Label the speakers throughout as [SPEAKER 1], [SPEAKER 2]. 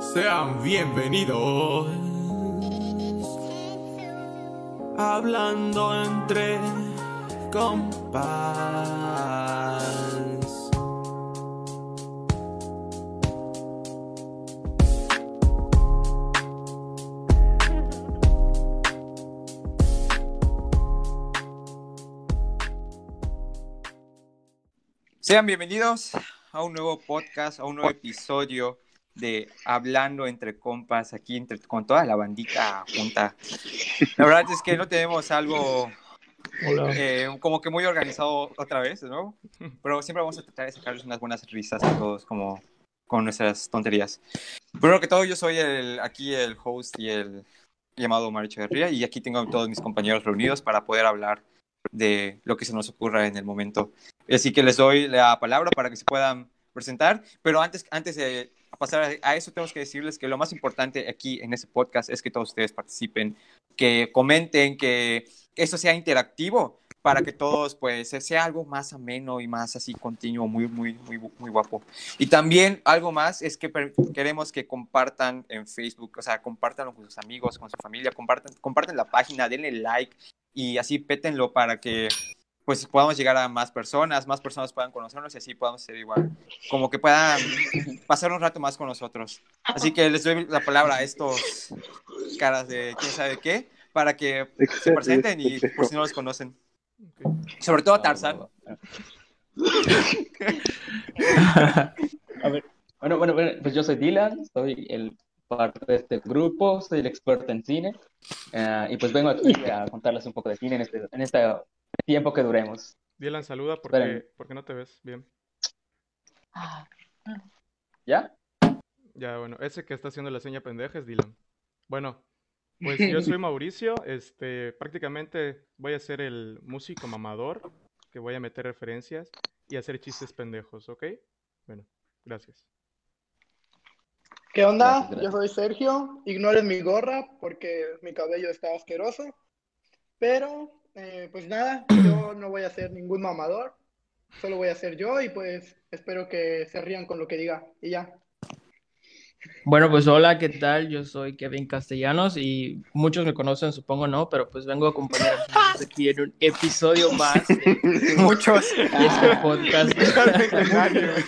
[SPEAKER 1] Sean bienvenidos. Hablando entre compas.
[SPEAKER 2] Sean bienvenidos a un nuevo podcast, a un nuevo episodio de Hablando entre compas, aquí entre, con toda la bandita junta. La verdad es que no tenemos algo eh, como que muy organizado otra vez, ¿no? Pero siempre vamos a tratar de sacarles unas buenas risas a todos, como con nuestras tonterías. Primero que todo, yo soy el, aquí el host y el llamado Mario Echeverría, y aquí tengo a todos mis compañeros reunidos para poder hablar de lo que se nos ocurra en el momento. Así que les doy la palabra para que se puedan presentar. Pero antes, antes de pasar a- a eso, tenemos que decirles que lo más importante aquí en este podcast es que todos ustedes participen, que comenten, que eso sea interactivo para que todos, pues, sea algo más ameno y más así continuo, muy, muy, muy, muy guapo. Y también algo más es que per- queremos que compartan en Facebook, o sea, compartanlo con sus amigos, con su familia, compartan, compartan la página, denle like y así pétenlo para que pues podamos llegar a más personas, más personas puedan conocernos y así podamos ser igual, como que puedan pasar un rato más con nosotros. Así que les doy la palabra a estos caras de quién sabe qué, para que se presenten y
[SPEAKER 3] este,
[SPEAKER 4] pues,
[SPEAKER 2] por si no los conocen. Sobre todo a
[SPEAKER 5] Ah,
[SPEAKER 2] Tarzan.
[SPEAKER 4] A ver, bueno, bueno, bueno, pues yo soy Dylan, soy el parte de este grupo, soy el experto en cine, eh, y pues vengo aquí a contarles un poco de cine en este, en este tiempo que duremos.
[SPEAKER 6] Dylan, saluda
[SPEAKER 4] Espérame.
[SPEAKER 6] porque, porque no te ves bien.
[SPEAKER 4] ¿Ya?
[SPEAKER 6] Ya, bueno, ese que está haciendo la seña pendeja es Dylan. Bueno, pues yo soy Mauricio, este, prácticamente voy a ser el músico mamador, que voy a meter referencias y hacer chistes pendejos, ¿ok? Bueno, gracias.
[SPEAKER 7] ¿Qué onda?
[SPEAKER 4] Gracias,
[SPEAKER 7] Yo soy Sergio. Ignoren mi gorra porque mi cabello está asqueroso. Pero, eh, pues nada, yo no voy a ser ningún mamador. Solo voy a ser yo y pues espero que se rían con lo que diga. Y ya.
[SPEAKER 5] Bueno, pues hola, ¿qué tal? Yo soy Kevin Castellanos y muchos me conocen, supongo no, pero pues vengo a acompañarlos aquí en un episodio más de
[SPEAKER 2] Muchos.
[SPEAKER 5] este podcast.
[SPEAKER 2] Nadie, güey.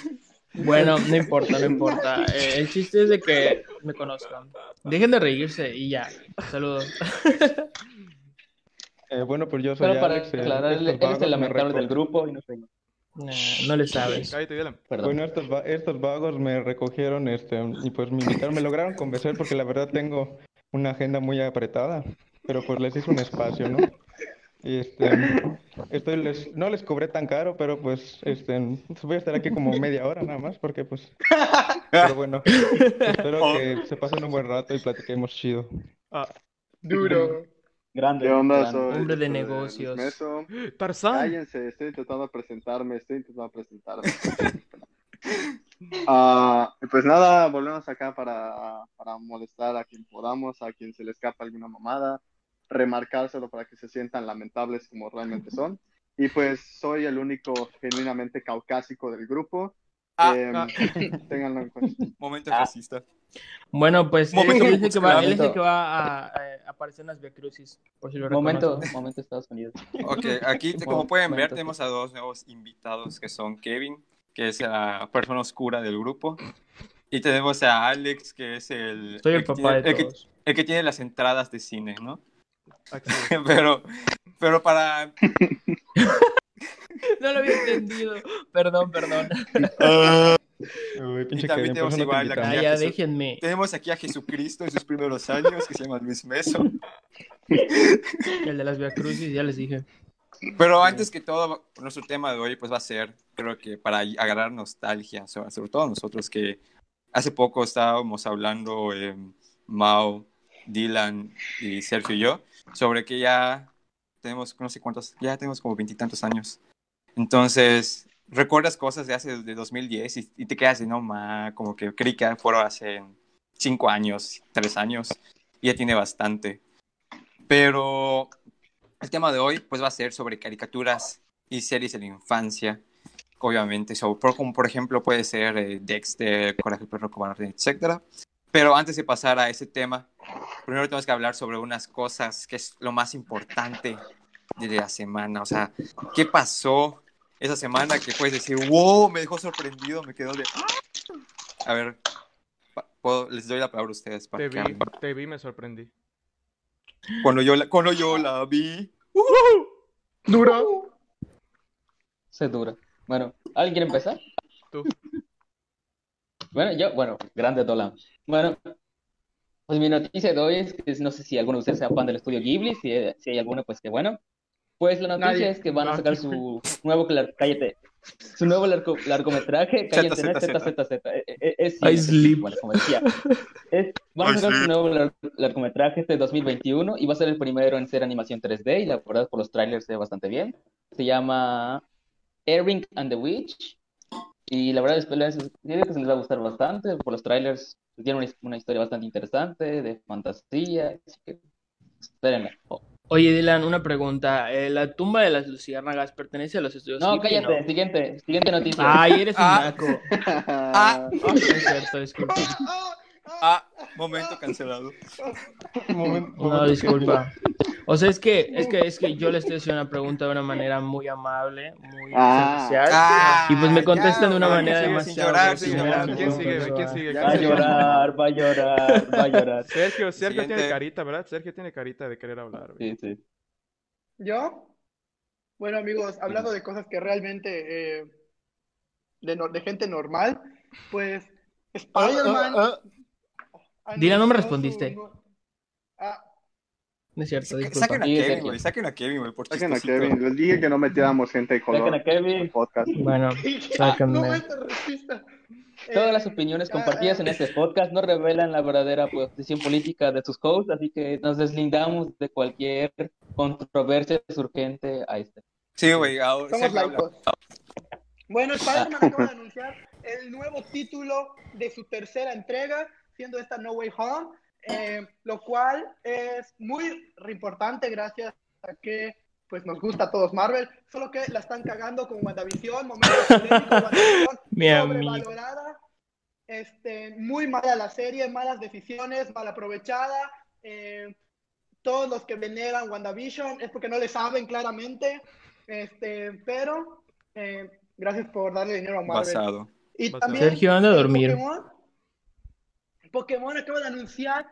[SPEAKER 5] Bueno, no importa, no importa. Eh, el chiste es de que me conozcan. Dejen de reírse y ya. Saludos.
[SPEAKER 8] Eh, bueno, pues yo soy
[SPEAKER 4] Pero para
[SPEAKER 8] Alex, el-
[SPEAKER 4] aclarar,
[SPEAKER 8] estos
[SPEAKER 4] eres
[SPEAKER 8] vagos
[SPEAKER 4] el
[SPEAKER 8] me
[SPEAKER 4] lamentable del
[SPEAKER 8] recog-
[SPEAKER 4] grupo y no soy yo.
[SPEAKER 5] Nah, no le sabes.
[SPEAKER 6] Cállate, Dylan.
[SPEAKER 4] Perdón.
[SPEAKER 8] Bueno, estos, va- estos vagos me recogieron este, y pues me invitaron, me lograron convencer porque la verdad tengo una agenda muy apretada, pero pues les hice un espacio, ¿no? Y este, estoy, les, no les cobré tan caro, pero pues este, voy a estar aquí como media hora nada más porque pues... Pero bueno, espero
[SPEAKER 2] Oh.
[SPEAKER 8] que se pasen un buen rato y platiquemos chido.
[SPEAKER 7] Duro.
[SPEAKER 4] Grande,
[SPEAKER 3] ¿Qué onda?
[SPEAKER 4] grande.
[SPEAKER 3] Soy
[SPEAKER 5] Hombre de
[SPEAKER 3] Víctor
[SPEAKER 5] negocios.
[SPEAKER 3] Meso.
[SPEAKER 6] Tarzán.
[SPEAKER 3] Cállense, estoy intentando presentarme, estoy intentando presentarme. Ah, pues nada, volvemos acá para, para molestar a quien podamos, a quien se le escapa alguna mamada, remarcárselo para que se sientan lamentables como realmente son. Y pues soy el único genuinamente caucásico del grupo.
[SPEAKER 2] Ah,
[SPEAKER 3] Em,
[SPEAKER 2] ah,
[SPEAKER 3] Ténganlo en cuenta.
[SPEAKER 2] momento
[SPEAKER 4] Ah.
[SPEAKER 2] racista.
[SPEAKER 5] Bueno, pues eh,
[SPEAKER 2] Momento
[SPEAKER 5] él es el que va, él es el
[SPEAKER 4] momento.
[SPEAKER 5] que va a, a eh, aparecer en las Via Crucis, por si lo
[SPEAKER 4] Momento,
[SPEAKER 5] reconocen.
[SPEAKER 4] momento Estados Unidos.
[SPEAKER 2] Ok, aquí te- como
[SPEAKER 4] Bueno,
[SPEAKER 2] pueden ver
[SPEAKER 4] bueno,
[SPEAKER 2] tenemos a dos nuevos invitados que son Kevin, que es la persona oscura del grupo, y tenemos a Alex, que es el,
[SPEAKER 5] Soy el
[SPEAKER 2] que
[SPEAKER 5] papá
[SPEAKER 2] tiene-
[SPEAKER 5] de
[SPEAKER 2] el que-
[SPEAKER 5] todos.
[SPEAKER 2] el que tiene las entradas de cine, ¿no?
[SPEAKER 6] Axel.
[SPEAKER 2] Pero, pero para
[SPEAKER 5] No lo había entendido. Perdón, perdón.
[SPEAKER 8] Uy, pinche
[SPEAKER 2] también
[SPEAKER 8] Kevin, por
[SPEAKER 2] tenemos
[SPEAKER 8] eso no te
[SPEAKER 2] igual la
[SPEAKER 5] Ah,
[SPEAKER 8] invitamos.
[SPEAKER 2] Ya,
[SPEAKER 5] ya,
[SPEAKER 2] Jesús.
[SPEAKER 5] déjenme.
[SPEAKER 2] tenemos aquí a Jesucristo en sus primeros años, que se llama Luis Meso.
[SPEAKER 5] El de las Via Crucis, ya les dije.
[SPEAKER 2] Pero antes que todo, nuestro tema de hoy pues va a ser, creo que para agarrar nostalgia, so- sobre todo nosotros que hace poco estábamos hablando eh, Mao, Dylan y Sergio y yo, sobre que ya tenemos no sé cuántos, ya tenemos como veintitantos años. Entonces, recuerdas cosas de hace de 2010 y, y te quedas de no ma, como que creí que fueron hace cinco años, tres años, y ya tiene bastante. Pero el tema de hoy pues va a ser sobre caricaturas y series de la infancia, obviamente. So, por, como por ejemplo puede ser eh, Dexter, Coraje el Perro Cobarde, etc. Pero antes de pasar a ese tema, primero tenemos que hablar sobre unas cosas que es lo más importante de la semana. O sea, ¿qué pasó esa semana que puedes decir, wow, me dejó sorprendido, me quedó de... ¡Ah!". A ver, pa- puedo- les doy la palabra a ustedes. Para
[SPEAKER 6] Te
[SPEAKER 2] que
[SPEAKER 6] vi,
[SPEAKER 2] hablen.
[SPEAKER 6] te vi, me sorprendí.
[SPEAKER 2] Cuando, yo la, cuando yo la vi...
[SPEAKER 7] Dura.
[SPEAKER 4] Se dura. Bueno, ¿alguien quiere empezar?
[SPEAKER 6] Tú.
[SPEAKER 4] Bueno, yo, bueno, grande Dolan. Bueno, pues mi noticia de hoy es, es- no sé si alguno de ustedes sea fan del estudio Ghibli, si, si hay alguno, pues qué bueno. Pues la noticia
[SPEAKER 7] Nadie.
[SPEAKER 4] es que van a
[SPEAKER 6] No,
[SPEAKER 4] sacar su nuevo, clar- cállate, su nuevo largo- largometraje, cállate, no es
[SPEAKER 2] Z,
[SPEAKER 4] ZZZ, eh, eh, es-
[SPEAKER 5] I
[SPEAKER 4] es-
[SPEAKER 5] sleep.
[SPEAKER 4] bueno, como decía, es- van a
[SPEAKER 2] I
[SPEAKER 4] sacar su
[SPEAKER 2] sleep.
[SPEAKER 4] nuevo lar- largometraje este 2021 y va a ser el primero en ser animación 3D y la verdad por los trailers se ve bastante bien. Se llama Erin and the Witch. Y la verdad, espero eso. Yo creo que se les va a gustar bastante. Por los trailers, pues, tiene una, una historia bastante interesante de fantasía. Así que, espérenme.
[SPEAKER 5] Oye, Dylan, una pregunta. Eh, ¿La tumba de las luciérnagas pertenece a los estudios
[SPEAKER 4] No,
[SPEAKER 5] Ghibli,
[SPEAKER 4] cállate. Siguiente, siguiente noticia.
[SPEAKER 5] Ay, eres un
[SPEAKER 2] Ah.
[SPEAKER 5] naco.
[SPEAKER 2] Ah,
[SPEAKER 5] Ah, no es cierto, disculpa.
[SPEAKER 2] ah, momento cancelado.
[SPEAKER 8] Momento-
[SPEAKER 5] No, disculpa. O sea, es que, es que, es que yo le estoy haciendo una pregunta de una manera muy amable, muy
[SPEAKER 3] Ah.
[SPEAKER 5] servicial.
[SPEAKER 2] Ah,
[SPEAKER 5] Y pues me
[SPEAKER 2] ya,
[SPEAKER 5] contestan de una
[SPEAKER 2] ahora,
[SPEAKER 5] manera
[SPEAKER 2] ¿quién sigue? Sin
[SPEAKER 5] demasiado
[SPEAKER 2] llorar, sin
[SPEAKER 5] grosera,
[SPEAKER 2] llorar.
[SPEAKER 6] ¿Quién
[SPEAKER 5] ¿no?
[SPEAKER 6] sigue? güey? ¿Quién sigue?
[SPEAKER 4] Va a
[SPEAKER 6] ¿Quién sigue?
[SPEAKER 4] llorar, va a llorar, va a llorar.
[SPEAKER 6] Sergio, Sergio tiene
[SPEAKER 2] Siguiente.
[SPEAKER 6] carita, ¿verdad? Sergio tiene carita de querer hablar,
[SPEAKER 4] Sí,
[SPEAKER 6] güey.
[SPEAKER 4] sí.
[SPEAKER 7] ¿Yo? Bueno, amigos, hablando de cosas que realmente eh, de, no- de gente normal, pues Spider-Man.
[SPEAKER 5] Ah, Dylan, ah. no me
[SPEAKER 7] anunció
[SPEAKER 5] respondiste.
[SPEAKER 7] su nu- Ah,
[SPEAKER 5] No es cierto, disculpa.
[SPEAKER 2] Saquen a
[SPEAKER 4] Sí,
[SPEAKER 2] Kevin,
[SPEAKER 4] Sergio.
[SPEAKER 2] güey. Saquen a Kevin, güey. Por
[SPEAKER 3] Saquen a
[SPEAKER 2] chistosito.
[SPEAKER 3] Kevin. Les dije que no metiéramos gente de
[SPEAKER 4] Saquen
[SPEAKER 3] color en
[SPEAKER 4] a
[SPEAKER 3] el
[SPEAKER 4] Kevin.
[SPEAKER 3] podcast.
[SPEAKER 5] Bueno, sáquenme.
[SPEAKER 7] no, este racista.
[SPEAKER 4] Todas
[SPEAKER 7] Eh,
[SPEAKER 4] las opiniones
[SPEAKER 7] ah,
[SPEAKER 4] compartidas
[SPEAKER 7] ah,
[SPEAKER 4] en este podcast no revelan la verdadera posición política de sus hosts, así que nos deslindamos de cualquier controversia surgente a este.
[SPEAKER 2] Sí, güey. ah, ahora-
[SPEAKER 7] Somos
[SPEAKER 2] Sergio habla.
[SPEAKER 7] laicos. Bueno, Spider-Man acaba de anunciar el nuevo título de su tercera entrega, siendo esta No Way Home, eh, lo cual es muy re- importante gracias a que pues nos gusta a todos Marvel, solo que la están cagando con WandaVision, momento polémico, WandaVision,
[SPEAKER 5] Mi amigo.
[SPEAKER 7] sobrevalorada, este, muy mala la serie, malas decisiones, mal aprovechada, eh, todos los que veneran WandaVision es porque no le saben claramente, este, pero eh, gracias por darle dinero a Marvel.
[SPEAKER 2] Basado.
[SPEAKER 7] Y
[SPEAKER 6] Basado.
[SPEAKER 7] también
[SPEAKER 5] Sergio, anda a
[SPEAKER 7] eh,
[SPEAKER 5] dormir.
[SPEAKER 7] Pokémon, Pokémon acaba de anunciar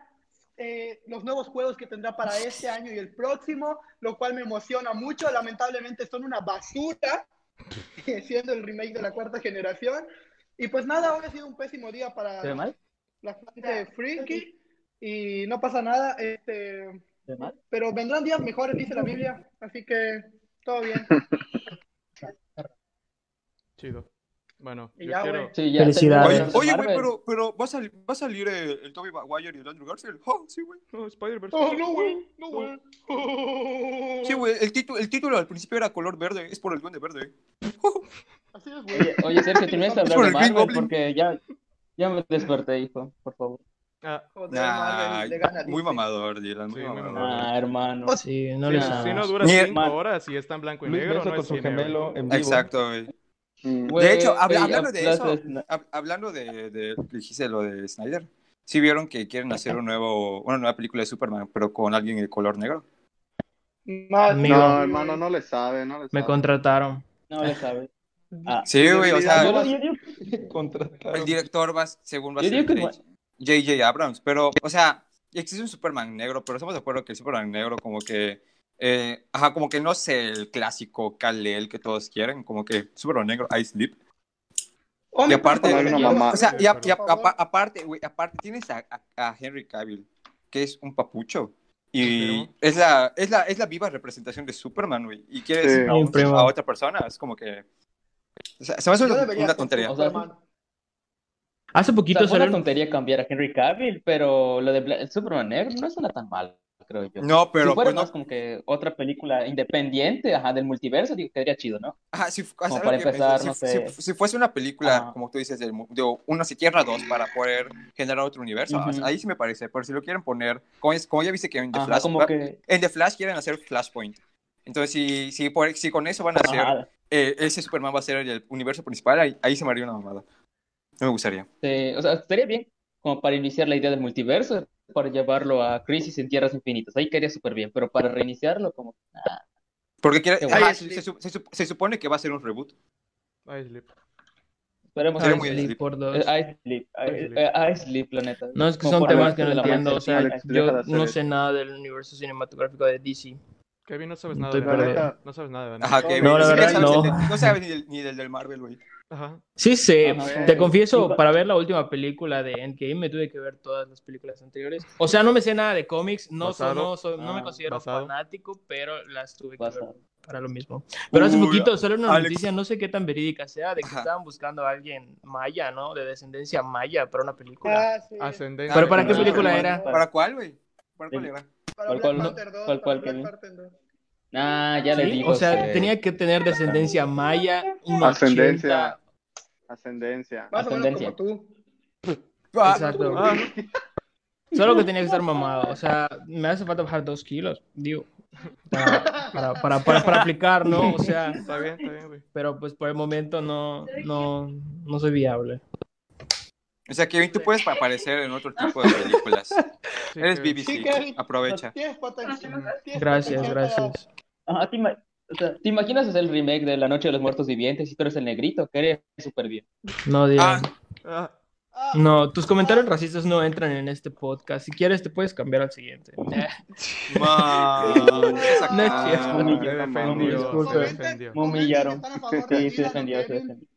[SPEAKER 7] eh, los nuevos juegos que tendrá para este año y el próximo, lo cual me emociona mucho. Lamentablemente son una basura, siendo el remake de la cuarta generación. Y pues nada, hoy ha sido un pésimo día para
[SPEAKER 4] ¿Se ve mal?
[SPEAKER 7] la gente friki y no pasa nada. Este,
[SPEAKER 4] ¿Se ve mal?
[SPEAKER 7] pero vendrán días mejores, dice la Biblia. Así que todo bien.
[SPEAKER 6] Chido. Bueno,
[SPEAKER 7] Y
[SPEAKER 6] yo
[SPEAKER 7] ya,
[SPEAKER 6] quiero...
[SPEAKER 7] güey.
[SPEAKER 4] Sí, ya.
[SPEAKER 5] Felicidades.
[SPEAKER 2] Oye,
[SPEAKER 5] Marvel.
[SPEAKER 2] oye, güey, pero, pero va, a sali- va a salir el, el Tobey Maguire y el Andrew Garfield. Oh, sí, güey.
[SPEAKER 6] No, Spider-Verse.
[SPEAKER 7] Oh, no, güey, no, güey.
[SPEAKER 2] Sí, güey. El, título- el título al principio era color verde. Es por el duende verde.
[SPEAKER 7] Así es, güey.
[SPEAKER 4] Oye, oye, Sergio, tienes que hablar
[SPEAKER 2] Por
[SPEAKER 4] de
[SPEAKER 2] el Green
[SPEAKER 4] Marvel
[SPEAKER 2] Goblin.
[SPEAKER 4] porque ya, ya me desperté, hijo, por favor.
[SPEAKER 6] Ah,
[SPEAKER 7] Joder,
[SPEAKER 2] Nah,
[SPEAKER 7] Marvel, le gana a
[SPEAKER 2] muy
[SPEAKER 7] Disney.
[SPEAKER 2] mamador, Dylan. Muy
[SPEAKER 6] Sí, muy
[SPEAKER 2] mamador.
[SPEAKER 6] mamador.
[SPEAKER 4] Ah, hermano.
[SPEAKER 5] Sí, no
[SPEAKER 6] si,
[SPEAKER 5] le
[SPEAKER 4] Sí,
[SPEAKER 5] sabes.
[SPEAKER 6] si no dura
[SPEAKER 2] Ni-
[SPEAKER 6] cinco
[SPEAKER 4] Man.
[SPEAKER 6] horas y está en blanco y
[SPEAKER 8] Luis
[SPEAKER 6] negro,
[SPEAKER 8] Beso
[SPEAKER 6] no
[SPEAKER 8] con
[SPEAKER 6] es
[SPEAKER 8] su
[SPEAKER 6] cine, güey.
[SPEAKER 8] gemelo en vivo.
[SPEAKER 2] Exacto, güey.
[SPEAKER 3] Mm.
[SPEAKER 2] De hecho, habla-
[SPEAKER 4] Güey,
[SPEAKER 2] hablando de eso,
[SPEAKER 4] hablaste de-
[SPEAKER 2] hab- hablando de, de, dijiste lo de Snyder, ¿sí vieron que quieren hacer un nuevo, una nueva película de Superman, pero con alguien de color negro?
[SPEAKER 7] Más-
[SPEAKER 5] Amigo.
[SPEAKER 3] No, hermano, no le sabe, no le
[SPEAKER 5] Me
[SPEAKER 3] sabe.
[SPEAKER 5] contrataron.
[SPEAKER 4] No le sabes. Ah.
[SPEAKER 2] Sí, güey, o sea,
[SPEAKER 4] Yo, yo digo,
[SPEAKER 8] Contratado.
[SPEAKER 2] el director va, según va a
[SPEAKER 4] Yo
[SPEAKER 2] ser
[SPEAKER 4] digo que-
[SPEAKER 2] J- J.J. Abrams, pero, o sea, existe un Superman negro, pero estamos de acuerdo que el Superman negro como que, eh, ajá, como que no es el clásico Kal-El que todos quieren, como que Superman negro, I Sleep. Y
[SPEAKER 7] Hombre,
[SPEAKER 2] aparte,
[SPEAKER 7] por favor,
[SPEAKER 3] una
[SPEAKER 7] señor.
[SPEAKER 3] mamá.
[SPEAKER 2] O sea, y a- y a-
[SPEAKER 7] Por favor.
[SPEAKER 2] apa- aparte, güey, aparte tienes a, a- a Henry Cavill, que es un papucho. Y
[SPEAKER 6] Pero-
[SPEAKER 2] es la, es, la, es la viva representación de Superman, güey. Y quieres
[SPEAKER 3] Sí.
[SPEAKER 2] a, un-
[SPEAKER 5] Mi primo.
[SPEAKER 2] a otra persona. Es como que. o sea, se me hace
[SPEAKER 7] Yo
[SPEAKER 2] una,
[SPEAKER 7] debería
[SPEAKER 2] una
[SPEAKER 7] ser
[SPEAKER 2] tontería.
[SPEAKER 4] O sea,
[SPEAKER 7] Superman.
[SPEAKER 5] Hace
[SPEAKER 4] o sea,
[SPEAKER 5] poquito
[SPEAKER 4] fue una
[SPEAKER 5] salió un-
[SPEAKER 4] tontería cambiar a Henry Cavill, pero lo de Bla- Superman Negro no suena tan mal, creo yo.
[SPEAKER 2] no,
[SPEAKER 4] si
[SPEAKER 2] pero
[SPEAKER 4] fuera
[SPEAKER 2] pues no.
[SPEAKER 4] más como que otra película independiente, ajá, del multiverso, digo, sería chido, ¿no?
[SPEAKER 2] Ajá, si, fu-
[SPEAKER 4] como
[SPEAKER 2] ¿sabes
[SPEAKER 4] para
[SPEAKER 2] qué? Pues,
[SPEAKER 4] empezar,
[SPEAKER 2] si,
[SPEAKER 4] no
[SPEAKER 2] si-
[SPEAKER 4] sé.
[SPEAKER 2] si, fuese una película,
[SPEAKER 4] Ajá.
[SPEAKER 2] como tú dices, del mu- de una se tierra dos para poder generar otro universo.
[SPEAKER 4] Ujú.
[SPEAKER 2] o sea, Ahí sí me parece. Pero si lo quieren poner. Como, es- como ya viste que en The
[SPEAKER 4] Ajá,
[SPEAKER 2] Flash.
[SPEAKER 4] como
[SPEAKER 2] va-
[SPEAKER 4] que...
[SPEAKER 2] En The Flash quieren hacer Flashpoint. Entonces, si, si, por- si con eso van a hacer.
[SPEAKER 4] Ajá,
[SPEAKER 2] eh, ese Superman va a ser el universo principal, ahí, ahí se me haría una mamada. No me gustaría.
[SPEAKER 4] sí, este, o sea, estaría bien. como para iniciar la idea del multiverso, para llevarlo a Crisis en Tierras Infinitas. Ahí quedaría súper bien, pero para reiniciarlo, como. nah.
[SPEAKER 2] Porque quiere-
[SPEAKER 4] Qué
[SPEAKER 2] ajá,
[SPEAKER 7] guay.
[SPEAKER 2] se, se su- se su- se supone que va a ser un reboot.
[SPEAKER 6] I sleep.
[SPEAKER 4] Esperemos
[SPEAKER 2] Sería
[SPEAKER 4] que
[SPEAKER 2] muy
[SPEAKER 4] sí.
[SPEAKER 2] bien.
[SPEAKER 5] Sleep por dos.
[SPEAKER 4] Eh, Ice Sleep,
[SPEAKER 6] Ice
[SPEAKER 4] eh,
[SPEAKER 6] Sleep.
[SPEAKER 4] eh, Ice Sleep, la neta.
[SPEAKER 5] No, es que
[SPEAKER 4] Como
[SPEAKER 5] son
[SPEAKER 4] para
[SPEAKER 5] temas
[SPEAKER 4] hablar
[SPEAKER 5] que
[SPEAKER 4] de
[SPEAKER 5] no
[SPEAKER 4] la
[SPEAKER 5] entiendo. O
[SPEAKER 4] mancha,
[SPEAKER 5] sea,
[SPEAKER 3] Alex, deja de
[SPEAKER 5] yo
[SPEAKER 3] hacer
[SPEAKER 5] no
[SPEAKER 3] eso.
[SPEAKER 5] sé nada del universo cinematográfico de DC.
[SPEAKER 6] Kevin, no sabes nada
[SPEAKER 5] Estoy
[SPEAKER 6] de
[SPEAKER 3] La
[SPEAKER 6] Marvel.
[SPEAKER 3] neta,
[SPEAKER 6] No sabes nada de
[SPEAKER 2] Ajá,
[SPEAKER 6] nada.
[SPEAKER 3] No,
[SPEAKER 2] que
[SPEAKER 3] no,
[SPEAKER 2] ni
[SPEAKER 3] la
[SPEAKER 2] siquiera
[SPEAKER 3] verdad,
[SPEAKER 2] sabes, el
[SPEAKER 5] no.
[SPEAKER 2] de- no sabes ni, del, ni del del Marvel, güey.
[SPEAKER 6] Ajá.
[SPEAKER 5] Sí sé,
[SPEAKER 4] Ajá,
[SPEAKER 3] güey.
[SPEAKER 5] te
[SPEAKER 4] como-
[SPEAKER 5] confieso,
[SPEAKER 4] Igual-
[SPEAKER 5] para ver la última película de Endgame me tuve que ver todas las películas anteriores. O sea, no me sé nada de cómics, no, so-
[SPEAKER 6] Basado.
[SPEAKER 5] no, so- no me
[SPEAKER 4] Ah,
[SPEAKER 5] considero
[SPEAKER 6] basado.
[SPEAKER 5] fanático, pero las tuve que
[SPEAKER 4] Basado.
[SPEAKER 5] ver para lo mismo. Pero hace
[SPEAKER 2] Uy,
[SPEAKER 5] poquito salió una
[SPEAKER 2] Alex.
[SPEAKER 5] noticia, no sé qué tan verídica sea, de que
[SPEAKER 2] Ajá.
[SPEAKER 5] estaban buscando a alguien maya, ¿no? De descendencia maya para una película.
[SPEAKER 7] Ah, sí.
[SPEAKER 6] Ascendencia.
[SPEAKER 5] ¿Pero para qué
[SPEAKER 6] Ah,
[SPEAKER 5] película
[SPEAKER 6] bueno.
[SPEAKER 5] era?
[SPEAKER 2] ¿Para cuál, güey? ¿Para cuál
[SPEAKER 4] Sí.
[SPEAKER 2] era?
[SPEAKER 7] Para
[SPEAKER 4] ¿Cuál,
[SPEAKER 7] Black
[SPEAKER 4] cuál, no?
[SPEAKER 7] Panther 2.
[SPEAKER 4] ¿Cuál,
[SPEAKER 7] para
[SPEAKER 4] cuál,
[SPEAKER 7] Black
[SPEAKER 4] Kevin?
[SPEAKER 7] Panther 2.
[SPEAKER 4] Nah, Ah, ya les
[SPEAKER 5] Sí,
[SPEAKER 4] digo este,
[SPEAKER 5] O sea,
[SPEAKER 4] que-
[SPEAKER 5] tenía que tener descendencia maya, un
[SPEAKER 3] Ascendencia.
[SPEAKER 5] 80.
[SPEAKER 3] ascendencia.
[SPEAKER 7] Más o menos
[SPEAKER 4] Ascendencia.
[SPEAKER 7] como tú.
[SPEAKER 2] Ah,
[SPEAKER 5] Exacto.
[SPEAKER 6] Ah,
[SPEAKER 5] Solo que tenía que estar mamado. O sea, me hace falta bajar dos kilos, digo. Para, para, para, para- para aplicar, ¿no? O sea,
[SPEAKER 6] está bien, está bien, güey.
[SPEAKER 5] pero pues por el momento no, no, no soy viable.
[SPEAKER 2] O sea, Kevin, tú puedes aparecer en otro tipo de películas.
[SPEAKER 6] Sí,
[SPEAKER 2] Eres
[SPEAKER 6] Kevin.
[SPEAKER 2] BBC,
[SPEAKER 7] Sí, Kevin.
[SPEAKER 2] aprovecha.
[SPEAKER 7] Tienes potencial. tienes
[SPEAKER 5] Gracias,
[SPEAKER 7] potencial
[SPEAKER 5] gracias.
[SPEAKER 4] Ajá, te, ima- o sea, ¿te imaginas hacer el remake de La Noche de los Muertos Vivientes y tú eres el negrito? Que eres súper bien.
[SPEAKER 5] No, Dylan.
[SPEAKER 2] Ah.
[SPEAKER 6] Ah,
[SPEAKER 7] para- Ah,
[SPEAKER 5] No, tus comentarios racistas no entran en este podcast. Si quieres, te puedes cambiar al siguiente.
[SPEAKER 2] Man, qué
[SPEAKER 5] No
[SPEAKER 3] Ah.
[SPEAKER 5] es cierto.
[SPEAKER 2] sacada.
[SPEAKER 6] se defendió.
[SPEAKER 5] Disculpe.
[SPEAKER 6] Se defendió.
[SPEAKER 4] Me humillaron.
[SPEAKER 7] comenten si están a
[SPEAKER 4] Sí, se defendió,
[SPEAKER 7] favor de Dylan o
[SPEAKER 4] se
[SPEAKER 7] Kevin.
[SPEAKER 4] defendió.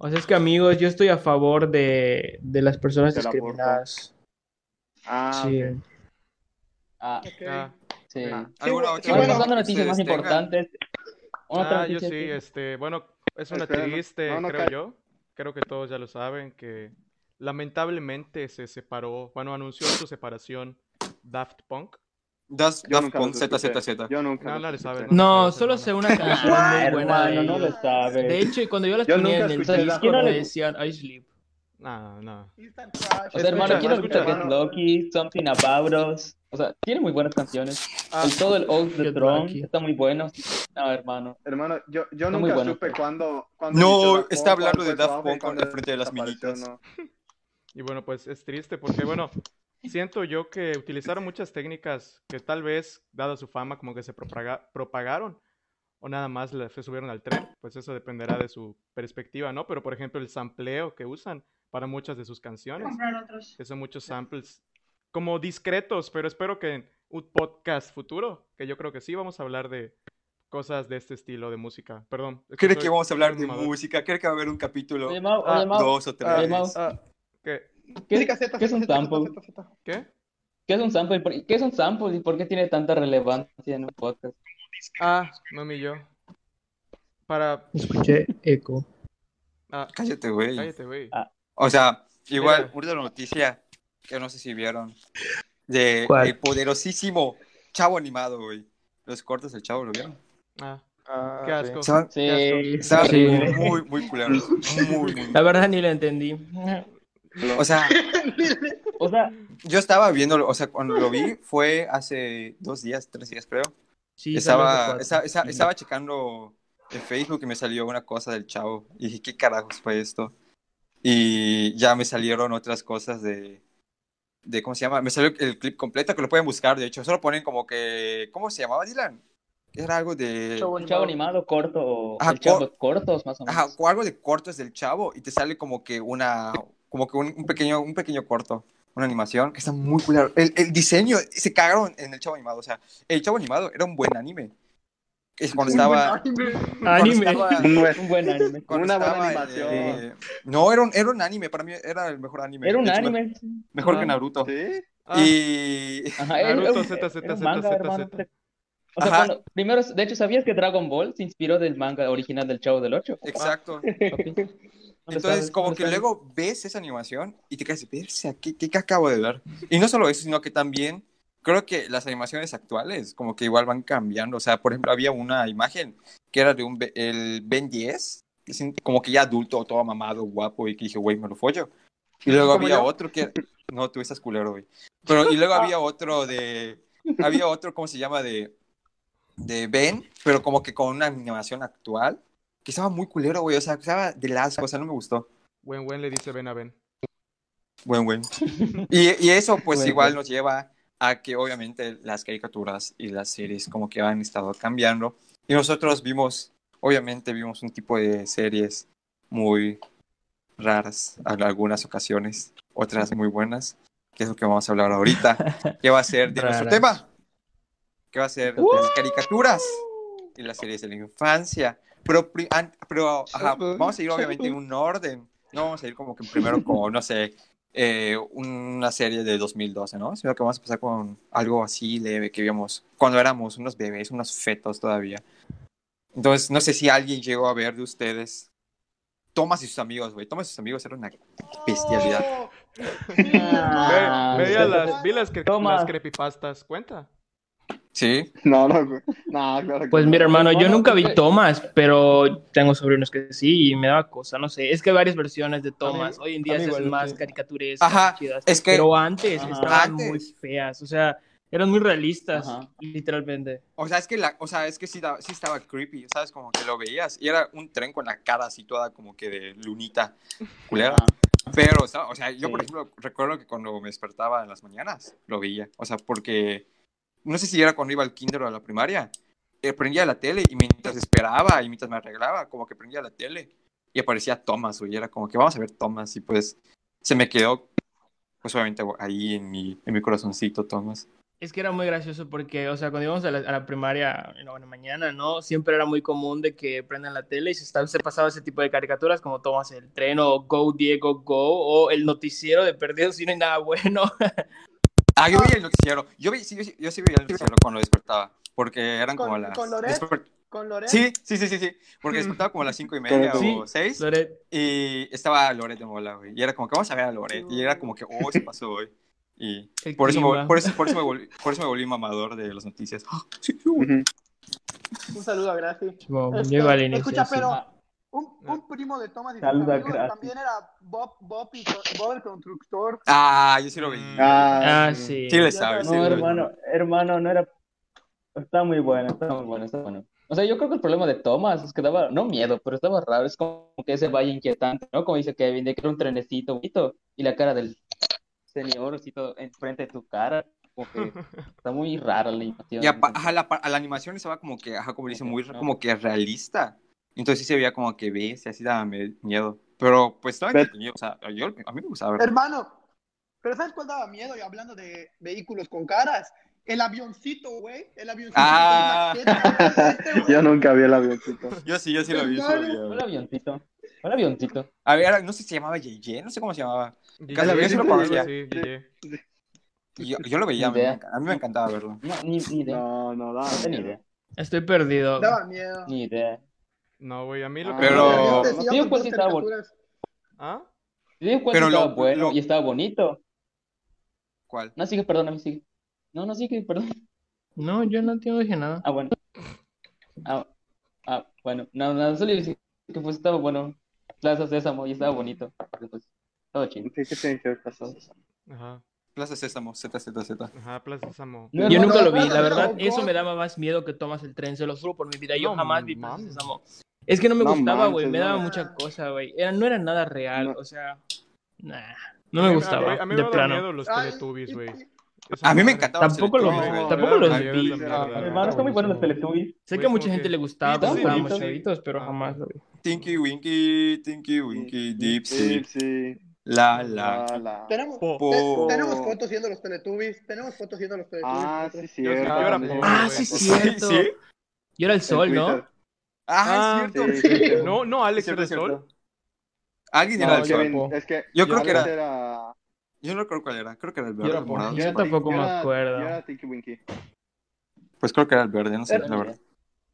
[SPEAKER 5] O sea, es que amigos, yo estoy a favor de, de las personas
[SPEAKER 3] Del aborto.
[SPEAKER 5] discriminadas.
[SPEAKER 3] Ah,
[SPEAKER 5] Sí.
[SPEAKER 3] ok.
[SPEAKER 4] Ah,
[SPEAKER 7] Ok.
[SPEAKER 6] Ah,
[SPEAKER 4] sí.
[SPEAKER 6] Ah,
[SPEAKER 2] ¿Alguna otra?
[SPEAKER 7] Sí, bueno,
[SPEAKER 4] Ahora,
[SPEAKER 7] bueno,
[SPEAKER 4] pasando a
[SPEAKER 2] que
[SPEAKER 4] noticias
[SPEAKER 2] ustedes
[SPEAKER 4] más
[SPEAKER 2] tengan?
[SPEAKER 4] importantes. Otra
[SPEAKER 6] este, Ah, yo
[SPEAKER 4] noticia
[SPEAKER 6] sí,
[SPEAKER 4] que-
[SPEAKER 6] este, bueno, es una
[SPEAKER 3] Espera, no-
[SPEAKER 6] triste,
[SPEAKER 3] no, no
[SPEAKER 6] creo
[SPEAKER 3] cae.
[SPEAKER 6] yo. Creo que todos ya lo saben, que lamentablemente se separó, bueno, anunció su separación Daft Punk.
[SPEAKER 2] Das,
[SPEAKER 3] Yo
[SPEAKER 2] Daft
[SPEAKER 3] nunca los
[SPEAKER 2] Punk, Z,
[SPEAKER 3] escuché.
[SPEAKER 2] Z, Z.
[SPEAKER 3] Yo nunca.
[SPEAKER 6] No,
[SPEAKER 3] los
[SPEAKER 6] no le
[SPEAKER 3] escuché.
[SPEAKER 6] sabes,
[SPEAKER 5] No,
[SPEAKER 6] Gracias,
[SPEAKER 5] solo
[SPEAKER 6] hermano.
[SPEAKER 5] sé una canción
[SPEAKER 4] Ah,
[SPEAKER 5] muy buena de
[SPEAKER 4] hermano, no
[SPEAKER 5] ellos.
[SPEAKER 4] lo sabes.
[SPEAKER 5] De hecho, y cuando yo las
[SPEAKER 3] Yo
[SPEAKER 5] ponía
[SPEAKER 3] nunca
[SPEAKER 5] en el
[SPEAKER 3] escuché la-
[SPEAKER 5] Discord, me
[SPEAKER 4] ¿Quién no le-
[SPEAKER 5] decían I sleep.
[SPEAKER 6] No, no.
[SPEAKER 7] Instant Crush.
[SPEAKER 4] O sea, hermano,
[SPEAKER 6] Escucha,
[SPEAKER 4] quiero
[SPEAKER 6] escucha.
[SPEAKER 4] escuchar Get Lucky, Something About Us. O sea, tiene muy buenas canciones.
[SPEAKER 6] Ah,
[SPEAKER 4] El todo el Old the
[SPEAKER 5] Get
[SPEAKER 4] Throne
[SPEAKER 5] Lucky.
[SPEAKER 4] está muy bueno. No, hermano.
[SPEAKER 3] Hermano, yo, yo
[SPEAKER 4] Está muy
[SPEAKER 3] nunca
[SPEAKER 4] bueno.
[SPEAKER 3] supe cuándo. cuándo
[SPEAKER 2] No,
[SPEAKER 3] inició Daft
[SPEAKER 2] está
[SPEAKER 3] Punk,
[SPEAKER 2] hablando
[SPEAKER 3] cuál
[SPEAKER 2] de
[SPEAKER 3] fue su
[SPEAKER 2] Daft
[SPEAKER 3] auge y
[SPEAKER 2] Punk
[SPEAKER 3] cuándo
[SPEAKER 2] al frente de las
[SPEAKER 3] desapareció,
[SPEAKER 2] minitas.
[SPEAKER 3] ¿no?
[SPEAKER 6] Y bueno, pues es triste porque, bueno, siento yo que utilizaron muchas técnicas que tal vez, dada su fama, como que se propaga- propagaron o nada más la- se subieron al tren. Pues eso dependerá de su perspectiva, ¿no? Pero, por ejemplo, el sampleo que usan para muchas de sus canciones, que son muchos samples como discretos, pero espero que en un podcast futuro, que yo creo que sí, vamos a hablar de cosas de este estilo de música. Perdón. es
[SPEAKER 2] ¿Cree
[SPEAKER 6] soy-
[SPEAKER 2] que vamos a
[SPEAKER 6] soy
[SPEAKER 2] hablar
[SPEAKER 6] un
[SPEAKER 2] de
[SPEAKER 6] mamador.
[SPEAKER 2] música? ¿Cree que va a haber un capítulo?
[SPEAKER 4] Oye, Mau,
[SPEAKER 6] Ah,
[SPEAKER 4] oye, Mau,
[SPEAKER 2] Dos o
[SPEAKER 6] Ah,
[SPEAKER 2] tres.
[SPEAKER 4] Mau.
[SPEAKER 6] ah, ¿qué?
[SPEAKER 4] ¿qué,
[SPEAKER 7] Música Z,
[SPEAKER 4] qué es
[SPEAKER 7] Z,
[SPEAKER 4] un
[SPEAKER 7] Z,
[SPEAKER 4] sample?
[SPEAKER 7] Z, Z.
[SPEAKER 6] ¿Qué?
[SPEAKER 4] ¿Qué es un sample? ¿Por- ¿Qué es un sample? ¿Y por qué tiene tanta relevancia en un podcast?
[SPEAKER 6] Ah, me humilló. Para.
[SPEAKER 5] Escuché eco.
[SPEAKER 6] Ah,
[SPEAKER 2] Cállate, güey.
[SPEAKER 6] cállate, güey.
[SPEAKER 4] Ah.
[SPEAKER 2] O sea, igual,
[SPEAKER 6] Mira.
[SPEAKER 2] una noticia que no sé si vieron. De
[SPEAKER 5] ¿Cuál?
[SPEAKER 2] el poderosísimo chavo animado, güey. Los cortos del chavo, ¿lo vieron?
[SPEAKER 6] Ah,
[SPEAKER 8] Ah,
[SPEAKER 6] qué asco.
[SPEAKER 8] sí.
[SPEAKER 2] Estaban,
[SPEAKER 4] Sí,
[SPEAKER 6] asco.
[SPEAKER 2] estaban
[SPEAKER 5] Sí.
[SPEAKER 2] muy, muy culeros. Muy, muy.
[SPEAKER 5] La verdad ni la entendí.
[SPEAKER 2] O sea,
[SPEAKER 4] O sea,
[SPEAKER 2] yo estaba viéndolo, o sea, cuando lo vi fue hace dos días, tres días creo.
[SPEAKER 5] Sí,
[SPEAKER 2] estaba,
[SPEAKER 5] solo hace
[SPEAKER 2] esa-
[SPEAKER 5] cuatro.
[SPEAKER 2] esa- estaba checando en Facebook y me salió una cosa del chavo. Y dije, ¿qué carajos fue esto? Y ya me salieron otras cosas de, de ¿cómo se llama? Me salió el clip completo que lo pueden buscar, de hecho. Solo ponen como que, ¿cómo se llamaba Dylan? Era algo de...
[SPEAKER 4] el chavo animado corto o
[SPEAKER 2] Ajá,
[SPEAKER 4] el chavo de cortos, más o menos.
[SPEAKER 2] Ajá, o algo de cortos del chavo y te sale como que una, como que un, un pequeño, un pequeño corto, una animación que está muy claro. El, el diseño, se cagaron en el chavo animado, o sea, el chavo animado era un buen anime. Es cuando estaba, cuando
[SPEAKER 5] Anime.
[SPEAKER 2] estaba-
[SPEAKER 3] Un buen-
[SPEAKER 4] Un buen anime.
[SPEAKER 2] cuando
[SPEAKER 3] Una buena
[SPEAKER 2] estaba,
[SPEAKER 3] animación.
[SPEAKER 2] eh, no, era un, era un anime, para mí era el mejor anime.
[SPEAKER 4] Era un
[SPEAKER 2] De hecho,
[SPEAKER 4] anime.
[SPEAKER 2] Mejor
[SPEAKER 6] Ah,
[SPEAKER 2] que Naruto.
[SPEAKER 3] ¿Sí?
[SPEAKER 6] Ah,
[SPEAKER 2] Y...
[SPEAKER 4] Ajá, era,
[SPEAKER 6] Naruto
[SPEAKER 4] era un-
[SPEAKER 6] Z, Z,
[SPEAKER 4] era un
[SPEAKER 6] Z,
[SPEAKER 4] manga,
[SPEAKER 6] Z,
[SPEAKER 4] hermano.
[SPEAKER 6] Z.
[SPEAKER 4] O sea,
[SPEAKER 2] Ajá.
[SPEAKER 4] cuando- primero, de hecho, ¿sabías que Dragon Ball se inspiró del manga original del Chavo del Ocho?
[SPEAKER 2] Exacto.
[SPEAKER 4] Papi, no le
[SPEAKER 2] Entonces,
[SPEAKER 4] sabes, no
[SPEAKER 2] como
[SPEAKER 4] le
[SPEAKER 2] que
[SPEAKER 4] sabes.
[SPEAKER 2] luego ves esa animación y te quedas, "Verse, ¿qué, qué, qué acabo de ver? Y no solo eso, sino que también creo que las animaciones actuales como que igual van cambiando. O sea, por ejemplo, había una imagen que era de un Be- el Ben 10, que es un- como que ya adulto, todo mamado, guapo, y que dije, güey, me lo follo. Y luego
[SPEAKER 6] ¿Como
[SPEAKER 2] había
[SPEAKER 6] yo?
[SPEAKER 2] otro que... No, tú estás culero, güey. Pero, y luego había otro de... Había otro, ¿cómo se llama? De, de Ben, pero como que con una animación actual. Que estaba muy culero, güey. O sea, que estaba de asco, o sea, no me gustó.
[SPEAKER 6] Wen Wen le dice ven a Ben.
[SPEAKER 2] Buen, buen. Y, y eso pues
[SPEAKER 4] Buen,
[SPEAKER 2] igual
[SPEAKER 4] buen.
[SPEAKER 2] nos lleva a que obviamente las caricaturas y las series como que han estado cambiando. Y nosotros vimos, obviamente vimos un tipo de series muy raras en algunas ocasiones, otras muy buenas, que es lo que vamos a hablar ahorita, que va a ser de nuestro
[SPEAKER 5] Raras.
[SPEAKER 2] tema, que va a ser las caricaturas y las series de la infancia. Pero, pri- an- pero, ajá, vamos a ir obviamente en un orden, no vamos a ir como que primero con, no sé, eh, una serie de 2012, ¿no? Sino que vamos a empezar con algo así leve que vimos cuando éramos unos bebés, unos fetos todavía. Entonces, no sé si alguien llegó a ver de ustedes. Thomas y sus amigos, güey. Thomas y sus amigos era una bestialidad.
[SPEAKER 7] ¡Oh! Sí,
[SPEAKER 4] Ah,
[SPEAKER 7] hermano.
[SPEAKER 6] Ve- veía
[SPEAKER 7] sí.
[SPEAKER 6] las, vi las, cre-
[SPEAKER 4] Toma.
[SPEAKER 6] las creepypastas, cuenta.
[SPEAKER 2] Sí.
[SPEAKER 3] No, no, güey. No, claro que
[SPEAKER 5] Pues
[SPEAKER 3] no.
[SPEAKER 5] mira, hermano, yo
[SPEAKER 4] Bueno,
[SPEAKER 5] nunca vi
[SPEAKER 4] pues, eh.
[SPEAKER 5] Thomas, pero tengo sobrinos que sí y me daba cosa, no sé. Es que hay varias versiones de Thomas.
[SPEAKER 8] mí-
[SPEAKER 5] Hoy en día
[SPEAKER 8] a mí
[SPEAKER 5] se hacen
[SPEAKER 8] igual,
[SPEAKER 5] más
[SPEAKER 8] sí.
[SPEAKER 5] caricaturescas,
[SPEAKER 2] Ajá,
[SPEAKER 5] chidas.
[SPEAKER 2] es que-
[SPEAKER 5] Pero antes
[SPEAKER 4] Ajá.
[SPEAKER 5] estaban
[SPEAKER 2] Antes.
[SPEAKER 5] muy feas, o sea, eran muy realistas,
[SPEAKER 4] Ajá.
[SPEAKER 5] literalmente.
[SPEAKER 2] O sea, es que, la, o sea, es que sí, da- sí estaba creepy, ¿sabes? Como que lo veías. Y era un tren con la cara así toda como que de lunita culera.
[SPEAKER 4] Ajá.
[SPEAKER 2] Pero, o sea, o sea, yo por
[SPEAKER 4] Sí.
[SPEAKER 2] ejemplo recuerdo que cuando me despertaba en las mañanas lo veía. O sea, porque no sé si era cuando iba al kinder o a la primaria. eh, prendía la tele y mientras esperaba y mientras me arreglaba, como que prendía la tele y aparecía Thomas, güey. Era como que vamos a ver Thomas y pues se me quedó, pues obviamente ahí en mi, en mi corazoncito Thomas.
[SPEAKER 5] Es que era muy gracioso porque, o sea, cuando íbamos a la, a la primaria en la buena mañana, ¿no? Siempre era muy común de que prendan la tele y se, está- se pasaba ese tipo de caricaturas como Thomas el Tren o Go Diego Go o el noticiero de Perdidos si no hay nada bueno.
[SPEAKER 2] Ah, yo veía el noticiero. Yo, vi, sí, yo, sí- yo sí veía el noticiero cuando despertaba. Porque eran
[SPEAKER 7] ¿Con-
[SPEAKER 2] como las...
[SPEAKER 7] con Loret?
[SPEAKER 2] desper-
[SPEAKER 7] Con Loret.
[SPEAKER 2] Sí, sí, sí, sí, sí. Porque despertaba como a las cinco y media
[SPEAKER 3] Correcto.
[SPEAKER 2] o seis.
[SPEAKER 5] Loret,
[SPEAKER 2] Y estaba Loret de Mola, güey. Y era como que vamos a ver a Loret. Y era como que, oh, se pasó hoy. Y
[SPEAKER 5] el
[SPEAKER 2] por eso, me, vol-
[SPEAKER 5] clima.
[SPEAKER 2] por, eso, por, eso me volví, por eso me volví mamador de las noticias. Ah, sí, sí, güey.
[SPEAKER 3] Ujú.
[SPEAKER 7] Un saludo a Graci.
[SPEAKER 5] Simón,
[SPEAKER 7] Este,
[SPEAKER 5] llegó al inicio.
[SPEAKER 7] escucha,
[SPEAKER 5] sí.
[SPEAKER 7] pero
[SPEAKER 4] Ah.
[SPEAKER 7] un, un primo de Thomas y sus
[SPEAKER 4] Saluda,
[SPEAKER 7] amigos
[SPEAKER 4] Graci.
[SPEAKER 7] también era Bob, Bob, y, Bob el constructor.
[SPEAKER 2] Ah, yo sí lo veía.
[SPEAKER 3] Ah,
[SPEAKER 5] Ah,
[SPEAKER 3] sí.
[SPEAKER 5] sí.
[SPEAKER 2] Sí le sabes.
[SPEAKER 7] No,
[SPEAKER 2] sí
[SPEAKER 4] No,
[SPEAKER 2] le-
[SPEAKER 4] hermano, hermano, no era. Está muy bueno, está muy bueno, está bueno. O sea, yo creo que el problema de Thomas es que daba, no miedo, pero estaba raro. Es como que ese valle inquietante, ¿no? Como dice Kevin, de que era un trenecito bonito y la cara del señor así todo enfrente de tu cara. Como que está muy rara la animación.
[SPEAKER 2] Y apa- ajá, la, pa- a la animación estaba como que, ajá, como dice,
[SPEAKER 4] Ok,
[SPEAKER 2] muy
[SPEAKER 4] ajá.
[SPEAKER 2] como que realista. Entonces sí se veía como que ves y así daba me- miedo. Pero pues estaba
[SPEAKER 3] Pero-
[SPEAKER 2] entretenido. O sea, yo, a mí me gustaba ver.
[SPEAKER 7] Hermano, pero ¿sabes cuál daba miedo? Y hablando de vehículos con caras, el avioncito, güey. El avioncito.
[SPEAKER 2] Ah.
[SPEAKER 7] que tenía jeta, este, güey.
[SPEAKER 3] Yo nunca vi el avioncito.
[SPEAKER 2] Yo sí, yo sí lo vi. sí lo vi,
[SPEAKER 4] Un
[SPEAKER 2] güey.
[SPEAKER 4] avioncito, un avioncito.
[SPEAKER 2] A ver, era- no sé si se llamaba Yeye, no sé cómo se llamaba.
[SPEAKER 6] Guille,
[SPEAKER 2] Casi,
[SPEAKER 3] yo sí lo conocía.
[SPEAKER 6] Sí, Guille.
[SPEAKER 2] Y Yo, yo lo veía, a mí,
[SPEAKER 4] Ni
[SPEAKER 2] me
[SPEAKER 4] idea.
[SPEAKER 2] enca- a mí me encantaba verlo.
[SPEAKER 4] No, ni, ni idea,
[SPEAKER 3] No, no, no.
[SPEAKER 4] no tenía idea,
[SPEAKER 5] Estoy perdido.
[SPEAKER 7] Daba miedo.
[SPEAKER 4] ni idea.
[SPEAKER 6] Ah, No, güey, a mí lo que...
[SPEAKER 2] Pero-
[SPEAKER 6] me-
[SPEAKER 7] Yo
[SPEAKER 3] no,
[SPEAKER 7] decía
[SPEAKER 4] tío,
[SPEAKER 7] con
[SPEAKER 4] pues,
[SPEAKER 7] dos
[SPEAKER 4] sí estaba bueno.
[SPEAKER 7] caricaturas.
[SPEAKER 6] ¿Ah?
[SPEAKER 4] Yo digo cuál
[SPEAKER 2] Pero
[SPEAKER 4] estaba
[SPEAKER 2] lo-
[SPEAKER 4] bueno
[SPEAKER 2] lo-
[SPEAKER 4] y estaba bonito.
[SPEAKER 2] ¿Cuál?
[SPEAKER 4] No, sigue, perdóname, sigue. No, no, sigue, perdón.
[SPEAKER 5] No, yo no te dije nada.
[SPEAKER 4] Ah, bueno. Ah, ah, bueno. No, no, solo iba a decir que pues estaba bueno. Plaza Sésamo y estaba bonito. Pero, pues, todo chido.
[SPEAKER 3] ¿Qué, qué tiene que ver pasado?
[SPEAKER 6] Ajá,
[SPEAKER 2] Plaza Sésamo, ZZZ.
[SPEAKER 6] ajá, Plaza Sésamo.
[SPEAKER 4] No,
[SPEAKER 5] yo
[SPEAKER 4] no,
[SPEAKER 5] nunca
[SPEAKER 7] no,
[SPEAKER 5] lo vi,
[SPEAKER 7] no,
[SPEAKER 5] la
[SPEAKER 7] no,
[SPEAKER 5] verdad,
[SPEAKER 7] no,
[SPEAKER 5] eso
[SPEAKER 7] no.
[SPEAKER 5] me daba más miedo que tomas el tren, se lo juro por mi vida. Yo
[SPEAKER 6] No
[SPEAKER 5] jamás vi Plaza
[SPEAKER 6] mames.
[SPEAKER 5] Sésamo. Es que no me
[SPEAKER 3] No
[SPEAKER 5] gustaba, güey,
[SPEAKER 3] manches,
[SPEAKER 5] me
[SPEAKER 3] no.
[SPEAKER 5] daba mucha cosa, güey. Era, no era nada real,
[SPEAKER 3] No.
[SPEAKER 5] o sea, nah, no
[SPEAKER 6] A
[SPEAKER 5] me
[SPEAKER 6] mí-
[SPEAKER 5] gustaba,
[SPEAKER 6] A mí, a mí
[SPEAKER 5] de
[SPEAKER 6] me daban
[SPEAKER 5] plano.
[SPEAKER 6] miedo los
[SPEAKER 7] Ay,
[SPEAKER 6] Teletubbies, güey.
[SPEAKER 7] y-
[SPEAKER 6] Esa
[SPEAKER 2] A mí me
[SPEAKER 6] madre.
[SPEAKER 2] encantaba.
[SPEAKER 5] Tampoco los,
[SPEAKER 3] No,
[SPEAKER 6] güey.
[SPEAKER 5] tampoco los
[SPEAKER 6] Ay,
[SPEAKER 5] vi.
[SPEAKER 6] yo de la
[SPEAKER 3] mierda.
[SPEAKER 4] no, hermano, está muy bueno los Teletubbies.
[SPEAKER 5] Sé
[SPEAKER 6] Güey,
[SPEAKER 5] que a
[SPEAKER 6] como
[SPEAKER 5] mucha gente
[SPEAKER 6] que-
[SPEAKER 5] le gustaba,
[SPEAKER 6] Está
[SPEAKER 5] pero estábamos
[SPEAKER 3] bonito.
[SPEAKER 5] chavitos, pero
[SPEAKER 6] Ah.
[SPEAKER 5] jamás lo vi.
[SPEAKER 2] Tinky Winky, Tinky Winky, Dipsy,
[SPEAKER 3] Dipsy. Ah.
[SPEAKER 2] la la.
[SPEAKER 3] la, la.
[SPEAKER 7] Tenemos,
[SPEAKER 6] Po.
[SPEAKER 2] Po.
[SPEAKER 7] te- tenemos fotos siendo los Teletubbies. Tenemos fotos siendo los Teletubbies.
[SPEAKER 3] Ah, sí,
[SPEAKER 6] Yo
[SPEAKER 3] cierto.
[SPEAKER 6] era
[SPEAKER 3] también.
[SPEAKER 6] pobre,
[SPEAKER 5] Ah,
[SPEAKER 6] güey.
[SPEAKER 5] sí,
[SPEAKER 2] Sí,
[SPEAKER 5] cierto.
[SPEAKER 2] sí.
[SPEAKER 5] Yo era el
[SPEAKER 3] En
[SPEAKER 5] sol, ¿no?
[SPEAKER 3] Twitter.
[SPEAKER 2] Ah,
[SPEAKER 6] Ah,
[SPEAKER 2] es cierto.
[SPEAKER 3] Sí, sí, sí.
[SPEAKER 6] No, no,
[SPEAKER 2] Es
[SPEAKER 6] Alex
[SPEAKER 2] cierto, es
[SPEAKER 6] era sol.
[SPEAKER 2] cierto. Alguien
[SPEAKER 5] No,
[SPEAKER 2] era el
[SPEAKER 5] yo-
[SPEAKER 2] sol.
[SPEAKER 3] Kevin,
[SPEAKER 5] Sol.
[SPEAKER 3] es que
[SPEAKER 2] Yo creo que
[SPEAKER 3] Alex
[SPEAKER 2] era.
[SPEAKER 3] era-
[SPEAKER 2] Yo no recuerdo cuál era. Creo que era el
[SPEAKER 5] Yo era
[SPEAKER 2] verde. morado,
[SPEAKER 5] Yo
[SPEAKER 2] no sé cuál.
[SPEAKER 5] tampoco
[SPEAKER 3] yo
[SPEAKER 5] me
[SPEAKER 3] era-
[SPEAKER 5] acuerdo.
[SPEAKER 3] Yo era Tinky Winky.
[SPEAKER 2] Pues creo que era el verde, no sé,
[SPEAKER 7] Era-
[SPEAKER 2] la verdad.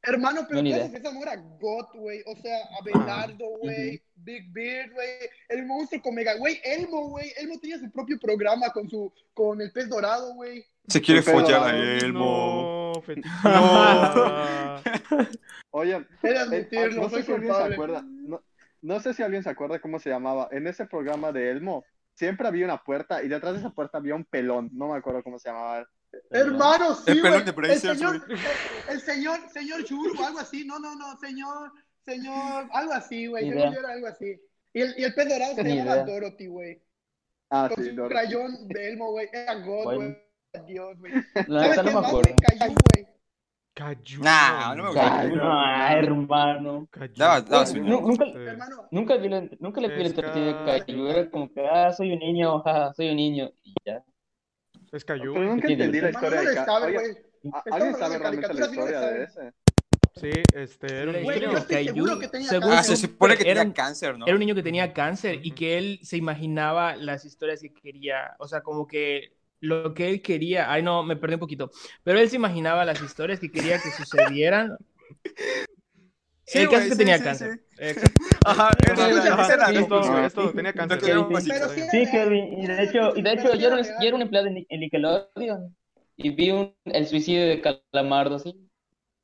[SPEAKER 7] Hermano, pero
[SPEAKER 4] No, ni
[SPEAKER 7] Plaza
[SPEAKER 4] idea.
[SPEAKER 7] Sésamo era God, güey. O sea,
[SPEAKER 3] Ah,
[SPEAKER 7] Abelardo, güey. Big Beard, güey. El monstruo con Mega, güey. Elmo, güey. Elmo tenía su propio programa con su con el pez dorado, güey.
[SPEAKER 2] Se quiere
[SPEAKER 3] Pero-
[SPEAKER 2] follar a Elmo.
[SPEAKER 6] No, Ah. fetiche.
[SPEAKER 2] No.
[SPEAKER 3] Oye,
[SPEAKER 7] Era
[SPEAKER 3] eh,
[SPEAKER 7] admitirlo,
[SPEAKER 3] no
[SPEAKER 7] soy
[SPEAKER 3] sé si alguien se
[SPEAKER 7] culpable.
[SPEAKER 3] acuerda. No, no sé si alguien se acuerda cómo se llamaba. En ese programa de Elmo, siempre había una puerta y detrás de esa puerta había un pelón. No me acuerdo cómo se llamaba.
[SPEAKER 7] Hermano, sí,
[SPEAKER 2] El
[SPEAKER 7] güey.
[SPEAKER 2] pelón de
[SPEAKER 7] El,
[SPEAKER 2] Brazers,
[SPEAKER 7] señor, el, el señor, señor Churro, algo así. No, no, no, señor, señor, algo así, güey.
[SPEAKER 4] Ni
[SPEAKER 7] Según
[SPEAKER 4] idea.
[SPEAKER 7] yo era algo así. Y el, y el pez dorado se
[SPEAKER 4] Ni
[SPEAKER 7] llamaba
[SPEAKER 4] idea.
[SPEAKER 7] Dorothy, güey.
[SPEAKER 3] Ah,
[SPEAKER 7] con
[SPEAKER 3] sí,
[SPEAKER 7] un
[SPEAKER 3] Dora.
[SPEAKER 7] crayón de Elmo, güey. Era God,
[SPEAKER 4] Bueno.
[SPEAKER 7] güey. Dios, güey.
[SPEAKER 4] La
[SPEAKER 7] ¿Sabes
[SPEAKER 4] neta
[SPEAKER 7] qué
[SPEAKER 4] no me
[SPEAKER 7] más
[SPEAKER 4] acuerdo.
[SPEAKER 7] Cayó, güey.
[SPEAKER 6] Cayu.
[SPEAKER 2] Nah, no me gusta.
[SPEAKER 4] Ay, no, ay, hermano.
[SPEAKER 6] Cayu.
[SPEAKER 2] Daba- daba
[SPEAKER 6] Sí.
[SPEAKER 2] su-
[SPEAKER 4] Nu- nunca,
[SPEAKER 7] Hermano,
[SPEAKER 4] nunca vi la, nunca le vi la
[SPEAKER 6] Es
[SPEAKER 4] entretenida
[SPEAKER 6] ca-
[SPEAKER 4] de Caillou. Era como que, ah, soy un niño, ajá, soy un niño. Y ya.
[SPEAKER 6] Es Cayu.
[SPEAKER 3] Pero nunca
[SPEAKER 4] ¿Qué
[SPEAKER 3] entendí la
[SPEAKER 7] hermano
[SPEAKER 3] historia
[SPEAKER 7] no
[SPEAKER 3] de
[SPEAKER 7] le
[SPEAKER 3] Ca-
[SPEAKER 7] sabe, pues.
[SPEAKER 3] Oye,
[SPEAKER 7] güey.
[SPEAKER 3] ¿a-
[SPEAKER 7] Estamos
[SPEAKER 3] ¿Alguien
[SPEAKER 7] hablando
[SPEAKER 3] sabe
[SPEAKER 7] de
[SPEAKER 3] realmente la
[SPEAKER 7] caricaturas y no le
[SPEAKER 3] historia de ese?
[SPEAKER 6] Sí, este, era un
[SPEAKER 7] Güey,
[SPEAKER 6] niño.
[SPEAKER 7] yo estoy
[SPEAKER 5] Caillou,
[SPEAKER 7] seguro que tenía
[SPEAKER 5] según-
[SPEAKER 7] cáncer.
[SPEAKER 2] Ah, se supone que
[SPEAKER 5] Era
[SPEAKER 2] tenía
[SPEAKER 5] un-
[SPEAKER 2] cáncer, ¿no?
[SPEAKER 5] Era un niño que tenía cáncer y que él se imaginaba las historias que quería, o sea, como que lo que él quería, ay no, me perdí un poquito, pero él se imaginaba las historias que quería que sucedieran.
[SPEAKER 2] Sí,
[SPEAKER 5] el caso es
[SPEAKER 2] güey,
[SPEAKER 5] que
[SPEAKER 2] sí,
[SPEAKER 5] tenía
[SPEAKER 2] sí,
[SPEAKER 5] cáncer.
[SPEAKER 2] sí.
[SPEAKER 5] Exacto.
[SPEAKER 2] Ajá,
[SPEAKER 6] Ajá,
[SPEAKER 2] esa era-
[SPEAKER 6] ajá,
[SPEAKER 2] esa era la
[SPEAKER 6] sí, esto,
[SPEAKER 2] conclusión.
[SPEAKER 6] esto tenía cáncer.
[SPEAKER 2] Tenemos
[SPEAKER 6] Kelvin.
[SPEAKER 2] historia.
[SPEAKER 7] Pero sí era
[SPEAKER 4] Sí,
[SPEAKER 7] real.
[SPEAKER 4] Kevin. Y de hecho, y de hecho
[SPEAKER 7] Pero sí
[SPEAKER 4] yo,
[SPEAKER 7] era
[SPEAKER 4] era, un-
[SPEAKER 7] real.
[SPEAKER 4] yo era un empleado en Ni- en Nickelodeon. Y vi un, el suicidio de Calamardo, sí.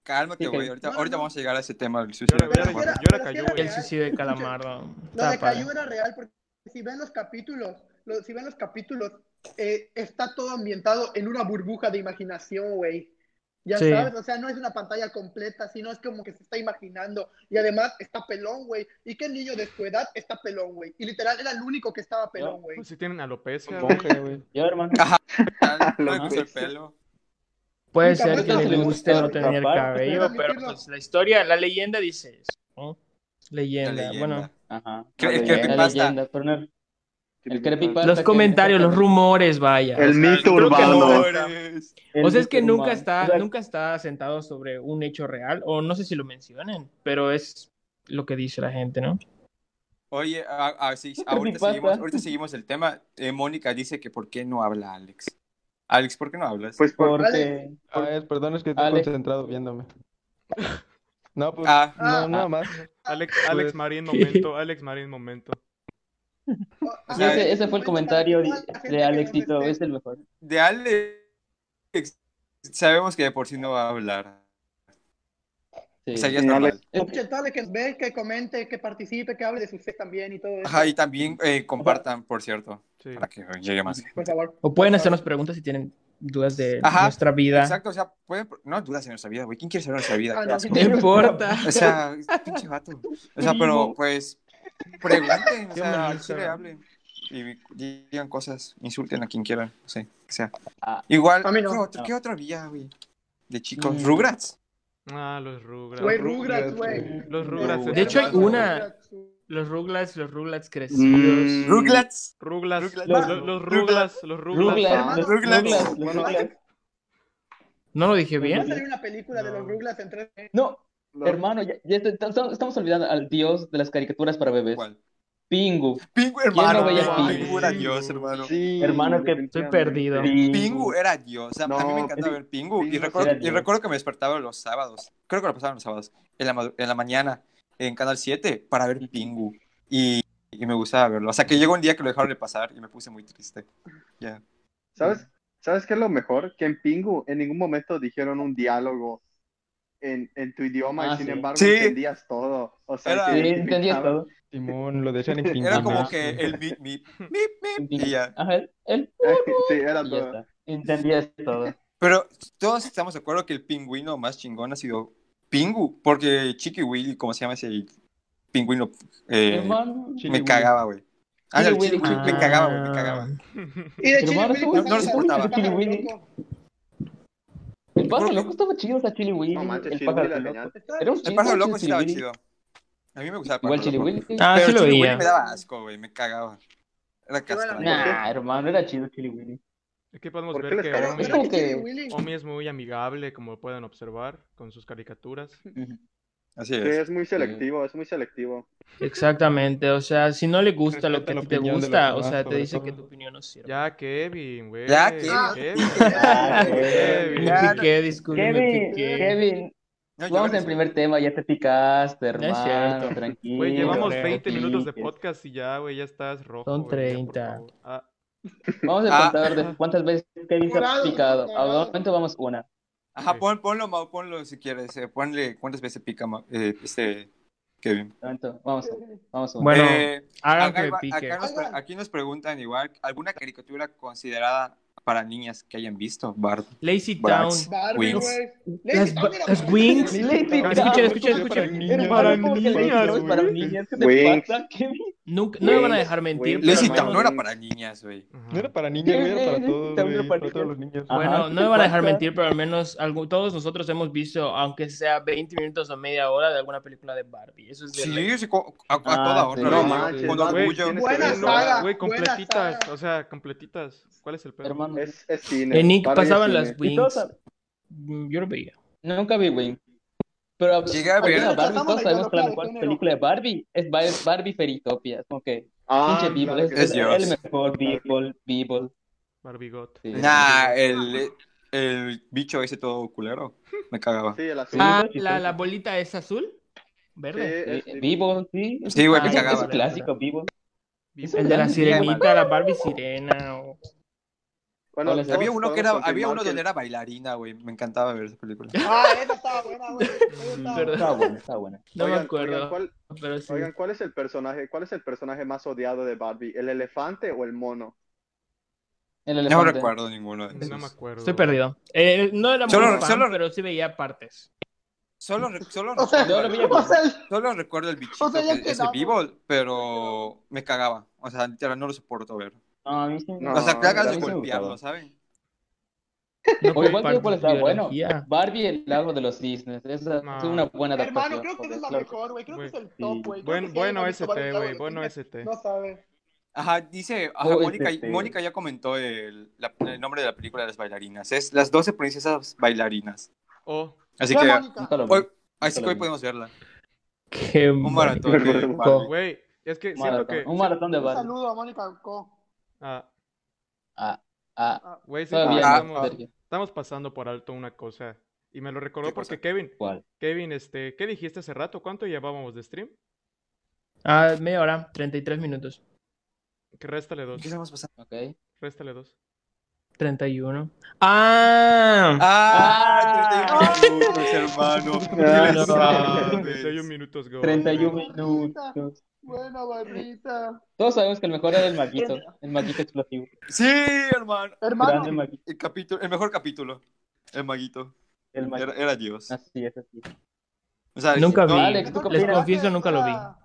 [SPEAKER 2] Cálmate, güey. Ahorita,
[SPEAKER 7] No, no,
[SPEAKER 2] ahorita
[SPEAKER 7] no.
[SPEAKER 2] vamos a llegar a ese tema del
[SPEAKER 6] Yo
[SPEAKER 2] suicidio.
[SPEAKER 6] era, yo
[SPEAKER 7] Pero
[SPEAKER 6] era,
[SPEAKER 7] si
[SPEAKER 6] yo
[SPEAKER 7] era-
[SPEAKER 6] era
[SPEAKER 7] pero si
[SPEAKER 6] Cayu,
[SPEAKER 7] era
[SPEAKER 6] güey.
[SPEAKER 5] El suicidio de Calamardo.
[SPEAKER 7] Lo
[SPEAKER 5] Estaba
[SPEAKER 7] de
[SPEAKER 5] padre.
[SPEAKER 7] Cayu era real porque si ven los capítulos, lo- si ven los capítulos, eh, está todo ambientado en una burbuja de imaginación, güey. Ya
[SPEAKER 5] Sí.
[SPEAKER 7] sabes, o sea, no es una pantalla completa, sino es como que se está imaginando. Y además está pelón, güey. ¿Y qué niño de su edad está pelón, güey? Y literal era el único que estaba pelón, güey.
[SPEAKER 6] Pues sí tienen alopecia, güey.
[SPEAKER 8] Monje, güey.
[SPEAKER 4] Yo, hermano.
[SPEAKER 2] No le puso el pelo.
[SPEAKER 5] Puede
[SPEAKER 7] Nunca
[SPEAKER 5] ser
[SPEAKER 7] más
[SPEAKER 5] que
[SPEAKER 7] se
[SPEAKER 5] le
[SPEAKER 7] le
[SPEAKER 5] guste
[SPEAKER 4] gustó
[SPEAKER 5] no tener
[SPEAKER 4] tapar.
[SPEAKER 5] cabello, pero
[SPEAKER 7] Admitirlo.
[SPEAKER 5] pues la historia, la leyenda dice eso. ¿no?
[SPEAKER 2] La
[SPEAKER 5] Leyenda.
[SPEAKER 2] leyenda.
[SPEAKER 5] Bueno,
[SPEAKER 4] Ajá.
[SPEAKER 2] Cre-
[SPEAKER 3] La
[SPEAKER 2] el
[SPEAKER 3] leyenda.
[SPEAKER 4] La
[SPEAKER 2] creepypasta.
[SPEAKER 4] leyenda, pero no. El creepypasta
[SPEAKER 5] los
[SPEAKER 4] que-
[SPEAKER 5] comentarios, los rumores, vaya.
[SPEAKER 3] El
[SPEAKER 5] o sea,
[SPEAKER 3] mito
[SPEAKER 5] creo que
[SPEAKER 3] urbano.
[SPEAKER 5] nunca-
[SPEAKER 2] Flores.
[SPEAKER 4] el
[SPEAKER 5] O sea, es que
[SPEAKER 4] mito
[SPEAKER 5] nunca
[SPEAKER 4] humano.
[SPEAKER 5] está,
[SPEAKER 4] O sea,
[SPEAKER 5] nunca está sentado sobre un hecho real, o no sé si lo mencionen, pero es lo que dice la gente, ¿no?
[SPEAKER 2] Oye, a- a- sí,
[SPEAKER 4] ¿Qué
[SPEAKER 2] ahorita,
[SPEAKER 4] pasa?
[SPEAKER 2] seguimos, ahorita seguimos el tema. Eh, Mónica dice que ¿por qué no habla Alex? Alex, ¿por qué no hablas?
[SPEAKER 3] Pues por,
[SPEAKER 4] Porque.
[SPEAKER 8] Ah, es- perdón, es que estoy
[SPEAKER 4] Alex.
[SPEAKER 8] concentrado viéndome. No, pues,
[SPEAKER 2] ah,
[SPEAKER 7] Ah.
[SPEAKER 8] no, nada más.
[SPEAKER 6] Alex, Alex Marín, momento. Alex Marín, momento.
[SPEAKER 7] O-
[SPEAKER 2] O
[SPEAKER 4] Y
[SPEAKER 2] sea,
[SPEAKER 7] ah,
[SPEAKER 4] ese, ese fue el
[SPEAKER 7] momento para
[SPEAKER 4] comentario
[SPEAKER 7] toda la gente que
[SPEAKER 4] de
[SPEAKER 7] nos
[SPEAKER 4] Alexito,
[SPEAKER 7] esté-
[SPEAKER 4] es el mejor.
[SPEAKER 2] de Alex sabemos que de por sí no va a hablar.
[SPEAKER 4] Sí.
[SPEAKER 2] O sea, ya es
[SPEAKER 3] Sí,
[SPEAKER 2] normal.
[SPEAKER 3] Alex.
[SPEAKER 7] Escuchen, todo el que nos ve, que comente, que participe, que hable de su set también y todo eso.
[SPEAKER 2] Ajá, y también eh, compartan, por cierto,
[SPEAKER 6] Sí.
[SPEAKER 2] para que llegue más.
[SPEAKER 7] Por favor.
[SPEAKER 5] O pueden hacernos preguntas si tienen dudas de
[SPEAKER 2] Ajá,
[SPEAKER 5] nuestra vida.
[SPEAKER 2] Exacto, o sea, pueden... No, dudas en nuestra vida, güey. ¿Quién quiere saber nuestra vida?
[SPEAKER 7] Ah,
[SPEAKER 2] Qué
[SPEAKER 7] no,
[SPEAKER 2] asco.
[SPEAKER 5] No importa.
[SPEAKER 2] O sea, pinche vato. O sea, pero
[SPEAKER 4] Primo.
[SPEAKER 2] pues pregunten, o
[SPEAKER 5] Qué
[SPEAKER 2] sea,
[SPEAKER 5] mal
[SPEAKER 2] al chile
[SPEAKER 5] Instagram.
[SPEAKER 2] hablen y digan cosas, insulten a quien quieran, no sé, o sea.
[SPEAKER 4] Ah,
[SPEAKER 2] Igual,
[SPEAKER 7] a mí no.
[SPEAKER 2] ¿qué, otro,
[SPEAKER 4] No.
[SPEAKER 2] qué otro había, güey? De chicos,
[SPEAKER 4] Mm.
[SPEAKER 2] Rugrats.
[SPEAKER 6] Ah, los Rugrats.
[SPEAKER 7] Güey,
[SPEAKER 8] Rugrats,
[SPEAKER 7] Rugrats, güey.
[SPEAKER 6] Los Rugrats.
[SPEAKER 2] De
[SPEAKER 6] eran
[SPEAKER 5] hecho, hay
[SPEAKER 6] hermosos.
[SPEAKER 5] una- Los Ruglats, los Ruglats crecidos.
[SPEAKER 3] Mm.
[SPEAKER 2] Rugrats.
[SPEAKER 6] Ruglats.
[SPEAKER 2] Rugrats.
[SPEAKER 6] Los,
[SPEAKER 3] Los-
[SPEAKER 6] los Ruglats. Los Ruglats.
[SPEAKER 4] Rugrats,
[SPEAKER 3] Ah,
[SPEAKER 4] los
[SPEAKER 2] Rugrats.
[SPEAKER 4] Rugrats, los
[SPEAKER 3] Bueno,
[SPEAKER 4] Rugrats.
[SPEAKER 5] ¿No lo dije
[SPEAKER 7] Va a
[SPEAKER 5] bien?
[SPEAKER 7] salir una película de los
[SPEAKER 6] No.
[SPEAKER 7] Rugrats en 3D.
[SPEAKER 4] No,
[SPEAKER 3] Los-
[SPEAKER 4] hermano, ya, ya te- estamos estamos olvidando al dios de las caricaturas para bebés.
[SPEAKER 2] ¿Cuál?
[SPEAKER 4] Pingu.
[SPEAKER 2] Pingu,
[SPEAKER 4] Pues, no
[SPEAKER 2] hermano.
[SPEAKER 4] veía
[SPEAKER 2] güey,
[SPEAKER 6] Pingu?
[SPEAKER 2] Pingu era Dios, hermano.
[SPEAKER 3] Sí,
[SPEAKER 4] Hermano, que
[SPEAKER 5] Estoy
[SPEAKER 3] definitivamente.
[SPEAKER 5] perdido.
[SPEAKER 2] Pingu era Dios. O sea, a mí
[SPEAKER 3] No,
[SPEAKER 2] me encanta
[SPEAKER 3] Pin-
[SPEAKER 2] ver Pingu. Y
[SPEAKER 3] Pingu
[SPEAKER 2] recuerdo,
[SPEAKER 4] era
[SPEAKER 2] y
[SPEAKER 4] Dios.
[SPEAKER 2] recuerdo que me despertaba los sábados. Creo que lo pasaban los sábados. En la, madu- en la mañana, en Canal 7, para ver Pingu. Y, y me gustaba verlo. O sea, que llegó un día que lo dejaron de pasar y me puse muy triste. Ya.
[SPEAKER 3] ¿Sabes, ¿Sabes qué es lo mejor? Que en Pingu en ningún momento dijeron un diálogo en, en tu idioma
[SPEAKER 4] Ah,
[SPEAKER 3] y sin
[SPEAKER 4] sí.
[SPEAKER 3] embargo
[SPEAKER 2] Sí.
[SPEAKER 3] entendías todo. O sea,
[SPEAKER 2] Era-
[SPEAKER 3] te
[SPEAKER 4] Sí,
[SPEAKER 3] identificaban.
[SPEAKER 4] entendías todo.
[SPEAKER 8] Simón, lo decían en
[SPEAKER 2] Era
[SPEAKER 8] pingüino.
[SPEAKER 2] como
[SPEAKER 4] Ajá.
[SPEAKER 2] que el mip, mip, mip, mip. Y ya.
[SPEAKER 4] Ajá, el, el-
[SPEAKER 3] Sí, era
[SPEAKER 4] y ya
[SPEAKER 3] todo.
[SPEAKER 4] está. Entendías todo.
[SPEAKER 2] Pero todos estamos de acuerdo que el pingüino más chingón ha sido Pingu. Porque Chiqui Willy, ¿cómo se llama ese pingüino? Eh,
[SPEAKER 4] Hermano,
[SPEAKER 8] Chili
[SPEAKER 2] me
[SPEAKER 8] Willy.
[SPEAKER 2] cagaba, güey. Ah,
[SPEAKER 4] Chili
[SPEAKER 2] el Chili
[SPEAKER 4] Willy,
[SPEAKER 2] Willy, me
[SPEAKER 4] Chili
[SPEAKER 2] cagaba, güey, me
[SPEAKER 5] Ah.
[SPEAKER 2] cagaba.
[SPEAKER 7] Y de
[SPEAKER 4] Pero
[SPEAKER 7] Chili
[SPEAKER 4] bueno,
[SPEAKER 7] Willy
[SPEAKER 4] estuvo-
[SPEAKER 2] no
[SPEAKER 7] pasaba
[SPEAKER 2] lo
[SPEAKER 7] también
[SPEAKER 2] soportaba.
[SPEAKER 7] el pájaro
[SPEAKER 4] Chili Willy.
[SPEAKER 7] loco.
[SPEAKER 4] el pájaro loco estaba chido, o sea, Chili Willy,
[SPEAKER 3] No manches,
[SPEAKER 4] el
[SPEAKER 3] Chili
[SPEAKER 4] pájaro
[SPEAKER 3] Willy era
[SPEAKER 4] loco.
[SPEAKER 3] genial.
[SPEAKER 7] Está-
[SPEAKER 4] Era un
[SPEAKER 2] El
[SPEAKER 4] chiste,
[SPEAKER 2] pájaro
[SPEAKER 4] el
[SPEAKER 2] loco sí estaba
[SPEAKER 4] Chili Willy.
[SPEAKER 2] chido. A mí me gustaba el
[SPEAKER 4] Igual
[SPEAKER 2] pájaro
[SPEAKER 4] Chili
[SPEAKER 2] loco.
[SPEAKER 4] Willy.
[SPEAKER 5] Ah,
[SPEAKER 2] Pero
[SPEAKER 5] sí lo
[SPEAKER 2] Chili Willy
[SPEAKER 5] veía.
[SPEAKER 2] me daba asco, güey, me cagaba. Era castrante.
[SPEAKER 4] Nah, hermano, era chido Chili Willy.
[SPEAKER 6] Aquí podemos
[SPEAKER 3] ¿Por qué
[SPEAKER 6] ver
[SPEAKER 3] les
[SPEAKER 6] que
[SPEAKER 3] cagaba?
[SPEAKER 7] Pero
[SPEAKER 6] Omi,
[SPEAKER 4] Es
[SPEAKER 7] es
[SPEAKER 4] como
[SPEAKER 7] como
[SPEAKER 4] que-
[SPEAKER 7] Chili Willy.
[SPEAKER 6] Omi es muy amigable, como pueden observar, con sus caricaturas.
[SPEAKER 2] Así
[SPEAKER 3] Sí,
[SPEAKER 2] es.
[SPEAKER 3] es muy selectivo, es muy selectivo.
[SPEAKER 5] Exactamente. O sea, si no le gusta lo que
[SPEAKER 8] Respeta
[SPEAKER 5] a
[SPEAKER 8] la
[SPEAKER 5] ti te
[SPEAKER 8] opinión de los
[SPEAKER 5] gusta, o
[SPEAKER 8] demás,
[SPEAKER 5] sea, te
[SPEAKER 8] sobre
[SPEAKER 5] dice
[SPEAKER 8] todo.
[SPEAKER 5] que tu opinión no sirve.
[SPEAKER 6] Ya, Kevin, güey.
[SPEAKER 2] Ya, Kevin.
[SPEAKER 4] Ah,
[SPEAKER 6] Kevin.
[SPEAKER 5] Me
[SPEAKER 2] Ya,
[SPEAKER 5] piqué, disculpe, me
[SPEAKER 4] Kevin,
[SPEAKER 5] piqué.
[SPEAKER 4] Kevin,
[SPEAKER 2] No
[SPEAKER 4] vamos
[SPEAKER 2] llores.
[SPEAKER 4] al primer tema, ya te picaste,
[SPEAKER 5] No es
[SPEAKER 4] hermano,
[SPEAKER 5] cierto.
[SPEAKER 4] tranquilo.
[SPEAKER 6] Güey, llevamos
[SPEAKER 5] creo.
[SPEAKER 6] 20 minutos de
[SPEAKER 4] piques.
[SPEAKER 6] podcast y ya, güey, ya estás rojo.
[SPEAKER 5] Son
[SPEAKER 6] güey, ya, por
[SPEAKER 5] 30.
[SPEAKER 6] favor. Ah,
[SPEAKER 4] Vamos a
[SPEAKER 2] Ah.
[SPEAKER 4] contar de cuántas veces Kevin se ha
[SPEAKER 7] Morado,
[SPEAKER 4] picado.
[SPEAKER 7] morado.
[SPEAKER 4] Ahora momento vamos una.
[SPEAKER 2] Ajá,
[SPEAKER 6] Ok.
[SPEAKER 2] pon, ponlo, Mau, ponlo si quieres. eh, ponle cuántas veces pica Mau- eh, este Kevin.
[SPEAKER 4] de momento, vamos, vamos una.
[SPEAKER 5] Bueno,
[SPEAKER 2] Eh,
[SPEAKER 5] hagan
[SPEAKER 2] acá
[SPEAKER 5] que me
[SPEAKER 2] iba-
[SPEAKER 5] pique.
[SPEAKER 2] acá nos pre- aquí nos preguntan igual, ¿alguna caricatura considerada para niñas que hayan visto? Bart,
[SPEAKER 5] Lazy Town.
[SPEAKER 2] Brax,
[SPEAKER 7] Barbie,
[SPEAKER 2] Wings.
[SPEAKER 7] güey.
[SPEAKER 5] Las,
[SPEAKER 7] Lazy Town era
[SPEAKER 5] las
[SPEAKER 7] para-
[SPEAKER 5] Wings.
[SPEAKER 4] Lazy
[SPEAKER 5] Escuchen,
[SPEAKER 4] Town.
[SPEAKER 5] escuchen,
[SPEAKER 8] Para
[SPEAKER 5] escuchen.
[SPEAKER 8] niñas,
[SPEAKER 4] Hermano, ¿cómo que
[SPEAKER 8] niñas,
[SPEAKER 4] Lazy Town es
[SPEAKER 8] güey.
[SPEAKER 4] para niñas? ¿Qué te
[SPEAKER 3] Wings.
[SPEAKER 4] pasa, Kevin?
[SPEAKER 5] Nunca, no me van a dejar mentir.
[SPEAKER 3] güey,
[SPEAKER 5] pero
[SPEAKER 3] Luisito,
[SPEAKER 5] hermano,
[SPEAKER 2] no era para niñas, güey.
[SPEAKER 6] Ajá.
[SPEAKER 8] No era para niños, güey, era para todos,
[SPEAKER 4] También
[SPEAKER 8] güey,
[SPEAKER 4] para
[SPEAKER 8] para todos los niños.
[SPEAKER 4] Ajá.
[SPEAKER 5] Bueno,
[SPEAKER 4] ¿qué
[SPEAKER 5] no me van a dejar
[SPEAKER 4] pasa?
[SPEAKER 5] mentir, pero al menos algu- todos nosotros hemos visto, aunque sea 20 minutos o media hora, de alguna película de Barbie. Eso es de ley.
[SPEAKER 2] Sí, sí, co- a, a
[SPEAKER 4] Ah,
[SPEAKER 2] toda
[SPEAKER 4] sí,
[SPEAKER 2] honra.
[SPEAKER 3] no
[SPEAKER 2] güey,
[SPEAKER 3] manches,
[SPEAKER 2] con
[SPEAKER 3] no,
[SPEAKER 6] güey,
[SPEAKER 2] orgullo.
[SPEAKER 3] tienes
[SPEAKER 7] Buena
[SPEAKER 3] que verlo.
[SPEAKER 7] saga.
[SPEAKER 6] Güey,
[SPEAKER 7] buena
[SPEAKER 6] completitas,
[SPEAKER 7] saga.
[SPEAKER 6] o sea, completitas. ¿Cuál es el pedo?
[SPEAKER 4] hermano.
[SPEAKER 3] Es, es cine.
[SPEAKER 5] En Nick
[SPEAKER 3] Barbie es
[SPEAKER 5] pasaban
[SPEAKER 3] cine.
[SPEAKER 5] las
[SPEAKER 4] Y todos
[SPEAKER 5] Wings.
[SPEAKER 4] sab-
[SPEAKER 5] Mm, Yo lo veía.
[SPEAKER 4] Nunca vi, güey. Pero hab-
[SPEAKER 2] Llegué a
[SPEAKER 4] hablando
[SPEAKER 2] ver-
[SPEAKER 4] de Barbie, todos
[SPEAKER 7] Rechazamos la
[SPEAKER 4] sabemos que la
[SPEAKER 7] ideología de
[SPEAKER 4] mejor
[SPEAKER 7] género.
[SPEAKER 4] película de Barbie es Bar- Barbie Feritopia. Es como que,
[SPEAKER 3] Ah,
[SPEAKER 4] pinche Beeble,
[SPEAKER 3] claro
[SPEAKER 4] es,
[SPEAKER 3] que
[SPEAKER 2] Es
[SPEAKER 3] sí.
[SPEAKER 4] el-
[SPEAKER 2] yours.
[SPEAKER 4] el mejor Beeble, Beeble.
[SPEAKER 6] Barbigot.
[SPEAKER 4] Sí.
[SPEAKER 2] Nah, el, e, el bicho ese todo culero. Me cagaba.
[SPEAKER 3] Sí, el azul.
[SPEAKER 5] Ah,
[SPEAKER 4] sí,
[SPEAKER 5] la,
[SPEAKER 4] sí.
[SPEAKER 5] la bolita es azul.
[SPEAKER 3] Sí,
[SPEAKER 5] Verde.
[SPEAKER 3] es-
[SPEAKER 4] Eh, Beeble, sí.
[SPEAKER 2] Sí, güey, me
[SPEAKER 4] Es
[SPEAKER 5] Ah,
[SPEAKER 4] un-
[SPEAKER 2] cagaba.
[SPEAKER 4] Es un clásico, Beeble. Es
[SPEAKER 5] El de la
[SPEAKER 4] grande
[SPEAKER 5] sirenita,
[SPEAKER 4] Beeble.
[SPEAKER 5] la Barbie sirena. o-
[SPEAKER 3] Bueno,
[SPEAKER 4] Hola,
[SPEAKER 3] todos
[SPEAKER 2] Había uno que era,
[SPEAKER 3] podemos
[SPEAKER 2] había
[SPEAKER 3] confirmar
[SPEAKER 2] uno
[SPEAKER 3] que-
[SPEAKER 2] donde era bailarina, güey. Me encantaba ver esa película.
[SPEAKER 7] Ah, esa estaba buena, güey. Esa
[SPEAKER 6] Mm,
[SPEAKER 7] estaba
[SPEAKER 4] Está
[SPEAKER 5] Verdad.
[SPEAKER 7] buena.
[SPEAKER 4] buena, está buena.
[SPEAKER 5] No me
[SPEAKER 3] Oigan,
[SPEAKER 5] acuerdo.
[SPEAKER 3] oigan, ¿cuál,
[SPEAKER 5] pero sí.
[SPEAKER 3] oigan, ¿cuál es el personaje? ¿Cuál es el personaje más odiado de Barbie? ¿El elefante o el mono?
[SPEAKER 4] El
[SPEAKER 2] No
[SPEAKER 4] elefante.
[SPEAKER 2] recuerdo ninguno de
[SPEAKER 6] No me
[SPEAKER 2] esos.
[SPEAKER 6] acuerdo.
[SPEAKER 5] Estoy perdido. Eh, no era muy
[SPEAKER 2] Solo-
[SPEAKER 5] fan,
[SPEAKER 2] solo-
[SPEAKER 5] pero sí veía partes.
[SPEAKER 2] Solo, re- solo,
[SPEAKER 7] O sea,
[SPEAKER 4] Yo lo vi.
[SPEAKER 2] recuerdo,
[SPEAKER 7] o sea, el-
[SPEAKER 2] solo recuerdo el bichito,
[SPEAKER 7] O sea, ya
[SPEAKER 2] que es el
[SPEAKER 7] quedamos.
[SPEAKER 2] vivo, pero me cagaba. O sea, literal, no lo soporto ver.
[SPEAKER 4] No, a Ah, mí sí me-
[SPEAKER 3] No,
[SPEAKER 2] O sea, que
[SPEAKER 3] a
[SPEAKER 2] hagas
[SPEAKER 3] mí
[SPEAKER 2] de
[SPEAKER 3] sí me
[SPEAKER 2] golpearlo, ¿saben?
[SPEAKER 5] No
[SPEAKER 4] O igual
[SPEAKER 5] comparto
[SPEAKER 4] digo cuál está bueno.
[SPEAKER 5] ideología.
[SPEAKER 4] Barbie, el lago de los cisnes. Esa
[SPEAKER 6] No.
[SPEAKER 4] es una buena adaptación.
[SPEAKER 7] Hermano, creo que esa es la
[SPEAKER 4] Claro.
[SPEAKER 7] mejor, güey. Creo que es el
[SPEAKER 4] Sí.
[SPEAKER 7] top, güey. Creo que
[SPEAKER 6] Buen,
[SPEAKER 7] si alguien no
[SPEAKER 6] bueno
[SPEAKER 7] ha visto
[SPEAKER 6] ST,
[SPEAKER 7] Barbie,
[SPEAKER 6] güey,
[SPEAKER 7] Lagos,
[SPEAKER 6] bueno
[SPEAKER 7] Cisnes,
[SPEAKER 6] ST.
[SPEAKER 7] No sabe.
[SPEAKER 2] Ajá, dice, ajá,
[SPEAKER 4] Oh,
[SPEAKER 2] Mónica,
[SPEAKER 4] este, sí.
[SPEAKER 2] Mónica ya comentó el, la- el nombre de la película de las bailarinas. Es Las 12 princesas bailarinas.
[SPEAKER 6] Oh,
[SPEAKER 2] Así
[SPEAKER 7] Fue
[SPEAKER 2] que,
[SPEAKER 7] Mónica.
[SPEAKER 4] Nunca lo vi.
[SPEAKER 2] hoy, así que hoy
[SPEAKER 4] vi.
[SPEAKER 2] podemos verla.
[SPEAKER 5] Qué
[SPEAKER 2] Un
[SPEAKER 5] mal.
[SPEAKER 2] maratón de Barbie.
[SPEAKER 6] güey, es que siento
[SPEAKER 4] Maratón.
[SPEAKER 6] que.
[SPEAKER 4] Un maratón de
[SPEAKER 7] Un
[SPEAKER 4] Barbie.
[SPEAKER 7] saludo a Mónica Co.
[SPEAKER 6] Ah,
[SPEAKER 4] Ah, ah,
[SPEAKER 6] güey, siento que
[SPEAKER 4] todavía
[SPEAKER 2] Ah,
[SPEAKER 4] no,
[SPEAKER 6] estamos,
[SPEAKER 4] Sergio.
[SPEAKER 6] estamos pasando por alto una cosa. Y me lo recordó
[SPEAKER 2] ¿Qué cosa?
[SPEAKER 6] porque Kevin,
[SPEAKER 4] ¿Cuál?
[SPEAKER 6] Kevin, este, ¿qué dijiste hace rato? ¿Cuánto llevábamos de stream?
[SPEAKER 5] Ah, media hora, 33 minutos.
[SPEAKER 6] Que réstale dos,
[SPEAKER 2] ¿Qué estamos pasando?
[SPEAKER 4] Ok.
[SPEAKER 6] réstale dos.
[SPEAKER 5] 31. ¡Ah!
[SPEAKER 2] ¡Ah! 31 minutos,
[SPEAKER 3] Ah,
[SPEAKER 2] hermano.
[SPEAKER 3] no.
[SPEAKER 2] No
[SPEAKER 6] 31 minutos, go.
[SPEAKER 4] 31 minutos.
[SPEAKER 7] Buena barrita.
[SPEAKER 4] Todos sabemos que el mejor era el maguito. El maguito explosivo.
[SPEAKER 2] Sí, hermano.
[SPEAKER 4] Grande
[SPEAKER 7] Hermano,
[SPEAKER 4] maguito.
[SPEAKER 2] El, capítulo, el mejor capítulo. El maguito.
[SPEAKER 4] El
[SPEAKER 2] Era,
[SPEAKER 4] maguito. Ah,
[SPEAKER 2] era Dios.
[SPEAKER 4] Así es, así. es.
[SPEAKER 2] O sea,
[SPEAKER 5] Nunca
[SPEAKER 2] no-
[SPEAKER 5] vi.
[SPEAKER 4] Alex, ¿tú qué
[SPEAKER 7] mejor
[SPEAKER 4] opinas?
[SPEAKER 5] Les confieso,
[SPEAKER 7] personaje
[SPEAKER 5] nunca lo vi.
[SPEAKER 7] era-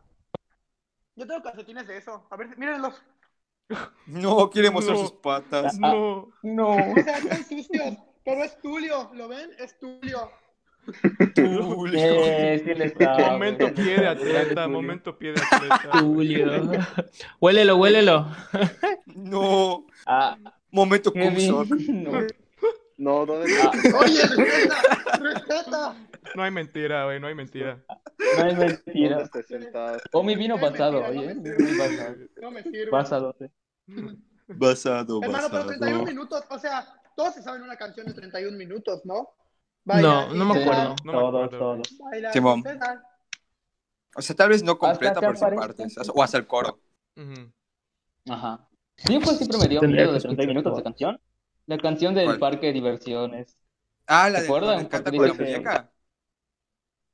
[SPEAKER 7] Yo tengo calcetines de eso. A ver, mírenlos.
[SPEAKER 2] No, quiere mostrar
[SPEAKER 6] No.
[SPEAKER 2] sus patas.
[SPEAKER 6] No,
[SPEAKER 4] No.
[SPEAKER 7] O sea, están sucios. Pero es Tulio, ¿lo ven? Es Tulio.
[SPEAKER 2] Julio.
[SPEAKER 4] Eh, sí le estaba,
[SPEAKER 6] momento
[SPEAKER 4] güey.
[SPEAKER 6] pie de atleta, momento pie de atleta.
[SPEAKER 5] Julio. huélelo, huélelo.
[SPEAKER 2] No.
[SPEAKER 4] Ah,
[SPEAKER 2] Momento Kumsok.
[SPEAKER 4] Kevin. No.
[SPEAKER 3] No, ¿dónde
[SPEAKER 4] Ah,
[SPEAKER 7] Oye, respeta, respeta.
[SPEAKER 6] No hay mentira, güey, no hay mentira.
[SPEAKER 4] no es
[SPEAKER 3] ¿Dónde
[SPEAKER 4] mentira.
[SPEAKER 3] te sentaste?
[SPEAKER 4] O mi vino
[SPEAKER 7] Es
[SPEAKER 4] pasado,
[SPEAKER 7] mentira,
[SPEAKER 4] oye.
[SPEAKER 7] no me
[SPEAKER 4] mi pasado.
[SPEAKER 7] No me sirve.
[SPEAKER 4] Pasado. sí.
[SPEAKER 2] Basado,
[SPEAKER 7] Hermano, pero 31
[SPEAKER 2] basado.
[SPEAKER 7] minutos, o sea, todos se saben una canción de 31 minutos, ¿no?
[SPEAKER 5] No, no me
[SPEAKER 4] Sí,
[SPEAKER 5] acuerdo.
[SPEAKER 4] Todos,
[SPEAKER 6] No me acuerdo.
[SPEAKER 4] todos.
[SPEAKER 7] Baila,
[SPEAKER 2] Simón.
[SPEAKER 7] César.
[SPEAKER 2] O sea, tal vez no completa,
[SPEAKER 4] Hasta que
[SPEAKER 2] pero sí
[SPEAKER 4] aparezca.
[SPEAKER 2] partes. O hasta el coro.
[SPEAKER 6] Ujú.
[SPEAKER 4] Ajá. Yo pues siempre me dio
[SPEAKER 5] Tendría
[SPEAKER 4] miedo
[SPEAKER 5] que
[SPEAKER 4] de 30
[SPEAKER 5] escuchar
[SPEAKER 4] minutos
[SPEAKER 5] todo.
[SPEAKER 4] de canción. La canción del
[SPEAKER 2] ¿Cuál?
[SPEAKER 4] parque de diversiones.
[SPEAKER 2] Ah, la
[SPEAKER 4] ¿Se
[SPEAKER 2] de
[SPEAKER 4] acuerdan?
[SPEAKER 2] donde canta
[SPEAKER 4] Porque
[SPEAKER 2] con la
[SPEAKER 4] dice que-
[SPEAKER 2] muñeca.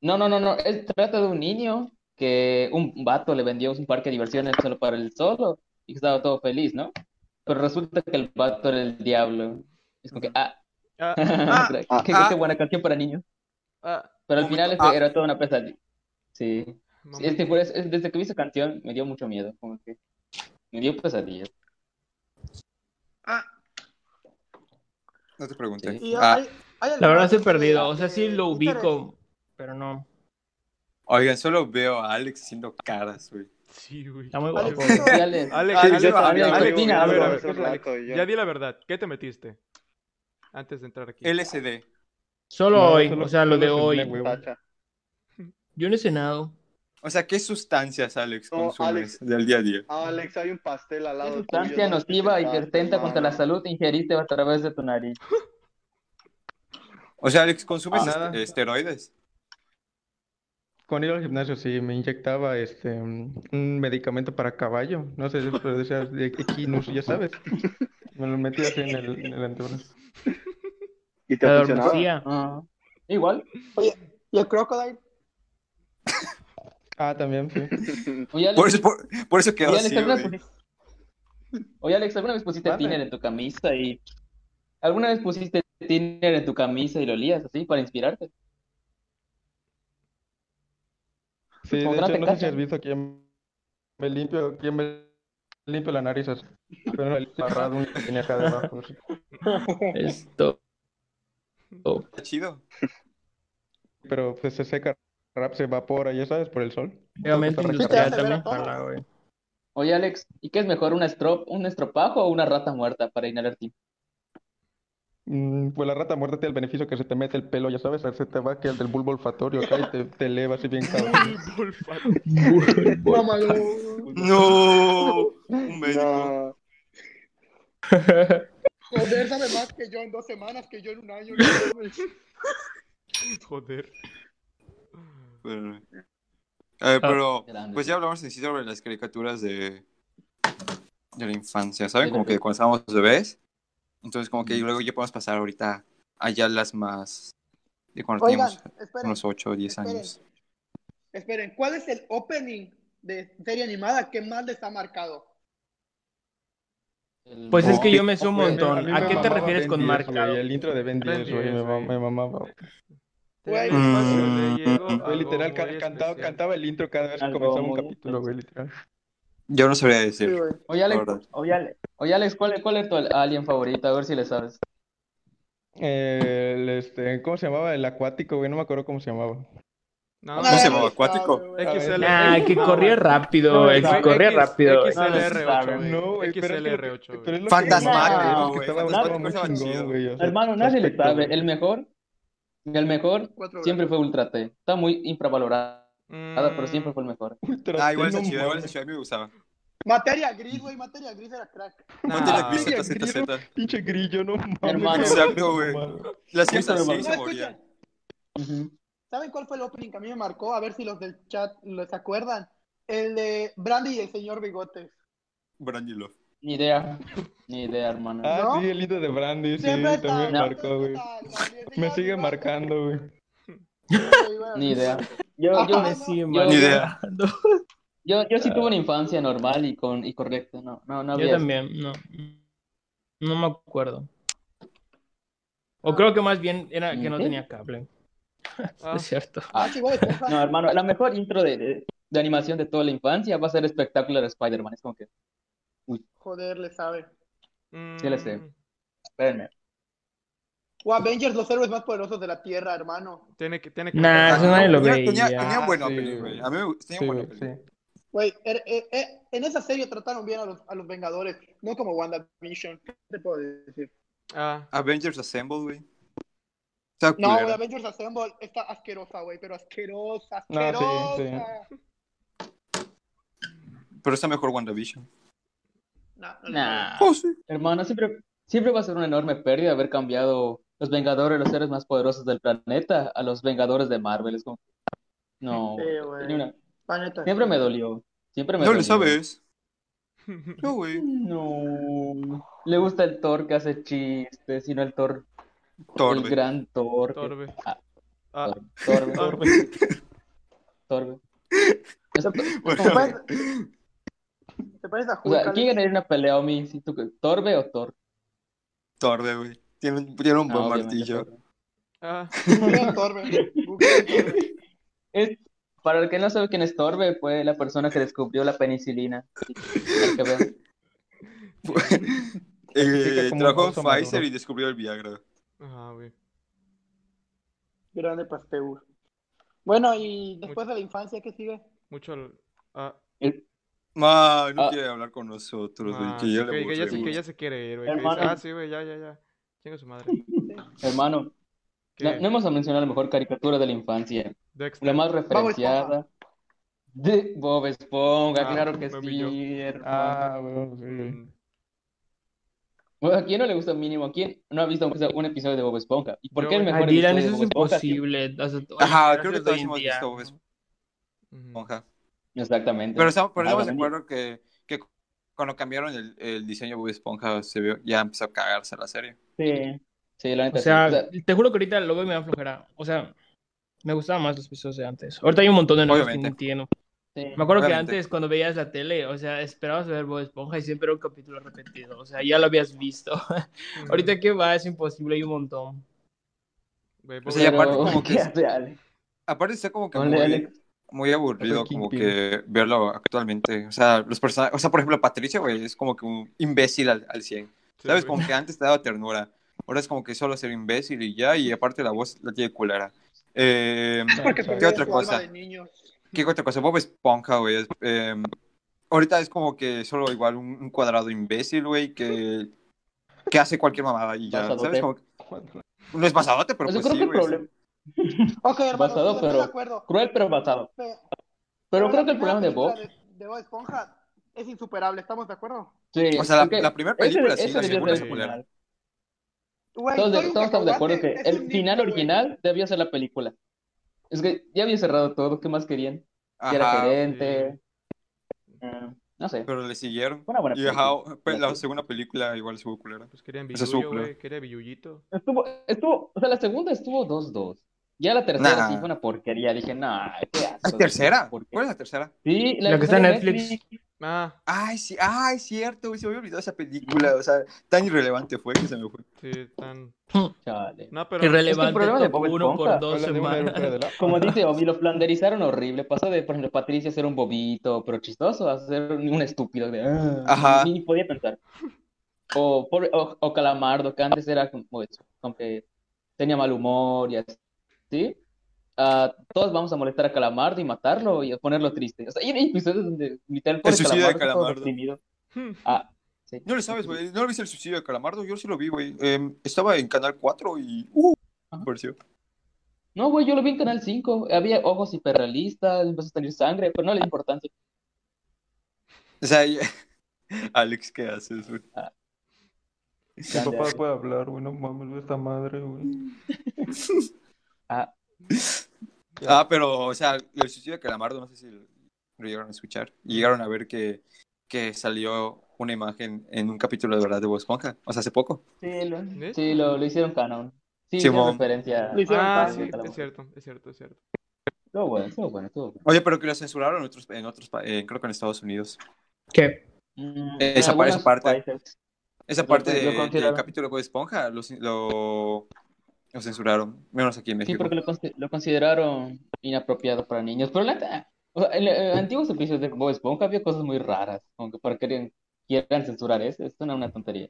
[SPEAKER 4] No, no, no, no. Es, trata de un niño que un un vato le vendió un parque de diversiones solo para él solo y que estaba todo feliz, ¿no? Pero resulta que el vato era el diablo. Es como que, ah,
[SPEAKER 6] Ah,
[SPEAKER 4] qué,
[SPEAKER 3] ah,
[SPEAKER 4] qué-
[SPEAKER 2] ah.
[SPEAKER 4] qué buena canción para niños.
[SPEAKER 6] ah,
[SPEAKER 4] Pero al
[SPEAKER 2] Momento,
[SPEAKER 4] final este
[SPEAKER 2] ah.
[SPEAKER 4] era toda una pesadilla. Sí. Sí, es que
[SPEAKER 5] este
[SPEAKER 6] momento.
[SPEAKER 4] por eso- es- desde que vi esa canción me dio mucho miedo. Como que me dio pesadillas.
[SPEAKER 7] Ah,
[SPEAKER 2] No te pregunté.
[SPEAKER 4] Sí.
[SPEAKER 7] y
[SPEAKER 2] Ah,
[SPEAKER 7] hay- hay
[SPEAKER 5] La verdad
[SPEAKER 7] algunas
[SPEAKER 5] estoy perdido.
[SPEAKER 7] de-
[SPEAKER 5] O sea, sí
[SPEAKER 7] de
[SPEAKER 5] lo
[SPEAKER 7] Peter
[SPEAKER 5] ubico, pero no.
[SPEAKER 2] oigan, solo veo a Alex haciendo caras, güey.
[SPEAKER 6] Sí, güey.
[SPEAKER 5] Está muy guapo.
[SPEAKER 7] Alexito,
[SPEAKER 4] Sociales.
[SPEAKER 6] Alex,
[SPEAKER 2] Ah,
[SPEAKER 6] Alex,
[SPEAKER 2] yo
[SPEAKER 6] Alex,
[SPEAKER 2] también,
[SPEAKER 6] Alex,
[SPEAKER 4] yo
[SPEAKER 6] a ver, a ver,
[SPEAKER 3] también.
[SPEAKER 6] ¿qué- Alex,
[SPEAKER 3] Yo-
[SPEAKER 6] ya di la verdad, ¿qué te metiste? Antes de entrar aquí.
[SPEAKER 2] LSD.
[SPEAKER 5] Solo
[SPEAKER 8] No,
[SPEAKER 5] hoy,
[SPEAKER 8] solo-
[SPEAKER 5] o sea, lo de
[SPEAKER 8] solo cené,
[SPEAKER 5] hoy.
[SPEAKER 8] güey.
[SPEAKER 3] Tacha.
[SPEAKER 5] Yo no he cenado.
[SPEAKER 2] O sea, ¿qué sustancias, Alex,
[SPEAKER 3] No,
[SPEAKER 2] consumes
[SPEAKER 3] Alex.
[SPEAKER 2] del día a día?
[SPEAKER 3] Alex, hay un pastel al
[SPEAKER 4] ¿Qué
[SPEAKER 3] lado
[SPEAKER 4] sustancia
[SPEAKER 3] tuyo, ¿dónde te
[SPEAKER 4] nociva y
[SPEAKER 3] sentaste,
[SPEAKER 4] vertenta contra la
[SPEAKER 3] hermano?
[SPEAKER 4] salud ingeriste a través de tu nariz?
[SPEAKER 2] O sea, Alex, ¿consumes
[SPEAKER 8] Ah,
[SPEAKER 2] est-
[SPEAKER 8] nada.
[SPEAKER 2] esteroides?
[SPEAKER 8] Cuando iba al gimnasio sí me inyectaba este un un medicamento para caballo, no sé, pero decía de equinus, ya sabes. Me lo metía así en el, en el antebrazo.
[SPEAKER 3] ¿Y te
[SPEAKER 5] La
[SPEAKER 3] funcionaba?
[SPEAKER 5] adormecía.
[SPEAKER 4] Ah, igual.
[SPEAKER 7] ¿Y el Crocodile?
[SPEAKER 8] Ah, también, sí.
[SPEAKER 4] Oye, Alex,
[SPEAKER 2] Por eso, por, por eso quedó
[SPEAKER 4] oye,
[SPEAKER 2] así,
[SPEAKER 4] Alex, ¿alguna vez
[SPEAKER 2] güey.
[SPEAKER 4] pusiste... Oye, Alex, ¿alguna vez pusiste
[SPEAKER 8] Mande.
[SPEAKER 4] tiner en tu camisa y... ¿Alguna vez pusiste tiner en tu camisa y lo olías así para inspirarte?
[SPEAKER 8] Sí,
[SPEAKER 4] Como
[SPEAKER 8] de
[SPEAKER 4] que no
[SPEAKER 8] hecho,
[SPEAKER 4] te
[SPEAKER 8] no sé si
[SPEAKER 4] cachan.
[SPEAKER 8] has visto que yo me Me limpio, yo me limpio la nariz así. Pero no, el barrado un que tenía acá debajo. así.
[SPEAKER 5] Esto. Oh.
[SPEAKER 2] Está chido.
[SPEAKER 8] Pero pues se seca, rap se evapora, ya sabes, por el sol.
[SPEAKER 5] Pegamento
[SPEAKER 8] Sí, te
[SPEAKER 5] industrial
[SPEAKER 7] hace ver
[SPEAKER 5] también.
[SPEAKER 7] a todos.
[SPEAKER 5] Ojalá, güey.
[SPEAKER 4] Oye, Alex, ¿y qué es mejor, una estrop- un estropajo o una rata muerta para inhalar tiempo?
[SPEAKER 8] Mm, pues la rata muerta tiene el beneficio que se te mete el pelo, ya sabes, se te va que el del bulbo olfatorio acá y te, te eleva así bien cabrón.
[SPEAKER 7] Mámalo.
[SPEAKER 2] No. Un médico.
[SPEAKER 3] No.
[SPEAKER 7] Joder, sabe más que yo en dos semanas, que yo en un año.
[SPEAKER 6] Joder.
[SPEAKER 2] Pero- Eh, pero,
[SPEAKER 4] Grande.
[SPEAKER 2] pues ya hablamos en sí sobre las caricaturas de, de la infancia, ¿saben?
[SPEAKER 4] Sí,
[SPEAKER 2] Como
[SPEAKER 4] sí.
[SPEAKER 2] que cuando estábamos bebés. Entonces, como que luego ya podemos pasar ahorita allá las más de cuando
[SPEAKER 7] Oigan,
[SPEAKER 2] teníamos
[SPEAKER 7] esperen,
[SPEAKER 2] unos 8 o 10 años.
[SPEAKER 7] esperen. ¿Cuál es el opening de serie animada que más les ha marcado?
[SPEAKER 4] El-
[SPEAKER 5] Pues es que
[SPEAKER 2] Oh,
[SPEAKER 5] yo me sé un
[SPEAKER 8] Güey,
[SPEAKER 5] montón.
[SPEAKER 8] Pues, mí
[SPEAKER 5] ¿A
[SPEAKER 8] me
[SPEAKER 5] qué te
[SPEAKER 8] mamaba
[SPEAKER 5] refieres
[SPEAKER 8] Ben
[SPEAKER 5] con
[SPEAKER 8] 10,
[SPEAKER 5] marcado?
[SPEAKER 8] güey, el intro de Ben
[SPEAKER 6] Ben
[SPEAKER 8] 10, güey,
[SPEAKER 6] 10,
[SPEAKER 8] me,
[SPEAKER 6] güey.
[SPEAKER 8] ma- me mamaba.
[SPEAKER 7] Güey.
[SPEAKER 6] Tengo un espacio de Diego,
[SPEAKER 8] Güey,
[SPEAKER 6] algo
[SPEAKER 8] literal, ca-
[SPEAKER 6] muy
[SPEAKER 8] cantaba,
[SPEAKER 6] especial.
[SPEAKER 8] cantaba el intro cada vez que
[SPEAKER 4] Algo
[SPEAKER 8] comenzaba un
[SPEAKER 4] muy
[SPEAKER 8] capítulo, güey, literal.
[SPEAKER 2] Yo no sabría decir.
[SPEAKER 7] Sí, güey.
[SPEAKER 4] Oye, Alex,
[SPEAKER 2] Ahora.
[SPEAKER 4] oye, Ale- oye, Alex, ¿cuál, cuál es tu alien favorito? A ver si le sabes.
[SPEAKER 8] Eh, el, este, ¿cómo se llamaba? El acuático, güey, no me acuerdo cómo se llamaba.
[SPEAKER 6] No,
[SPEAKER 7] No,
[SPEAKER 6] no.
[SPEAKER 2] se llamaba?
[SPEAKER 7] no
[SPEAKER 2] ¿Acuático?
[SPEAKER 7] sabe, güey.
[SPEAKER 6] XL.
[SPEAKER 5] Ah, que
[SPEAKER 6] No,
[SPEAKER 5] corría
[SPEAKER 6] güey.
[SPEAKER 5] rápido,
[SPEAKER 6] No,
[SPEAKER 5] el
[SPEAKER 6] güey,
[SPEAKER 5] que corría
[SPEAKER 6] X-
[SPEAKER 5] rápido. güey.
[SPEAKER 6] XLR8, güey.
[SPEAKER 8] No, güey, pero es que lo que-
[SPEAKER 6] XLR8,
[SPEAKER 8] pero
[SPEAKER 6] güey.
[SPEAKER 8] es lo que
[SPEAKER 2] Fantasmático,
[SPEAKER 8] me mamaba,
[SPEAKER 2] güey,
[SPEAKER 8] que estaba-
[SPEAKER 2] Fantasmático
[SPEAKER 8] estaba muy
[SPEAKER 2] estaba
[SPEAKER 8] chingón,
[SPEAKER 2] chido.
[SPEAKER 8] güey, o sea,
[SPEAKER 4] Hermano, nadie le
[SPEAKER 8] aspecto,
[SPEAKER 4] sabe.
[SPEAKER 8] güey.
[SPEAKER 4] El mejor, el mejor
[SPEAKER 7] Cuatro
[SPEAKER 4] siempre fue Ultra T. Está muy infravalorada, pero siempre
[SPEAKER 6] Mm,
[SPEAKER 4] fue el mejor.
[SPEAKER 8] Ultra
[SPEAKER 2] Ah, igual ese
[SPEAKER 8] Teno,
[SPEAKER 2] chido, igual
[SPEAKER 8] mames.
[SPEAKER 2] ese chido, a mí me gustaba.
[SPEAKER 7] Materia gris, güey. Materia gris era crack.
[SPEAKER 6] nah.
[SPEAKER 2] Ponte la gris,
[SPEAKER 8] Pinche
[SPEAKER 2] Z, Z,
[SPEAKER 8] grillo,
[SPEAKER 2] Z.
[SPEAKER 8] pinche grillo, no mames.
[SPEAKER 4] Hermano.
[SPEAKER 2] Exacto, güey. La hacías
[SPEAKER 4] Nunca me
[SPEAKER 2] así y
[SPEAKER 7] No,
[SPEAKER 2] se moría.
[SPEAKER 7] escuchen.
[SPEAKER 4] Ujú.
[SPEAKER 7] ¿Saben cuál fue el opening que a mí me marcó? A ver si los del chat los acuerdan. El de Brandy y el señor Bigotes.
[SPEAKER 2] Brandy Love.
[SPEAKER 4] Ni idea, ni idea, hermano.
[SPEAKER 8] Ah,
[SPEAKER 7] ¿No?
[SPEAKER 8] sí, el lindo de Brandy, sí,
[SPEAKER 7] Siempre está.
[SPEAKER 8] también me
[SPEAKER 7] siempre
[SPEAKER 8] marcó, güey.
[SPEAKER 7] está, Brandy, el
[SPEAKER 8] Me
[SPEAKER 7] señor
[SPEAKER 8] sigue
[SPEAKER 7] Bigotes.
[SPEAKER 8] marcando, güey.
[SPEAKER 7] Sí, güey.
[SPEAKER 4] Ni idea.
[SPEAKER 5] Yo, yo
[SPEAKER 7] Ah,
[SPEAKER 5] me
[SPEAKER 7] no.
[SPEAKER 5] sigo
[SPEAKER 4] Yo-
[SPEAKER 2] Ni idea.
[SPEAKER 5] marcando.
[SPEAKER 4] Yo, yo sí tuve una infancia normal y con y correcta. No, no, no
[SPEAKER 5] Yo
[SPEAKER 4] había.
[SPEAKER 5] también, no. No me acuerdo.
[SPEAKER 4] Ah.
[SPEAKER 5] O creo que más bien era que no
[SPEAKER 4] ¿Sí?
[SPEAKER 5] tenía cable.
[SPEAKER 6] ah,
[SPEAKER 5] Es cierto.
[SPEAKER 7] Ah, sí, güey, porfa.
[SPEAKER 4] No, hermano, la mejor intro de, de- de animación de toda la infancia va a ser espectáculo de Spider-Man. Es como que,
[SPEAKER 7] Joder, le sabe.
[SPEAKER 4] Sí le sé.
[SPEAKER 6] mm,
[SPEAKER 4] espérenme.
[SPEAKER 7] O Avengers, los héroes más poderosos de la Tierra, hermano.
[SPEAKER 6] Tiene que, tiene que.
[SPEAKER 5] Nah, eso nadie lo
[SPEAKER 2] Tenía-
[SPEAKER 5] veía.
[SPEAKER 2] Tenía, tenía
[SPEAKER 8] Ah,
[SPEAKER 2] buena
[SPEAKER 8] sí,
[SPEAKER 2] peli,
[SPEAKER 8] güey.
[SPEAKER 2] güey. A mí me gustaba,
[SPEAKER 8] Sí,
[SPEAKER 2] tenía buena
[SPEAKER 8] güey,
[SPEAKER 2] peli.
[SPEAKER 8] sí.
[SPEAKER 7] Güey, er- er- er- en esa serie trataron bien a los, a los Vengadores, no como WandaVision. ¿Qué te puedo decir?
[SPEAKER 6] Ah,
[SPEAKER 2] Avengers Assemble, güey. Está
[SPEAKER 7] No, güey,
[SPEAKER 2] culera.
[SPEAKER 7] Avengers Assemble está asquerosa, güey, pero asquerosa,
[SPEAKER 8] No, sí,
[SPEAKER 7] asquerosa.
[SPEAKER 2] Pero está mejor WandaVision.
[SPEAKER 7] No, Ah, no, no.
[SPEAKER 4] Nah.
[SPEAKER 2] Oh, sí.
[SPEAKER 4] Hermano, siempre, siempre va a ser una enorme pérdida haber cambiado los Vengadores, los seres más poderosos del planeta, a los Vengadores de Marvel. Es como, no,
[SPEAKER 7] Sí, güey.
[SPEAKER 4] tenía una-
[SPEAKER 7] La neta.
[SPEAKER 4] siempre me dolió. Siempre me
[SPEAKER 2] No le
[SPEAKER 4] dolió.
[SPEAKER 2] sabes. No, güey.
[SPEAKER 4] No. Le gusta el Thor que hace chistes, sino el Thor, el
[SPEAKER 2] Torbe.
[SPEAKER 4] gran Thor. que-
[SPEAKER 6] Torbe.
[SPEAKER 4] Ah,
[SPEAKER 6] Ah,
[SPEAKER 4] Torbe, Torbe, Torbe.
[SPEAKER 6] Torbe.
[SPEAKER 4] O sea,
[SPEAKER 2] Bueno,
[SPEAKER 7] ¿Te pareces, te pareces a
[SPEAKER 4] o
[SPEAKER 7] Hulk,
[SPEAKER 4] sea,
[SPEAKER 7] Alex?
[SPEAKER 4] ¿quién ganaría una pelea, Omi? Si tú- ¿Torbe o Thor?
[SPEAKER 2] Torbe, güey. Tiene, un- tiene un
[SPEAKER 4] No,
[SPEAKER 2] buen
[SPEAKER 4] obviamente
[SPEAKER 2] martillo.
[SPEAKER 4] Torbe.
[SPEAKER 6] ah,
[SPEAKER 7] Google Torbe. Google Torbe.
[SPEAKER 4] Es- para el que no sabe quién es Torbe, fue la persona que descubrió la penicilina. Sí, para que vean.
[SPEAKER 8] Clasifica
[SPEAKER 2] Eh,
[SPEAKER 8] como un
[SPEAKER 2] trabajó en
[SPEAKER 8] oso maduro.
[SPEAKER 2] Pfizer y descubrió el Viagra.
[SPEAKER 6] ah, güey.
[SPEAKER 7] Grande Pasteur. Bueno, y después de la infancia, ¿qué sigue?
[SPEAKER 6] Mucho. al- Ah,
[SPEAKER 2] Ma, no
[SPEAKER 4] Ah.
[SPEAKER 2] quiere hablar con nosotros, güey.
[SPEAKER 6] ah,
[SPEAKER 2] que ya
[SPEAKER 6] que,
[SPEAKER 2] le
[SPEAKER 6] que ya se, que
[SPEAKER 2] aburrimos.
[SPEAKER 6] ya se quiere ir, güey. que dice,
[SPEAKER 4] Hermano.
[SPEAKER 6] ah, sí, güey, ya, ya, ya. Chinga su madre.
[SPEAKER 4] Hermano,
[SPEAKER 6] ¿Qué?
[SPEAKER 4] no, no hemos mencionado la mejor caricatura de la infancia,
[SPEAKER 6] Dexter.
[SPEAKER 4] la más referenciada. De Bob Esponja,
[SPEAKER 6] Ah,
[SPEAKER 4] claro que
[SPEAKER 6] me
[SPEAKER 4] sí,
[SPEAKER 6] humilló.
[SPEAKER 4] hermano.
[SPEAKER 8] Ah, bueno, sí, güey.
[SPEAKER 6] Mm,
[SPEAKER 4] Bueno, ¿a quién no le gusta mínimo? ¿A quién no ha visto aunque sea un episodio de Bob Esponja? ¿Y por
[SPEAKER 6] Yo,
[SPEAKER 4] qué Ah, el
[SPEAKER 6] güey.
[SPEAKER 2] Ah,
[SPEAKER 4] mejor
[SPEAKER 5] Ay, Dylan,
[SPEAKER 4] episodio
[SPEAKER 5] eso es
[SPEAKER 4] de Bob Esponja?
[SPEAKER 5] imposible. O sea,
[SPEAKER 2] Ajá,
[SPEAKER 5] todas
[SPEAKER 2] creo que
[SPEAKER 5] las
[SPEAKER 2] todos
[SPEAKER 5] de
[SPEAKER 2] hemos
[SPEAKER 5] hoy en
[SPEAKER 2] visto pues.
[SPEAKER 5] día.
[SPEAKER 2] Bob
[SPEAKER 6] ujú.
[SPEAKER 2] Esponja.
[SPEAKER 4] Exactamente.
[SPEAKER 2] Pero estamos, pero
[SPEAKER 4] Ajá,
[SPEAKER 2] estamos de
[SPEAKER 4] bueno,
[SPEAKER 2] acuerdo que, que cuando cambiaron el, el diseño de Bob Esponja, se vio, ya empezó a cagarse la serie.
[SPEAKER 4] Sí. Sí, la
[SPEAKER 5] O
[SPEAKER 4] neta sí. O
[SPEAKER 5] sea,
[SPEAKER 4] sea,
[SPEAKER 5] te juro que ahorita lo veo y me da flojera. O sea, me gustaban más los episodios de antes. Ahorita hay un montón de nuevos que no
[SPEAKER 2] Obviamente.
[SPEAKER 5] entiendo.
[SPEAKER 4] sí.
[SPEAKER 5] Me acuerdo que
[SPEAKER 2] Obviamente.
[SPEAKER 5] antes, cuando veías la tele, o sea, esperabas ver Bob Esponja y siempre era un capítulo repetido. O sea, ya lo habías visto.
[SPEAKER 6] Mm,
[SPEAKER 5] Ahorita que va, es imposible, hay un montón.
[SPEAKER 6] Güey,
[SPEAKER 2] O sea, y pues aparte
[SPEAKER 4] Pero,
[SPEAKER 2] como
[SPEAKER 4] ¿qué
[SPEAKER 2] que-
[SPEAKER 4] hace Alex?
[SPEAKER 2] Aparte está como que
[SPEAKER 4] Ponle,
[SPEAKER 2] muy,
[SPEAKER 4] Alex.
[SPEAKER 2] muy aburrido
[SPEAKER 8] Fue
[SPEAKER 2] como
[SPEAKER 8] Kingpin.
[SPEAKER 2] que verlo actualmente. O sea, los personajes, o sea, por ejemplo, Patricia, güey, es como que un imbécil al, al 100.
[SPEAKER 6] Sí,
[SPEAKER 2] ¿Sabes?
[SPEAKER 6] güey.
[SPEAKER 2] Como que antes te daba ternura. Ahora es como que solo ser imbécil y ya, y aparte la voz la tiene culera. Eh,
[SPEAKER 7] Porque
[SPEAKER 2] ¿Qué
[SPEAKER 7] perdió
[SPEAKER 2] otra
[SPEAKER 7] su
[SPEAKER 2] cosa?
[SPEAKER 7] alma de niño.
[SPEAKER 2] ¿Qué otra cosa? Bob Esponja, güey. es- eh, ahorita es como que solo igual un, un cuadrado imbécil, güey, que, que hace cualquier mamada y ya.
[SPEAKER 4] Basadote.
[SPEAKER 2] ¿Sabes? Como que- no es basadote, pero
[SPEAKER 4] Pues yo
[SPEAKER 2] pues
[SPEAKER 4] creo
[SPEAKER 2] sí,
[SPEAKER 4] que el
[SPEAKER 2] güey.
[SPEAKER 4] problema.
[SPEAKER 7] Ok, hermano,
[SPEAKER 4] Basado,
[SPEAKER 7] sí, estoy
[SPEAKER 4] pero-
[SPEAKER 7] de acuerdo.
[SPEAKER 4] Cruel pero basado.
[SPEAKER 7] Pero,
[SPEAKER 4] Pero creo
[SPEAKER 7] la
[SPEAKER 4] que el
[SPEAKER 7] primera
[SPEAKER 4] problema de Bob.
[SPEAKER 7] película De, de Bob Esponja es insuperable, ¿estamos de acuerdo?
[SPEAKER 4] Sí,
[SPEAKER 2] O sea, la-
[SPEAKER 4] es que
[SPEAKER 2] la primera
[SPEAKER 4] ese-
[SPEAKER 2] película sí,
[SPEAKER 4] ese
[SPEAKER 2] la
[SPEAKER 4] debió ser
[SPEAKER 6] segunda
[SPEAKER 4] el
[SPEAKER 6] es culera.
[SPEAKER 4] final.
[SPEAKER 7] Güey,
[SPEAKER 4] Todos, de-
[SPEAKER 7] soy un
[SPEAKER 4] todos estamos de acuerdo que
[SPEAKER 7] cacahuate, es
[SPEAKER 4] el
[SPEAKER 7] un
[SPEAKER 4] final
[SPEAKER 7] niño, güey.
[SPEAKER 4] original debía ser la película. Es que ya había cerrado todo, ¿qué más querían? Ya era
[SPEAKER 2] Ajá,
[SPEAKER 4] gerente. eh, no sé,
[SPEAKER 2] pero le siguieron.
[SPEAKER 4] fue una buena
[SPEAKER 2] Y ajá,
[SPEAKER 4] película.
[SPEAKER 2] pe- la segunda película igual estuvo culera.
[SPEAKER 6] Pues querían
[SPEAKER 2] Ese es su
[SPEAKER 6] billuyo,
[SPEAKER 2] plan.
[SPEAKER 6] güey, quería billullito.
[SPEAKER 4] Estuvo, estuvo, o sea, la segunda estuvo 2-2. Ya la tercera
[SPEAKER 2] Nah.
[SPEAKER 4] sí fue una porquería. Dije, nah, qué
[SPEAKER 2] ¿La
[SPEAKER 4] asco.
[SPEAKER 2] tercera?
[SPEAKER 4] ¿Por qué?
[SPEAKER 2] ¿Cuál es la tercera?
[SPEAKER 4] Sí,
[SPEAKER 5] La que está en
[SPEAKER 4] de
[SPEAKER 5] Netflix.
[SPEAKER 6] Ah,
[SPEAKER 2] Ay, sí, ay, cierto, güey, se me había olvidado esa película, o sea, tan irrelevante fue que se me fue.
[SPEAKER 6] sí, tan...
[SPEAKER 4] Chale.
[SPEAKER 6] No, pero...
[SPEAKER 4] Es que el
[SPEAKER 5] Irrelevante
[SPEAKER 4] problema de
[SPEAKER 5] top
[SPEAKER 4] Bob
[SPEAKER 5] uno
[SPEAKER 4] Esponja,
[SPEAKER 5] por dos
[SPEAKER 8] Habla de una
[SPEAKER 5] semanas.
[SPEAKER 8] aeropera de la...
[SPEAKER 4] Como dice Obi, lo flanderizaron horrible. Pasó de, por ejemplo, Patricia ser un bobito, pero chistoso, a ser un un estúpido. De, "Ah",
[SPEAKER 2] Ajá.
[SPEAKER 4] Ni, ni podía pensar. O, pobre- o, o Calamardo, que antes era como, eso, como que tenía mal humor y así. ¿Sí? Ah, todos vamos a molestar a Calamardo y matarlo y a ponerlo triste. O sea, hay episodios donde literal pobre
[SPEAKER 2] suicidio de
[SPEAKER 4] Calamardo, está todo
[SPEAKER 2] Calamardo.
[SPEAKER 4] deprimido.
[SPEAKER 6] Hmm.
[SPEAKER 4] Ah, sí.
[SPEAKER 2] No le sabes, güey, no le viste el suicidio de Calamardo, yo sí lo vi, güey. Em, estaba en Canal 4 y... ¡Uh!
[SPEAKER 4] Ajá.
[SPEAKER 2] apareció.
[SPEAKER 4] No, güey, yo lo vi en Canal 5. Había ojos hiperrealistas, empezó a salir sangre, pero
[SPEAKER 2] Ah.
[SPEAKER 4] no le di importancia.
[SPEAKER 2] O sea, y- Alex, ¿qué haces, güey?
[SPEAKER 8] Mi papá puede hablar, güey, no mames, güey, esta madre, güey.
[SPEAKER 4] Ah,
[SPEAKER 2] Ah, pero, o sea, el suicidio de Calamardo, no sé si lo llegaron a escuchar. Y llegaron a ver que, que salió una imagen en un capítulo de verdad de Bob Esponja, o sea, hace poco.
[SPEAKER 4] sí, lo,
[SPEAKER 6] ¿Eh?
[SPEAKER 4] sí, lo, lo hicieron canon.
[SPEAKER 2] Sí,
[SPEAKER 4] Sí, hicieron
[SPEAKER 2] mo.
[SPEAKER 4] referencia.
[SPEAKER 7] Lo hicieron
[SPEAKER 6] Ah,
[SPEAKER 7] canon.
[SPEAKER 6] sí,
[SPEAKER 4] Calamardo.
[SPEAKER 6] es cierto, es cierto, es cierto.
[SPEAKER 4] Estuvo bueno, estuvo bueno, estuvo bueno.
[SPEAKER 2] Oye, pero que lo censuraron en otros, en otros, pa- eh, creo que en Estados Unidos.
[SPEAKER 5] ¿Qué?
[SPEAKER 4] Mm,
[SPEAKER 2] Eh, esa
[SPEAKER 4] en
[SPEAKER 2] pa- esa
[SPEAKER 4] algunos
[SPEAKER 2] parte.
[SPEAKER 4] países.
[SPEAKER 2] Esa
[SPEAKER 4] Lo-
[SPEAKER 2] parte
[SPEAKER 4] lo
[SPEAKER 2] de- del
[SPEAKER 4] consideraron.
[SPEAKER 2] capítulo de Bob Esponja lo, lo, lo censuraron, menos aquí en
[SPEAKER 4] Sí,
[SPEAKER 2] México.
[SPEAKER 4] porque lo, consi- lo consideraron inapropiado para niños. Pero la neta, o sea, en eh, antiguos episodios de Bob Esponja había cosas muy raras. Aunque para que quieran, quieran censurar eso, esto no es una tontería.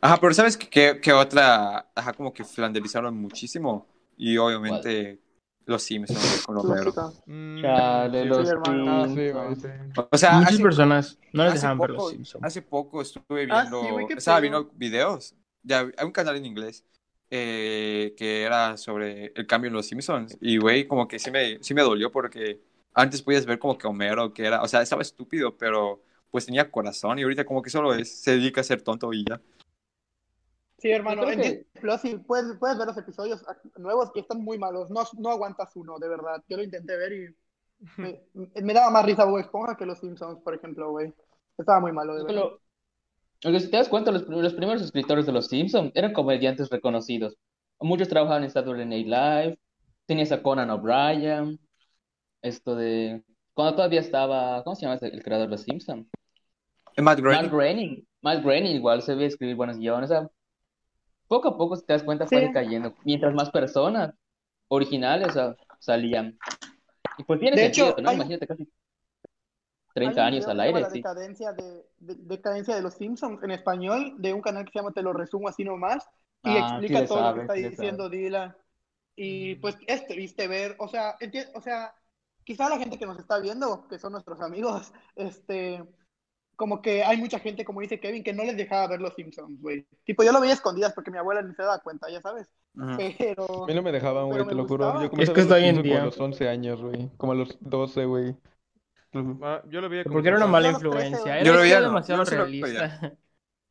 [SPEAKER 2] Ajá, pero ¿sabes qué, qué, qué otra? Ajá, como que flanderizaron muchísimo. Y obviamente los Sims ¿no? con los negros.
[SPEAKER 6] Mm,
[SPEAKER 4] Chale,
[SPEAKER 6] sí,
[SPEAKER 4] los
[SPEAKER 6] güey.
[SPEAKER 8] Ah, sí, güey,
[SPEAKER 4] Simpsons.
[SPEAKER 8] sí.
[SPEAKER 2] O sea,
[SPEAKER 5] Muchas
[SPEAKER 2] hace-
[SPEAKER 5] personas no les
[SPEAKER 2] hace
[SPEAKER 5] dejaban ver
[SPEAKER 2] poco-
[SPEAKER 5] los Simpsons.
[SPEAKER 2] Hace poco estuve
[SPEAKER 7] Ah,
[SPEAKER 2] viendo,
[SPEAKER 7] sí, güey, qué
[SPEAKER 2] estaba
[SPEAKER 7] pedo.
[SPEAKER 2] viendo videos. Ya, hay un canal en inglés eh, que era sobre el cambio en los Simpsons. Y, güey, como que sí me, sí me dolió porque antes podías ver como que Homero, que era, o sea, estaba estúpido, pero pues tenía corazón. Y ahorita como que solo es- se dedica a ser tonto y ya.
[SPEAKER 7] Sí, hermano,
[SPEAKER 4] Yo
[SPEAKER 7] en
[SPEAKER 4] creo que-
[SPEAKER 7] Disney Plus sí, puedes, puedes ver los episodios nuevos que están muy malos. No, no aguantas uno, de verdad. Yo lo intenté ver y me, me daba más risa Bob Esponja que los Simpsons, por ejemplo, güey. Estaba muy malo, de
[SPEAKER 4] Pero-
[SPEAKER 7] verdad.
[SPEAKER 4] Porque si te das cuenta, los, los primeros escritores de Los Simpsons eran comediantes reconocidos. Muchos trabajaban en Saturday Night Live. Tenías a Conan O'Brien. Esto de. Cuando todavía estaba. ¿Cómo se llama ese- el creador de Los Simpsons?
[SPEAKER 2] Matt Groening.
[SPEAKER 4] Matt Groening. Matt Groening igual se ve escribir buenos guiones. o sea, poco a poco, si te das cuenta, fue
[SPEAKER 7] Sí.
[SPEAKER 4] decayendo. Mientras más personas originales o sea, salían. Y pues tiene
[SPEAKER 7] De
[SPEAKER 4] sentido,
[SPEAKER 7] hecho,
[SPEAKER 4] ¿no?
[SPEAKER 7] hay-
[SPEAKER 4] Imagínate casi
[SPEAKER 7] Hay un
[SPEAKER 4] 30 años al
[SPEAKER 7] video que se llama
[SPEAKER 4] aire,
[SPEAKER 7] La
[SPEAKER 4] sí.
[SPEAKER 7] decadencia de, de- decadencia de los Simpsons en español, de un canal que se llama Te lo resumo así nomás, y
[SPEAKER 4] Ah, sí
[SPEAKER 7] explica
[SPEAKER 4] le
[SPEAKER 7] todo lo que
[SPEAKER 4] sabe, Mm.
[SPEAKER 7] está
[SPEAKER 4] sí le
[SPEAKER 7] diciendo Dylan. Y pues es triste ver, o sea, enti- o sea, quizá la gente que nos está viendo, que son nuestros amigos, este, como que hay mucha gente, como dice Kevin, que no les dejaba ver los Simpsons, güey. Tipo, yo lo veía a escondidas porque mi abuela ni se daba cuenta, ya sabes.
[SPEAKER 4] Mm.
[SPEAKER 2] Ujú.
[SPEAKER 7] Pero,
[SPEAKER 8] A mí no me dejaban, güey,
[SPEAKER 7] Pero
[SPEAKER 8] te
[SPEAKER 7] me
[SPEAKER 8] lo juro.
[SPEAKER 7] gustaba.
[SPEAKER 8] Yo comencé
[SPEAKER 5] Es que
[SPEAKER 8] a ver los
[SPEAKER 5] está hoy en
[SPEAKER 8] Simpsons como
[SPEAKER 5] día.
[SPEAKER 8] a los 11 años, güey. Como a los 12, güey. Pues,
[SPEAKER 6] Ah, Yo lo veía como...
[SPEAKER 5] Porque era una
[SPEAKER 6] papá.
[SPEAKER 5] mala
[SPEAKER 7] Yo a los trece,
[SPEAKER 5] influencia.
[SPEAKER 7] güey.
[SPEAKER 5] Era
[SPEAKER 2] Yo lo
[SPEAKER 5] era
[SPEAKER 2] veía, no,
[SPEAKER 5] demasiado
[SPEAKER 2] yo sí lo veía.
[SPEAKER 5] realista.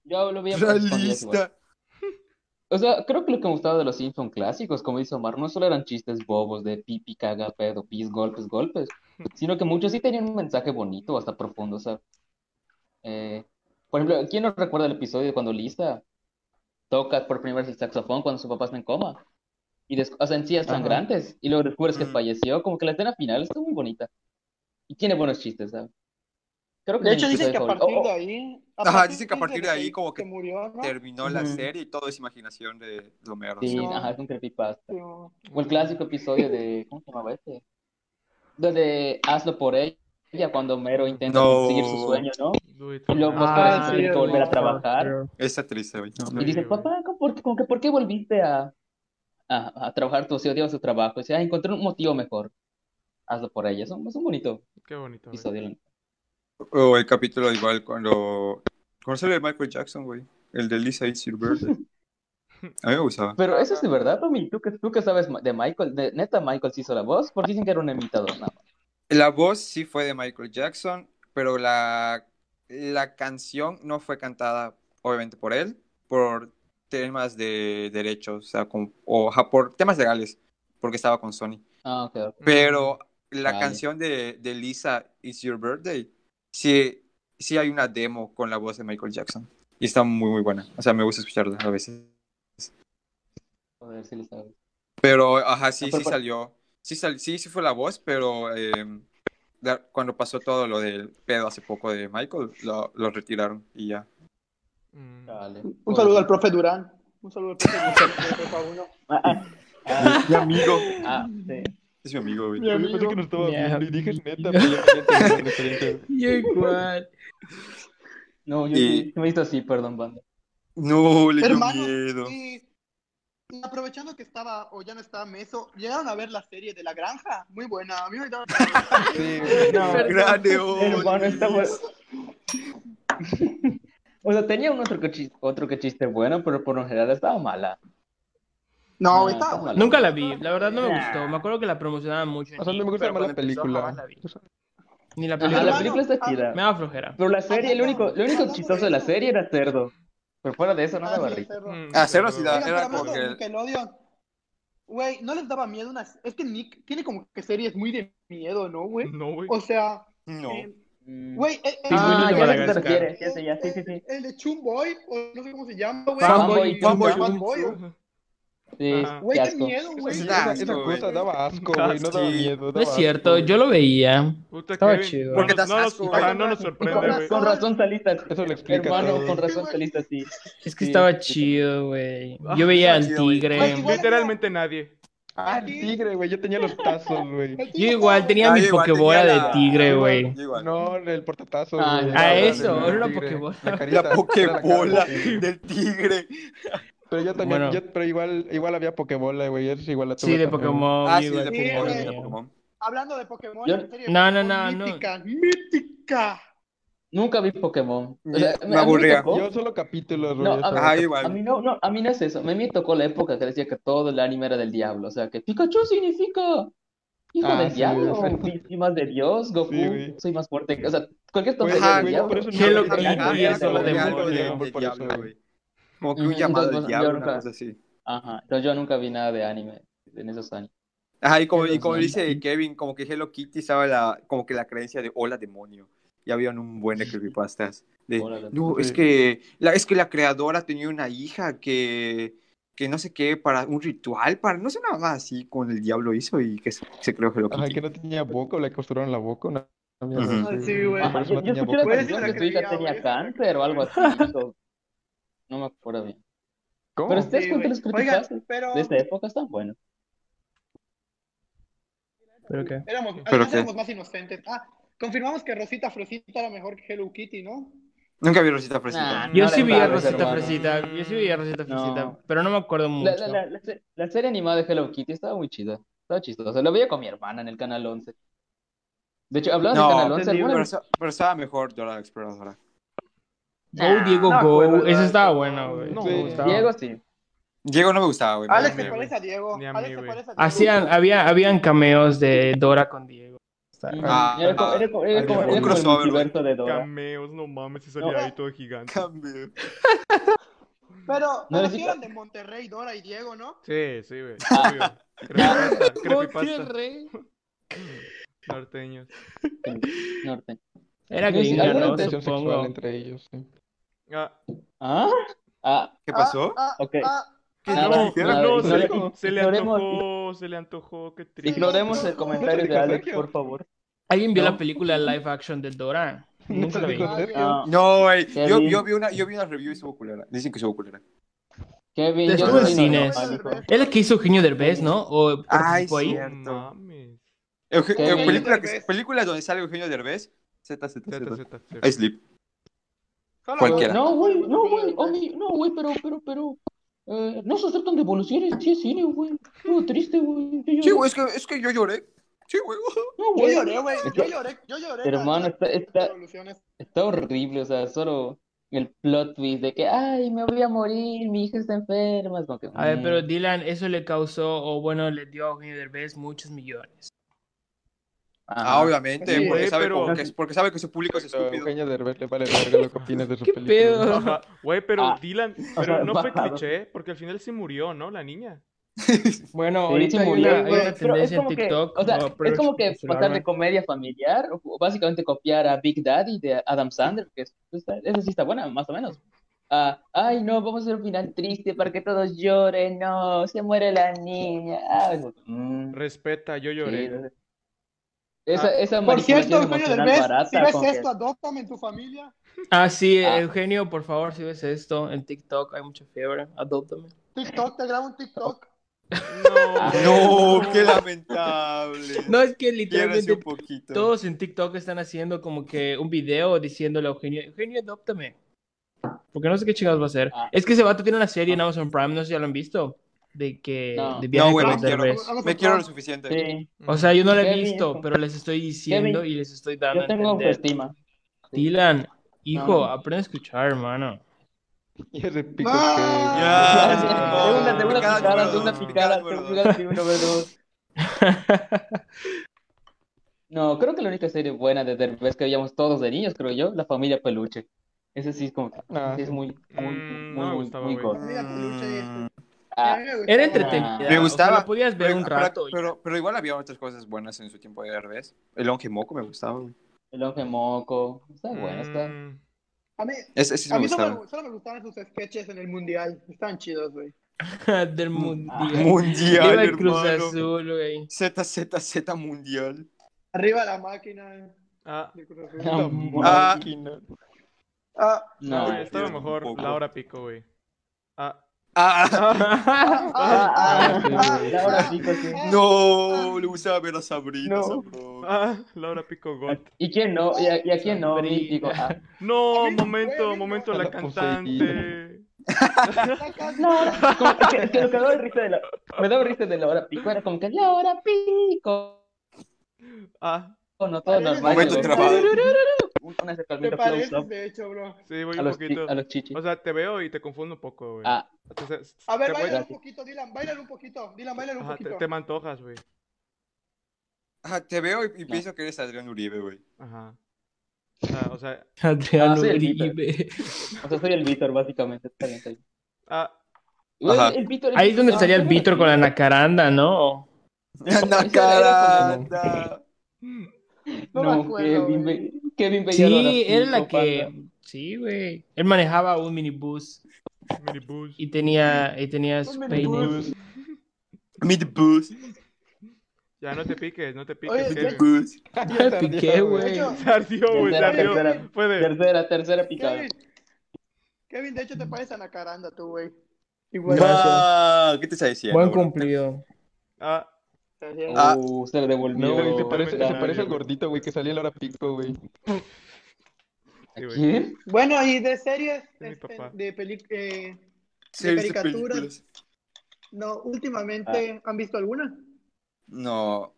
[SPEAKER 4] Yo lo veía por escondidas igual.
[SPEAKER 2] Realista.
[SPEAKER 4] O sea, creo que lo que me gustaba de los Simpson clásicos, como dice Omar, no solo eran chistes bobos de pipi, caga, pedo, pis, golpes, golpes, sino que muchos sí tenían un mensaje bonito, hasta profundo. O sea, eh, por ejemplo, ¿quién no recuerda el episodio de cuando Lisa toca por primera vez el saxofón cuando su papá está en coma? Y des- o sea, en sillas
[SPEAKER 8] Ajá.
[SPEAKER 4] sangrantes, y luego descubres que
[SPEAKER 2] Mm.
[SPEAKER 4] falleció, como que la escena final está muy bonita. Y tiene buenos chistes, ¿sabes? Creo que
[SPEAKER 7] de
[SPEAKER 4] es mi
[SPEAKER 7] hecho, dicen
[SPEAKER 4] episodio
[SPEAKER 7] que a
[SPEAKER 4] favorito.
[SPEAKER 7] partir
[SPEAKER 4] Oh,
[SPEAKER 7] de
[SPEAKER 4] oh,
[SPEAKER 7] ahí...
[SPEAKER 2] Ajá, dicen que a partir de
[SPEAKER 7] desde
[SPEAKER 2] ahí como que
[SPEAKER 7] se murió, ¿no?
[SPEAKER 2] Terminó la
[SPEAKER 4] Ujú.
[SPEAKER 2] serie y todo es imaginación de de Homero.
[SPEAKER 4] oh. sí,
[SPEAKER 7] no.
[SPEAKER 4] ajá, es un creepypasta.
[SPEAKER 7] Sí, no.
[SPEAKER 4] O el clásico episodio de, ¿cómo se llamaba este? donde hazlo por ella cuando Mero intenta
[SPEAKER 2] No.
[SPEAKER 4] conseguir su sueño, ¿no?
[SPEAKER 6] Do it
[SPEAKER 4] Y luego
[SPEAKER 6] for
[SPEAKER 4] pues
[SPEAKER 6] now.
[SPEAKER 7] Ah,
[SPEAKER 4] parece que
[SPEAKER 7] sí,
[SPEAKER 4] tiene que volver a
[SPEAKER 7] hermoso,
[SPEAKER 4] trabajar.
[SPEAKER 2] Está triste, güey. No, no.
[SPEAKER 4] Y dice, papá, ¿cómo- ¿por qué, como que, ¿por qué volviste a, a, a trabajar tú si odiabas tu trabajo? Y dice, ah, encontré un motivo mejor. Hazlo por ella. Es un, es un bonito
[SPEAKER 6] Ah, Qué bonito. güey.
[SPEAKER 4] episodio. la-
[SPEAKER 2] O el capítulo igual cuando... ¿Cómo sale el de Michael Jackson, güey? El de Lisa It's Your Birthday. A mí me gustaba.
[SPEAKER 4] Pero eso es de verdad, Tommy. ¿Tú que, tú que sabes ma- de Michael, de, neta Michael sí hizo la voz, porque dicen que era un imitador, nada más.
[SPEAKER 2] La voz sí fue de Michael Jackson, pero la, la canción no fue cantada, obviamente, por él, por temas de derechos, o, sea, con- o ja- por temas legales, porque estaba con Sony.
[SPEAKER 4] Ah, ok,
[SPEAKER 6] Mm,
[SPEAKER 4] ok.
[SPEAKER 2] Pero la
[SPEAKER 4] Vale.
[SPEAKER 2] canción de, de Lisa, It's Your Birthday, sí, sí hay una demo con la voz de Michael Jackson. Y está muy, muy buena. O sea, me gusta escucharla a veces.
[SPEAKER 4] Joder, sí lo sabes.
[SPEAKER 2] Pero, ajá, sí,
[SPEAKER 4] No, pero
[SPEAKER 2] sí
[SPEAKER 4] por-
[SPEAKER 2] salió. Sí, sal- sí, sí fue la voz, pero eh, la- cuando pasó todo lo del pedo hace poco de Michael, lo, lo retiraron y ya.
[SPEAKER 6] Mm.
[SPEAKER 4] Dale.
[SPEAKER 7] Un saludo al profe Durán. Un saludo al profe Durán. profe Paulo.
[SPEAKER 4] Ah, ah, ah,
[SPEAKER 2] Mi amigo.
[SPEAKER 4] ah, sí.
[SPEAKER 2] Es mi amigo, güey.
[SPEAKER 7] Mi
[SPEAKER 8] Yo pensé que
[SPEAKER 7] amigo.
[SPEAKER 8] no estaba
[SPEAKER 5] Ya.
[SPEAKER 8] viendo y dije, neta, pero ya ya tenía la referencia.
[SPEAKER 5] Yo igual.
[SPEAKER 4] No, yo
[SPEAKER 2] Y-
[SPEAKER 4] sí- sí me he visto así, perdón, banda.
[SPEAKER 2] No, le dio
[SPEAKER 7] Hermanos,
[SPEAKER 2] miedo.
[SPEAKER 7] y y aprovechando que estaba o ya no estaba Meso, llegaron a ver la serie de La Granja. Muy buena. A mí me daba-
[SPEAKER 2] Grande,
[SPEAKER 4] Hermano,
[SPEAKER 2] Oli.
[SPEAKER 4] está bueno. O sea, tenía un otro que chiste, otro que chiste bueno, pero por lo general estaba mala.
[SPEAKER 7] No,
[SPEAKER 4] Ah,
[SPEAKER 7] estaba
[SPEAKER 4] está
[SPEAKER 7] buena.
[SPEAKER 4] mal.
[SPEAKER 5] Nunca la vi, la verdad no me gustó. Me acuerdo que la promocionaban mucho. en
[SPEAKER 8] O sea, no me
[SPEAKER 5] YouTube,
[SPEAKER 8] gusta
[SPEAKER 5] pero
[SPEAKER 8] más la
[SPEAKER 5] cuando empezó,
[SPEAKER 8] película.
[SPEAKER 5] jamás la vi.
[SPEAKER 8] O sea,
[SPEAKER 5] Ni la
[SPEAKER 4] Ajá,
[SPEAKER 5] película.
[SPEAKER 4] la
[SPEAKER 7] Hermano,
[SPEAKER 4] película está
[SPEAKER 7] ah,
[SPEAKER 4] chida.
[SPEAKER 5] Me daba flojera.
[SPEAKER 4] Pero la serie, el único, lo único
[SPEAKER 7] Hablando de
[SPEAKER 4] chistoso de la
[SPEAKER 7] eso.
[SPEAKER 4] serie era cerdo. Pero fuera de eso,
[SPEAKER 7] Ah,
[SPEAKER 4] nada
[SPEAKER 7] sí,
[SPEAKER 4] barriga.
[SPEAKER 7] perro.
[SPEAKER 6] Mm,
[SPEAKER 2] Ah, cero
[SPEAKER 6] pero-
[SPEAKER 2] sí da-
[SPEAKER 7] Oigan,
[SPEAKER 2] era
[SPEAKER 7] pero hablando
[SPEAKER 2] como
[SPEAKER 7] de
[SPEAKER 2] que-
[SPEAKER 7] Nickelodeon, güey, ¿no les daba miedo unas...? Es que Nick tiene como que series muy de miedo, ¿no, güey?
[SPEAKER 6] No, güey.
[SPEAKER 7] O sea,
[SPEAKER 2] No.
[SPEAKER 7] eh,
[SPEAKER 4] Mm.
[SPEAKER 7] güey, eh, eh,
[SPEAKER 5] Ah,
[SPEAKER 4] Ah, ya sé a
[SPEAKER 5] de
[SPEAKER 4] qué te
[SPEAKER 5] Madagascar.
[SPEAKER 4] refieres. Ya sé, ya, sí, sí, sí.
[SPEAKER 7] el, el de Chumboy, o no sé cómo se llama, güey.
[SPEAKER 5] Fanboy,
[SPEAKER 2] Fanboy,
[SPEAKER 7] Fanboy,
[SPEAKER 6] Fanboy.
[SPEAKER 4] Sí,
[SPEAKER 6] Ajá.
[SPEAKER 7] Güey,
[SPEAKER 4] qué
[SPEAKER 7] qué
[SPEAKER 4] asco.
[SPEAKER 7] miedo, güey.
[SPEAKER 2] Sí,
[SPEAKER 8] Esa,
[SPEAKER 2] da
[SPEAKER 8] esa
[SPEAKER 2] asco, güey.
[SPEAKER 8] cosa daba asco, güey, no daba
[SPEAKER 2] Sí.
[SPEAKER 8] miedo.
[SPEAKER 5] No
[SPEAKER 8] daba
[SPEAKER 5] es
[SPEAKER 8] asco,
[SPEAKER 5] cierto,
[SPEAKER 8] güey.
[SPEAKER 5] yo lo veía.
[SPEAKER 6] Puta,
[SPEAKER 5] Estaba
[SPEAKER 6] Kevin,
[SPEAKER 5] chido.
[SPEAKER 6] no
[SPEAKER 5] ¿Por
[SPEAKER 2] qué
[SPEAKER 6] nos-
[SPEAKER 2] das
[SPEAKER 6] no nos
[SPEAKER 2] asco,
[SPEAKER 6] sorprende,
[SPEAKER 7] güey?
[SPEAKER 6] no nos
[SPEAKER 7] Con
[SPEAKER 6] sorprende,
[SPEAKER 7] razón.
[SPEAKER 6] güey.
[SPEAKER 4] Con razón saliste así.
[SPEAKER 8] Eso lo explica
[SPEAKER 4] Hermano,
[SPEAKER 8] todo.
[SPEAKER 4] con razón saliste así.
[SPEAKER 5] Es
[SPEAKER 4] Sí.
[SPEAKER 5] que estaba chido, güey.
[SPEAKER 6] Ah,
[SPEAKER 5] Yo
[SPEAKER 2] estaba
[SPEAKER 5] veía al
[SPEAKER 2] chido, güey.
[SPEAKER 7] Güey,
[SPEAKER 5] tigre.
[SPEAKER 7] igual-
[SPEAKER 6] Literalmente nadie.
[SPEAKER 8] Ah, el tigre, güey, yo tenía los tazos, güey.
[SPEAKER 5] Yo igual tenía
[SPEAKER 2] Ah,
[SPEAKER 5] mi
[SPEAKER 2] yo igual
[SPEAKER 5] pokebola
[SPEAKER 2] tenía la-
[SPEAKER 5] de tigre, güey.
[SPEAKER 2] Yo igual.
[SPEAKER 8] No, el portatazo,
[SPEAKER 4] Ah,
[SPEAKER 8] güey.
[SPEAKER 4] no,
[SPEAKER 5] A
[SPEAKER 8] Ah,
[SPEAKER 5] eso,
[SPEAKER 8] del
[SPEAKER 5] era una
[SPEAKER 8] tigre.
[SPEAKER 5] pokebola.
[SPEAKER 8] La carita,
[SPEAKER 2] La
[SPEAKER 8] era cara,
[SPEAKER 2] pokebola
[SPEAKER 8] sí.
[SPEAKER 2] del tigre.
[SPEAKER 8] Pero yo también,
[SPEAKER 5] Bueno.
[SPEAKER 8] yo- pero igual, igual había pokebola, güey. Eso igual la tuve
[SPEAKER 5] Sí, de
[SPEAKER 8] también.
[SPEAKER 5] Pokémon.
[SPEAKER 2] Ah,
[SPEAKER 5] yo
[SPEAKER 2] sí,
[SPEAKER 5] igual
[SPEAKER 2] de
[SPEAKER 7] sí,
[SPEAKER 5] tenía,
[SPEAKER 2] Pokémon,
[SPEAKER 7] güey.
[SPEAKER 2] de
[SPEAKER 5] tenía.
[SPEAKER 2] Pokémon.
[SPEAKER 7] Hablando de Pokémon,
[SPEAKER 4] Yo-
[SPEAKER 7] la serie de
[SPEAKER 5] No, no,
[SPEAKER 7] Pokémon,
[SPEAKER 5] no, no.
[SPEAKER 7] mítica, mítica.
[SPEAKER 4] Nunca vi Pokémon. O
[SPEAKER 2] Me-
[SPEAKER 4] sea,
[SPEAKER 2] me
[SPEAKER 4] a mí
[SPEAKER 2] aburría.
[SPEAKER 4] tocó-
[SPEAKER 8] Yo solo capítulos, güey.
[SPEAKER 4] No,
[SPEAKER 8] eso.
[SPEAKER 2] Ah,
[SPEAKER 4] A
[SPEAKER 2] igual.
[SPEAKER 4] mí no, no, a mí no es eso. A mí me tocó la época que decía que todo el anime era del diablo. O sea, que Pikachu significa hijo
[SPEAKER 8] Ah,
[SPEAKER 4] del
[SPEAKER 8] sí,
[SPEAKER 4] diablo,
[SPEAKER 8] güey.
[SPEAKER 4] víctimas de Dios, Goku,
[SPEAKER 8] güey.
[SPEAKER 4] soy más fuerte. O sea, cualquier
[SPEAKER 8] Güey,
[SPEAKER 4] tontería del
[SPEAKER 8] güey,
[SPEAKER 4] diablo.
[SPEAKER 8] por eso
[SPEAKER 5] Hello
[SPEAKER 8] nunca vi
[SPEAKER 5] Kitty,
[SPEAKER 8] Dragon Ball,
[SPEAKER 5] eso
[SPEAKER 8] nunca
[SPEAKER 5] lo
[SPEAKER 8] vi
[SPEAKER 5] demonio.
[SPEAKER 8] Dragon
[SPEAKER 2] de,
[SPEAKER 8] Ball
[SPEAKER 2] de
[SPEAKER 8] por eso,
[SPEAKER 2] diablo,
[SPEAKER 8] güey.
[SPEAKER 2] güey. Como que un
[SPEAKER 4] Ujú,
[SPEAKER 2] llamado del
[SPEAKER 4] entonces, yo
[SPEAKER 2] diablo,
[SPEAKER 4] nunca-
[SPEAKER 2] una cosa así.
[SPEAKER 4] Ajá. Entonces yo nunca vi nada de anime en esos años.
[SPEAKER 2] Ajá, y como,
[SPEAKER 5] Hello
[SPEAKER 2] y como
[SPEAKER 5] Kitty.
[SPEAKER 2] dice Kevin, como que Hello Kitty estaba la, como que la creencia de hola demonio. Y habían un buen de creepypastas. De,
[SPEAKER 4] Hola, demonio.
[SPEAKER 2] no, es
[SPEAKER 8] Sí.
[SPEAKER 2] que, la, es que la creadora tenía una hija que, que no sé qué, para un ritual, para no sé nada más así con el diablo hizo y que se, se creó Hello
[SPEAKER 8] Ajá,
[SPEAKER 2] Kitty.
[SPEAKER 8] que no tenía boca, o le costuraron la boca, una una mierda
[SPEAKER 2] Ujú.
[SPEAKER 8] así,
[SPEAKER 7] Ay, sí, güey.
[SPEAKER 8] Por
[SPEAKER 4] Ajá,
[SPEAKER 8] eso
[SPEAKER 4] yo,
[SPEAKER 8] no
[SPEAKER 4] yo
[SPEAKER 8] tenía
[SPEAKER 4] escuché
[SPEAKER 8] boca.
[SPEAKER 4] la
[SPEAKER 7] Güey, esa
[SPEAKER 4] canción
[SPEAKER 7] la
[SPEAKER 4] que su hija
[SPEAKER 7] creía, güey,
[SPEAKER 4] tenía
[SPEAKER 7] esa la
[SPEAKER 4] cáncer o algo así. dijo. No me acuerdo bien. Pero
[SPEAKER 8] ¿Cómo?
[SPEAKER 4] ustedes
[SPEAKER 7] Sí,
[SPEAKER 4] cuentan
[SPEAKER 7] güey.
[SPEAKER 4] los
[SPEAKER 7] Oigan,
[SPEAKER 4] creepypastas
[SPEAKER 7] pero
[SPEAKER 4] de este. esta época están buenos.
[SPEAKER 5] ¿Pero qué?
[SPEAKER 7] éramos,
[SPEAKER 2] ¿Pero
[SPEAKER 7] además
[SPEAKER 2] qué?
[SPEAKER 7] éramos más inocentes. Ah, confirmamos que Rosita Frosita era mejor que Hello Kitty, ¿no?
[SPEAKER 2] Nunca vi Rosita Fresita.
[SPEAKER 4] Nah,
[SPEAKER 5] Yo
[SPEAKER 4] No
[SPEAKER 5] sí
[SPEAKER 4] la
[SPEAKER 5] vi a
[SPEAKER 4] sabes,
[SPEAKER 5] Rosita
[SPEAKER 4] hermano.
[SPEAKER 5] Fresita. Yo sí vi a Rosita Fresita.
[SPEAKER 4] No.
[SPEAKER 5] Pero no me acuerdo mucho.
[SPEAKER 4] La, la, la, la, se- la serie animada de Hello Kitty estaba muy chida. Estaba chistosa. La veía con mi hermana en el Canal 11. De hecho, hablabas del Canal
[SPEAKER 2] No,
[SPEAKER 4] 11 alguna
[SPEAKER 2] pero,
[SPEAKER 4] vez.
[SPEAKER 2] esa- pero estaba mejor Dora la Exploradora.
[SPEAKER 5] Go, Oh, Diego,
[SPEAKER 7] no me
[SPEAKER 5] go.
[SPEAKER 7] acuerdo,
[SPEAKER 5] Eso
[SPEAKER 7] la
[SPEAKER 5] estaba
[SPEAKER 7] verdad.
[SPEAKER 5] bueno, güey.
[SPEAKER 8] No,
[SPEAKER 5] Me
[SPEAKER 8] sí.
[SPEAKER 5] gustaba.
[SPEAKER 4] Diego sí.
[SPEAKER 2] Diego no me gustaba, güey. me
[SPEAKER 7] Alex
[SPEAKER 2] daba
[SPEAKER 7] se
[SPEAKER 6] mí,
[SPEAKER 2] miedo.
[SPEAKER 7] parece a Diego.
[SPEAKER 6] Ni a
[SPEAKER 7] Alex
[SPEAKER 6] mí,
[SPEAKER 7] se
[SPEAKER 6] güey.
[SPEAKER 7] parece a Diego.
[SPEAKER 5] Hacían, Ah, había, habían cameos de Dora con Diego. Está-
[SPEAKER 4] Mm,
[SPEAKER 2] Ah,
[SPEAKER 4] era como,
[SPEAKER 2] ah,
[SPEAKER 4] era como, era
[SPEAKER 2] había
[SPEAKER 4] como,
[SPEAKER 2] un
[SPEAKER 4] era como el
[SPEAKER 2] crossover, güey.
[SPEAKER 4] multiverso de Dora.
[SPEAKER 6] Cameos, no mames, si
[SPEAKER 4] No.
[SPEAKER 6] salía ahí todo gigante.
[SPEAKER 2] Cambio.
[SPEAKER 7] Pero,
[SPEAKER 4] No,
[SPEAKER 7] pero
[SPEAKER 4] sí-
[SPEAKER 7] sí eran de Monterrey, Dora y Diego, ¿no?
[SPEAKER 6] Sí, sí, güey.
[SPEAKER 4] Ah.
[SPEAKER 6] obvio. Creepypasta, creepypasta.
[SPEAKER 5] Monterrey.
[SPEAKER 6] Norteños.
[SPEAKER 4] Norte.
[SPEAKER 5] Era
[SPEAKER 4] Yo sí,
[SPEAKER 5] gringa,
[SPEAKER 4] alguna
[SPEAKER 5] ¿no?
[SPEAKER 4] vez-
[SPEAKER 8] tensión sexual
[SPEAKER 5] Supongo.
[SPEAKER 8] entre ellos, sí.
[SPEAKER 6] Ah,
[SPEAKER 4] ¿Ah? Ah,
[SPEAKER 2] ¿Qué pasó?
[SPEAKER 7] Ah, ah,
[SPEAKER 4] ok.
[SPEAKER 7] ah,
[SPEAKER 6] que
[SPEAKER 4] Nada,
[SPEAKER 6] no,
[SPEAKER 4] nada,
[SPEAKER 6] no, se,
[SPEAKER 4] ignore-
[SPEAKER 6] le, se le
[SPEAKER 4] ignoremos-
[SPEAKER 6] antojó, se le antojó, qué triste.
[SPEAKER 4] Ignoremos el
[SPEAKER 7] No,
[SPEAKER 4] comentario de
[SPEAKER 8] dijo
[SPEAKER 4] Alex,
[SPEAKER 8] Sergio.
[SPEAKER 4] por favor.
[SPEAKER 5] ¿Alguien vio
[SPEAKER 4] No.
[SPEAKER 5] la película live action de Dora?
[SPEAKER 8] No
[SPEAKER 5] Nunca la
[SPEAKER 7] ah,
[SPEAKER 5] vi.
[SPEAKER 8] dijo Sergio.
[SPEAKER 4] No,
[SPEAKER 2] No, güey.
[SPEAKER 4] Qué
[SPEAKER 2] Yo,
[SPEAKER 4] bien.
[SPEAKER 2] yo, vi una, yo vi una review y estuvo culera. Dicen que estuvo culera.
[SPEAKER 4] Kevin, yo
[SPEAKER 5] Estuvo en
[SPEAKER 4] soy
[SPEAKER 5] cines.
[SPEAKER 4] normal, hijo.
[SPEAKER 5] Es la que hizo Eugenio Derbez, ¿no? O
[SPEAKER 2] Ay,
[SPEAKER 5] participó ahí.
[SPEAKER 2] cierto.
[SPEAKER 6] No mames.
[SPEAKER 2] Euge-
[SPEAKER 4] Eugenio
[SPEAKER 2] eh, película que-
[SPEAKER 7] Derbez.
[SPEAKER 2] películas donde sale Eugenio Derbez. Z, Z, Z.
[SPEAKER 6] Z, Z, sí.
[SPEAKER 2] I sleep.
[SPEAKER 6] Jala,
[SPEAKER 2] Cualquiera.
[SPEAKER 4] No, güey, no, güey, oye, no, güey, pero, pero, pero. eh, no se aceptan devoluciones, sí es cine, güey. Estuvo triste, güey. Yo lloré.
[SPEAKER 2] Sí, güey, es que, es que yo lloré. Sí, güey.
[SPEAKER 4] No,
[SPEAKER 7] Yo
[SPEAKER 4] güey.
[SPEAKER 7] lloré, güey. Yo
[SPEAKER 4] Está-
[SPEAKER 7] lloré, yo lloré.
[SPEAKER 4] Hermano, está, está,
[SPEAKER 7] Revoluciones.
[SPEAKER 4] está horrible, o sea, solo el plot twist de que, ay, me voy a morir, mi hija está enferma. es como que,
[SPEAKER 5] A ver,
[SPEAKER 4] mm.
[SPEAKER 5] pero Dylan, eso le causó, o bueno, le dio a Eugenio Derbez muchos millones.
[SPEAKER 4] Ajá.
[SPEAKER 2] Ah, obviamente,
[SPEAKER 7] Sí,
[SPEAKER 2] porque,
[SPEAKER 6] güey,
[SPEAKER 2] sabe
[SPEAKER 6] pero-
[SPEAKER 2] como que- porque sabe que su público es
[SPEAKER 8] A
[SPEAKER 2] estúpido.
[SPEAKER 8] Eugenio Derbez le vale verga lo que opinas de su
[SPEAKER 5] ¿Qué
[SPEAKER 8] película.
[SPEAKER 5] pedo?
[SPEAKER 6] Ajá. Güey, pero
[SPEAKER 4] Ah,
[SPEAKER 6] Dylan,
[SPEAKER 4] o
[SPEAKER 6] pero
[SPEAKER 4] sea,
[SPEAKER 6] no fue
[SPEAKER 4] bajado.
[SPEAKER 6] cliché, porque al final sí murió, ¿no? La niña.
[SPEAKER 5] Bueno,
[SPEAKER 4] Sí,
[SPEAKER 5] ahorita
[SPEAKER 4] sí
[SPEAKER 5] hay
[SPEAKER 4] murió,
[SPEAKER 5] una, hay
[SPEAKER 4] güey,
[SPEAKER 5] una
[SPEAKER 4] pero es
[SPEAKER 5] tendencia en
[SPEAKER 4] como que,
[SPEAKER 5] TikTok.
[SPEAKER 4] o sea,
[SPEAKER 5] no,
[SPEAKER 4] es
[SPEAKER 5] pero
[SPEAKER 4] como que
[SPEAKER 5] censurarla.
[SPEAKER 4] pasar de comedia familiar, o básicamente copiar a Big Daddy de Adam Sandler, que es, está- esa sí está buena, más o menos. Ah, ay, no, vamos a hacer un final triste para que todos lloren, no, se muere la niña. Ah, es como que, mm,
[SPEAKER 6] Respeta, yo
[SPEAKER 4] sí,
[SPEAKER 6] lloré.
[SPEAKER 4] no sé. Ah, Esa, esa
[SPEAKER 7] Por cierto,
[SPEAKER 4] manipulación
[SPEAKER 7] Eugenio
[SPEAKER 4] emocional
[SPEAKER 7] Derbez,
[SPEAKER 4] barata,
[SPEAKER 7] si ves
[SPEAKER 4] como que-
[SPEAKER 7] esto, adóptame en tu familia.
[SPEAKER 5] Ah, sí,
[SPEAKER 4] Ah.
[SPEAKER 5] Eugenio, por favor, si ves esto en TikTok, hay mucha fiebre, adóptame.
[SPEAKER 7] TikTok, te grabo un TikTok.
[SPEAKER 6] No, güey.
[SPEAKER 2] No, qué lamentable.
[SPEAKER 5] No, es que
[SPEAKER 2] Quiérase
[SPEAKER 5] literalmente
[SPEAKER 2] un poquito.
[SPEAKER 5] todos en TikTok están haciendo como que un video diciéndole a Eugenio, Eugenio, adóptame. Porque no sé qué chingados va a hacer.
[SPEAKER 4] Ah.
[SPEAKER 5] Es que ese vato tiene una serie en Amazon Prime, no sé si ya lo han visto, de que
[SPEAKER 4] No.
[SPEAKER 5] de viaje
[SPEAKER 2] No, güey,
[SPEAKER 5] con
[SPEAKER 2] me
[SPEAKER 5] los
[SPEAKER 2] quiero.
[SPEAKER 5] Derbez.
[SPEAKER 7] Vamos a
[SPEAKER 2] Me quiero lo
[SPEAKER 7] probar.
[SPEAKER 2] suficiente.
[SPEAKER 4] Sí,
[SPEAKER 5] O sea, yo no lo he
[SPEAKER 4] Kevin,
[SPEAKER 5] visto,
[SPEAKER 4] hijo.
[SPEAKER 5] pero les estoy diciendo
[SPEAKER 4] Kevin,
[SPEAKER 5] y les estoy dando
[SPEAKER 4] yo
[SPEAKER 5] a
[SPEAKER 4] tengo
[SPEAKER 5] entender.
[SPEAKER 4] autoestima.
[SPEAKER 5] Dylan, hijo,
[SPEAKER 4] no.
[SPEAKER 5] aprende a escuchar, hermano.
[SPEAKER 8] Y ese pico
[SPEAKER 7] No.
[SPEAKER 8] que...
[SPEAKER 2] Ya.
[SPEAKER 5] Ah.
[SPEAKER 4] Segunda, segunda
[SPEAKER 2] Picada
[SPEAKER 4] picada,
[SPEAKER 2] número
[SPEAKER 4] segunda
[SPEAKER 2] dos,
[SPEAKER 4] picada,
[SPEAKER 2] picada número
[SPEAKER 4] segunda número dos. No, creo que la única serie buena de Derbez que veíamos todos de niños, creo yo, La Familia Peluche. Ese sí es como que
[SPEAKER 8] Ah,
[SPEAKER 4] ese es
[SPEAKER 8] sí.
[SPEAKER 4] muy, muy, muy,
[SPEAKER 6] Mm, no me
[SPEAKER 4] muy,
[SPEAKER 6] gustaba,
[SPEAKER 4] muy
[SPEAKER 6] güey.
[SPEAKER 4] gore.
[SPEAKER 7] Mira, peluche.
[SPEAKER 4] Ah,
[SPEAKER 7] Eh, me gustaba.
[SPEAKER 5] Era entretenida.
[SPEAKER 4] Me
[SPEAKER 5] o sea,
[SPEAKER 2] gustaba,
[SPEAKER 5] la podías ver
[SPEAKER 2] Pero,
[SPEAKER 5] un
[SPEAKER 2] pero-
[SPEAKER 5] rato. y-
[SPEAKER 2] pero, pero igual había otras cosas buenas en su tiempo de revés. El longe moco me gustaba. güey.
[SPEAKER 4] El Hombre Moco. Está bueno, está.
[SPEAKER 6] Mm,
[SPEAKER 7] A mí,
[SPEAKER 2] Ese, ese sí
[SPEAKER 7] a
[SPEAKER 2] me
[SPEAKER 7] mí solo,
[SPEAKER 2] gustaba.
[SPEAKER 7] me, solo me gustaron sus sketches en el mundial. Estaban chidos, güey.
[SPEAKER 5] del mundial.
[SPEAKER 2] Mundial,
[SPEAKER 5] Viva el Cruz
[SPEAKER 2] hermano.
[SPEAKER 5] Azul, güey.
[SPEAKER 2] Z, Z, Z mundial.
[SPEAKER 7] Arriba la máquina.
[SPEAKER 6] Ah,
[SPEAKER 7] de Cruz Azul.
[SPEAKER 8] La
[SPEAKER 4] No,
[SPEAKER 2] Ah.
[SPEAKER 8] máquina.
[SPEAKER 7] Ah,
[SPEAKER 6] no,
[SPEAKER 4] no.
[SPEAKER 6] güey, estaba
[SPEAKER 2] Quiero un
[SPEAKER 6] mejor
[SPEAKER 2] poco.
[SPEAKER 6] la hora pico, güey. Ah,
[SPEAKER 2] Ah,
[SPEAKER 7] ah,
[SPEAKER 4] Ah,
[SPEAKER 7] ah,
[SPEAKER 4] sí, la hora pico, sí.
[SPEAKER 7] ah,
[SPEAKER 2] no, le gustaba ver a Sabrina.
[SPEAKER 4] No.
[SPEAKER 2] sabrón.
[SPEAKER 6] ah, la hora pico, God.
[SPEAKER 4] ¿Y quién no? ¿Y a, y a quién no?
[SPEAKER 5] Sabrina.
[SPEAKER 4] Vi- Digo, ah,
[SPEAKER 6] No,
[SPEAKER 7] A mí, güey, a
[SPEAKER 6] momento,
[SPEAKER 7] mí
[SPEAKER 6] momento,
[SPEAKER 8] no.
[SPEAKER 6] la
[SPEAKER 8] La
[SPEAKER 6] cantante.
[SPEAKER 7] está casi-
[SPEAKER 4] la hora como que, que lo que daba risa de la, me daba risa de la hora pico, era como que la hora pico.
[SPEAKER 6] Ah,
[SPEAKER 4] No todo normal.
[SPEAKER 2] Momento
[SPEAKER 4] güey.
[SPEAKER 2] trabado.
[SPEAKER 4] Un, un
[SPEAKER 7] Te
[SPEAKER 4] acercamiento
[SPEAKER 7] pareces,
[SPEAKER 4] close-up
[SPEAKER 7] de hecho, bro.
[SPEAKER 6] sí, voy
[SPEAKER 4] a
[SPEAKER 6] un
[SPEAKER 4] los,
[SPEAKER 6] poquito.
[SPEAKER 4] chi- a los chichis.
[SPEAKER 6] O sea, te veo y te confundo un poco, güey.
[SPEAKER 4] Ah,
[SPEAKER 6] Te- te-
[SPEAKER 7] A ver,
[SPEAKER 6] te voy-
[SPEAKER 7] bailan un
[SPEAKER 4] Gracias.
[SPEAKER 7] poquito, Dylan. Bailan un poquito. Dylan, bailan un
[SPEAKER 6] Ajá, te,
[SPEAKER 7] poquito.
[SPEAKER 6] te me antojas, güey.
[SPEAKER 2] Ah, te veo y, y pienso que eres Adrián Uribe, güey.
[SPEAKER 6] Ajá. O sea, o sea,
[SPEAKER 5] Adriano
[SPEAKER 4] Ah, sí, el
[SPEAKER 5] Uribe.
[SPEAKER 4] o sea, soy el Víctor, básicamente. Está bien, está bien.
[SPEAKER 6] ah,
[SPEAKER 4] Güey,
[SPEAKER 2] Ajá.
[SPEAKER 4] el Víctor- el
[SPEAKER 5] Ahí es donde
[SPEAKER 4] Víctor-
[SPEAKER 5] estaría el
[SPEAKER 4] ah,
[SPEAKER 5] Víctor con la nacaranda, ¿no?
[SPEAKER 2] Nacaranda.
[SPEAKER 6] mm,
[SPEAKER 7] No
[SPEAKER 4] No,
[SPEAKER 7] me acuerdo,
[SPEAKER 4] Kevin,
[SPEAKER 7] güey.
[SPEAKER 4] Be- Kevin Bellador,
[SPEAKER 5] Sí,
[SPEAKER 4] así,
[SPEAKER 5] era la
[SPEAKER 4] copando.
[SPEAKER 5] que... Sí, güey. Él manejaba un minibús
[SPEAKER 6] minibús.
[SPEAKER 5] y tenía, y tenía
[SPEAKER 7] Un
[SPEAKER 5] sus
[SPEAKER 7] minibús.
[SPEAKER 5] peines.
[SPEAKER 2] Mid boost.
[SPEAKER 6] Ya no te piques, no te
[SPEAKER 7] Oye,
[SPEAKER 6] piques,
[SPEAKER 7] yo-
[SPEAKER 2] Mid
[SPEAKER 6] Kevin.
[SPEAKER 2] boost.
[SPEAKER 5] Me piqué,
[SPEAKER 7] De
[SPEAKER 5] güey.
[SPEAKER 7] hecho,
[SPEAKER 6] Se ardió, güey, se
[SPEAKER 4] Tercera,
[SPEAKER 7] Oye,
[SPEAKER 6] ardió.
[SPEAKER 4] tercera,
[SPEAKER 6] Fue de-
[SPEAKER 4] tercera, tercera picada.
[SPEAKER 7] Kevin. Kevin, de hecho, te pareces a Nacaranda, tú, güey. Igual.
[SPEAKER 5] Gracias.
[SPEAKER 2] Ah, ¿Qué te está diciendo?
[SPEAKER 5] Buen
[SPEAKER 2] bro?
[SPEAKER 5] cumplido.
[SPEAKER 6] Ah,
[SPEAKER 7] Gracias.
[SPEAKER 2] Ah.
[SPEAKER 4] Uh, se le devolvió.
[SPEAKER 8] No, güey, se parece, se
[SPEAKER 6] Lamentable,
[SPEAKER 8] parece al
[SPEAKER 6] güey.
[SPEAKER 8] gordito, güey, que salía a la hora pico, güey.
[SPEAKER 6] sí, güey.
[SPEAKER 4] ¿Quién?
[SPEAKER 7] Bueno, y de series,
[SPEAKER 6] mi
[SPEAKER 7] este,
[SPEAKER 6] papá.
[SPEAKER 7] de películas.
[SPEAKER 2] Series de
[SPEAKER 7] caricaturas.
[SPEAKER 2] películas.
[SPEAKER 7] no, últimamente, ¿han visto alguna?
[SPEAKER 2] No.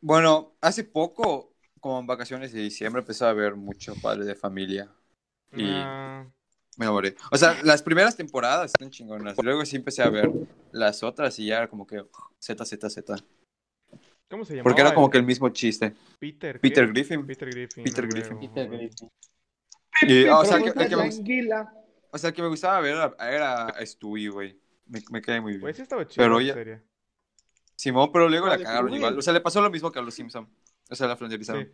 [SPEAKER 2] Bueno, hace poco, como en vacaciones de diciembre, empecé a ver mucho Padre de Familia. Y
[SPEAKER 6] Ah,
[SPEAKER 2] me enamoré. O sea, las primeras temporadas están chingonas. Luego sí empecé a ver las otras y ya era como que Z, Z, Z.
[SPEAKER 6] ¿Cómo se llamaba?
[SPEAKER 2] Porque era como
[SPEAKER 6] el-
[SPEAKER 2] que el mismo chiste.
[SPEAKER 6] Peter, ¿qué?
[SPEAKER 2] Peter Griffin.
[SPEAKER 6] Peter Griffin.
[SPEAKER 2] Peter
[SPEAKER 6] a
[SPEAKER 2] Griffin.
[SPEAKER 6] huevo,
[SPEAKER 4] Peter
[SPEAKER 6] a huevo.
[SPEAKER 4] Griffin.
[SPEAKER 2] Y, ah, o, sea, el
[SPEAKER 7] Me
[SPEAKER 2] que,
[SPEAKER 7] gusta
[SPEAKER 2] el que
[SPEAKER 7] la
[SPEAKER 2] me, gust-
[SPEAKER 7] anguila.
[SPEAKER 2] o sea, el que me gustaba ver era, era Stewie, güey. Me, me cae muy
[SPEAKER 6] Güey,
[SPEAKER 2] bien.
[SPEAKER 6] sí estaba chido
[SPEAKER 2] Pero
[SPEAKER 6] la
[SPEAKER 2] ya-
[SPEAKER 6] serie.
[SPEAKER 2] Simón, pero luego la
[SPEAKER 7] Vale,
[SPEAKER 2] cagaron
[SPEAKER 7] Stewie.
[SPEAKER 2] igual. O sea, le pasó lo mismo que a los Simpson. O sea, la flanderizaron.
[SPEAKER 6] Sí.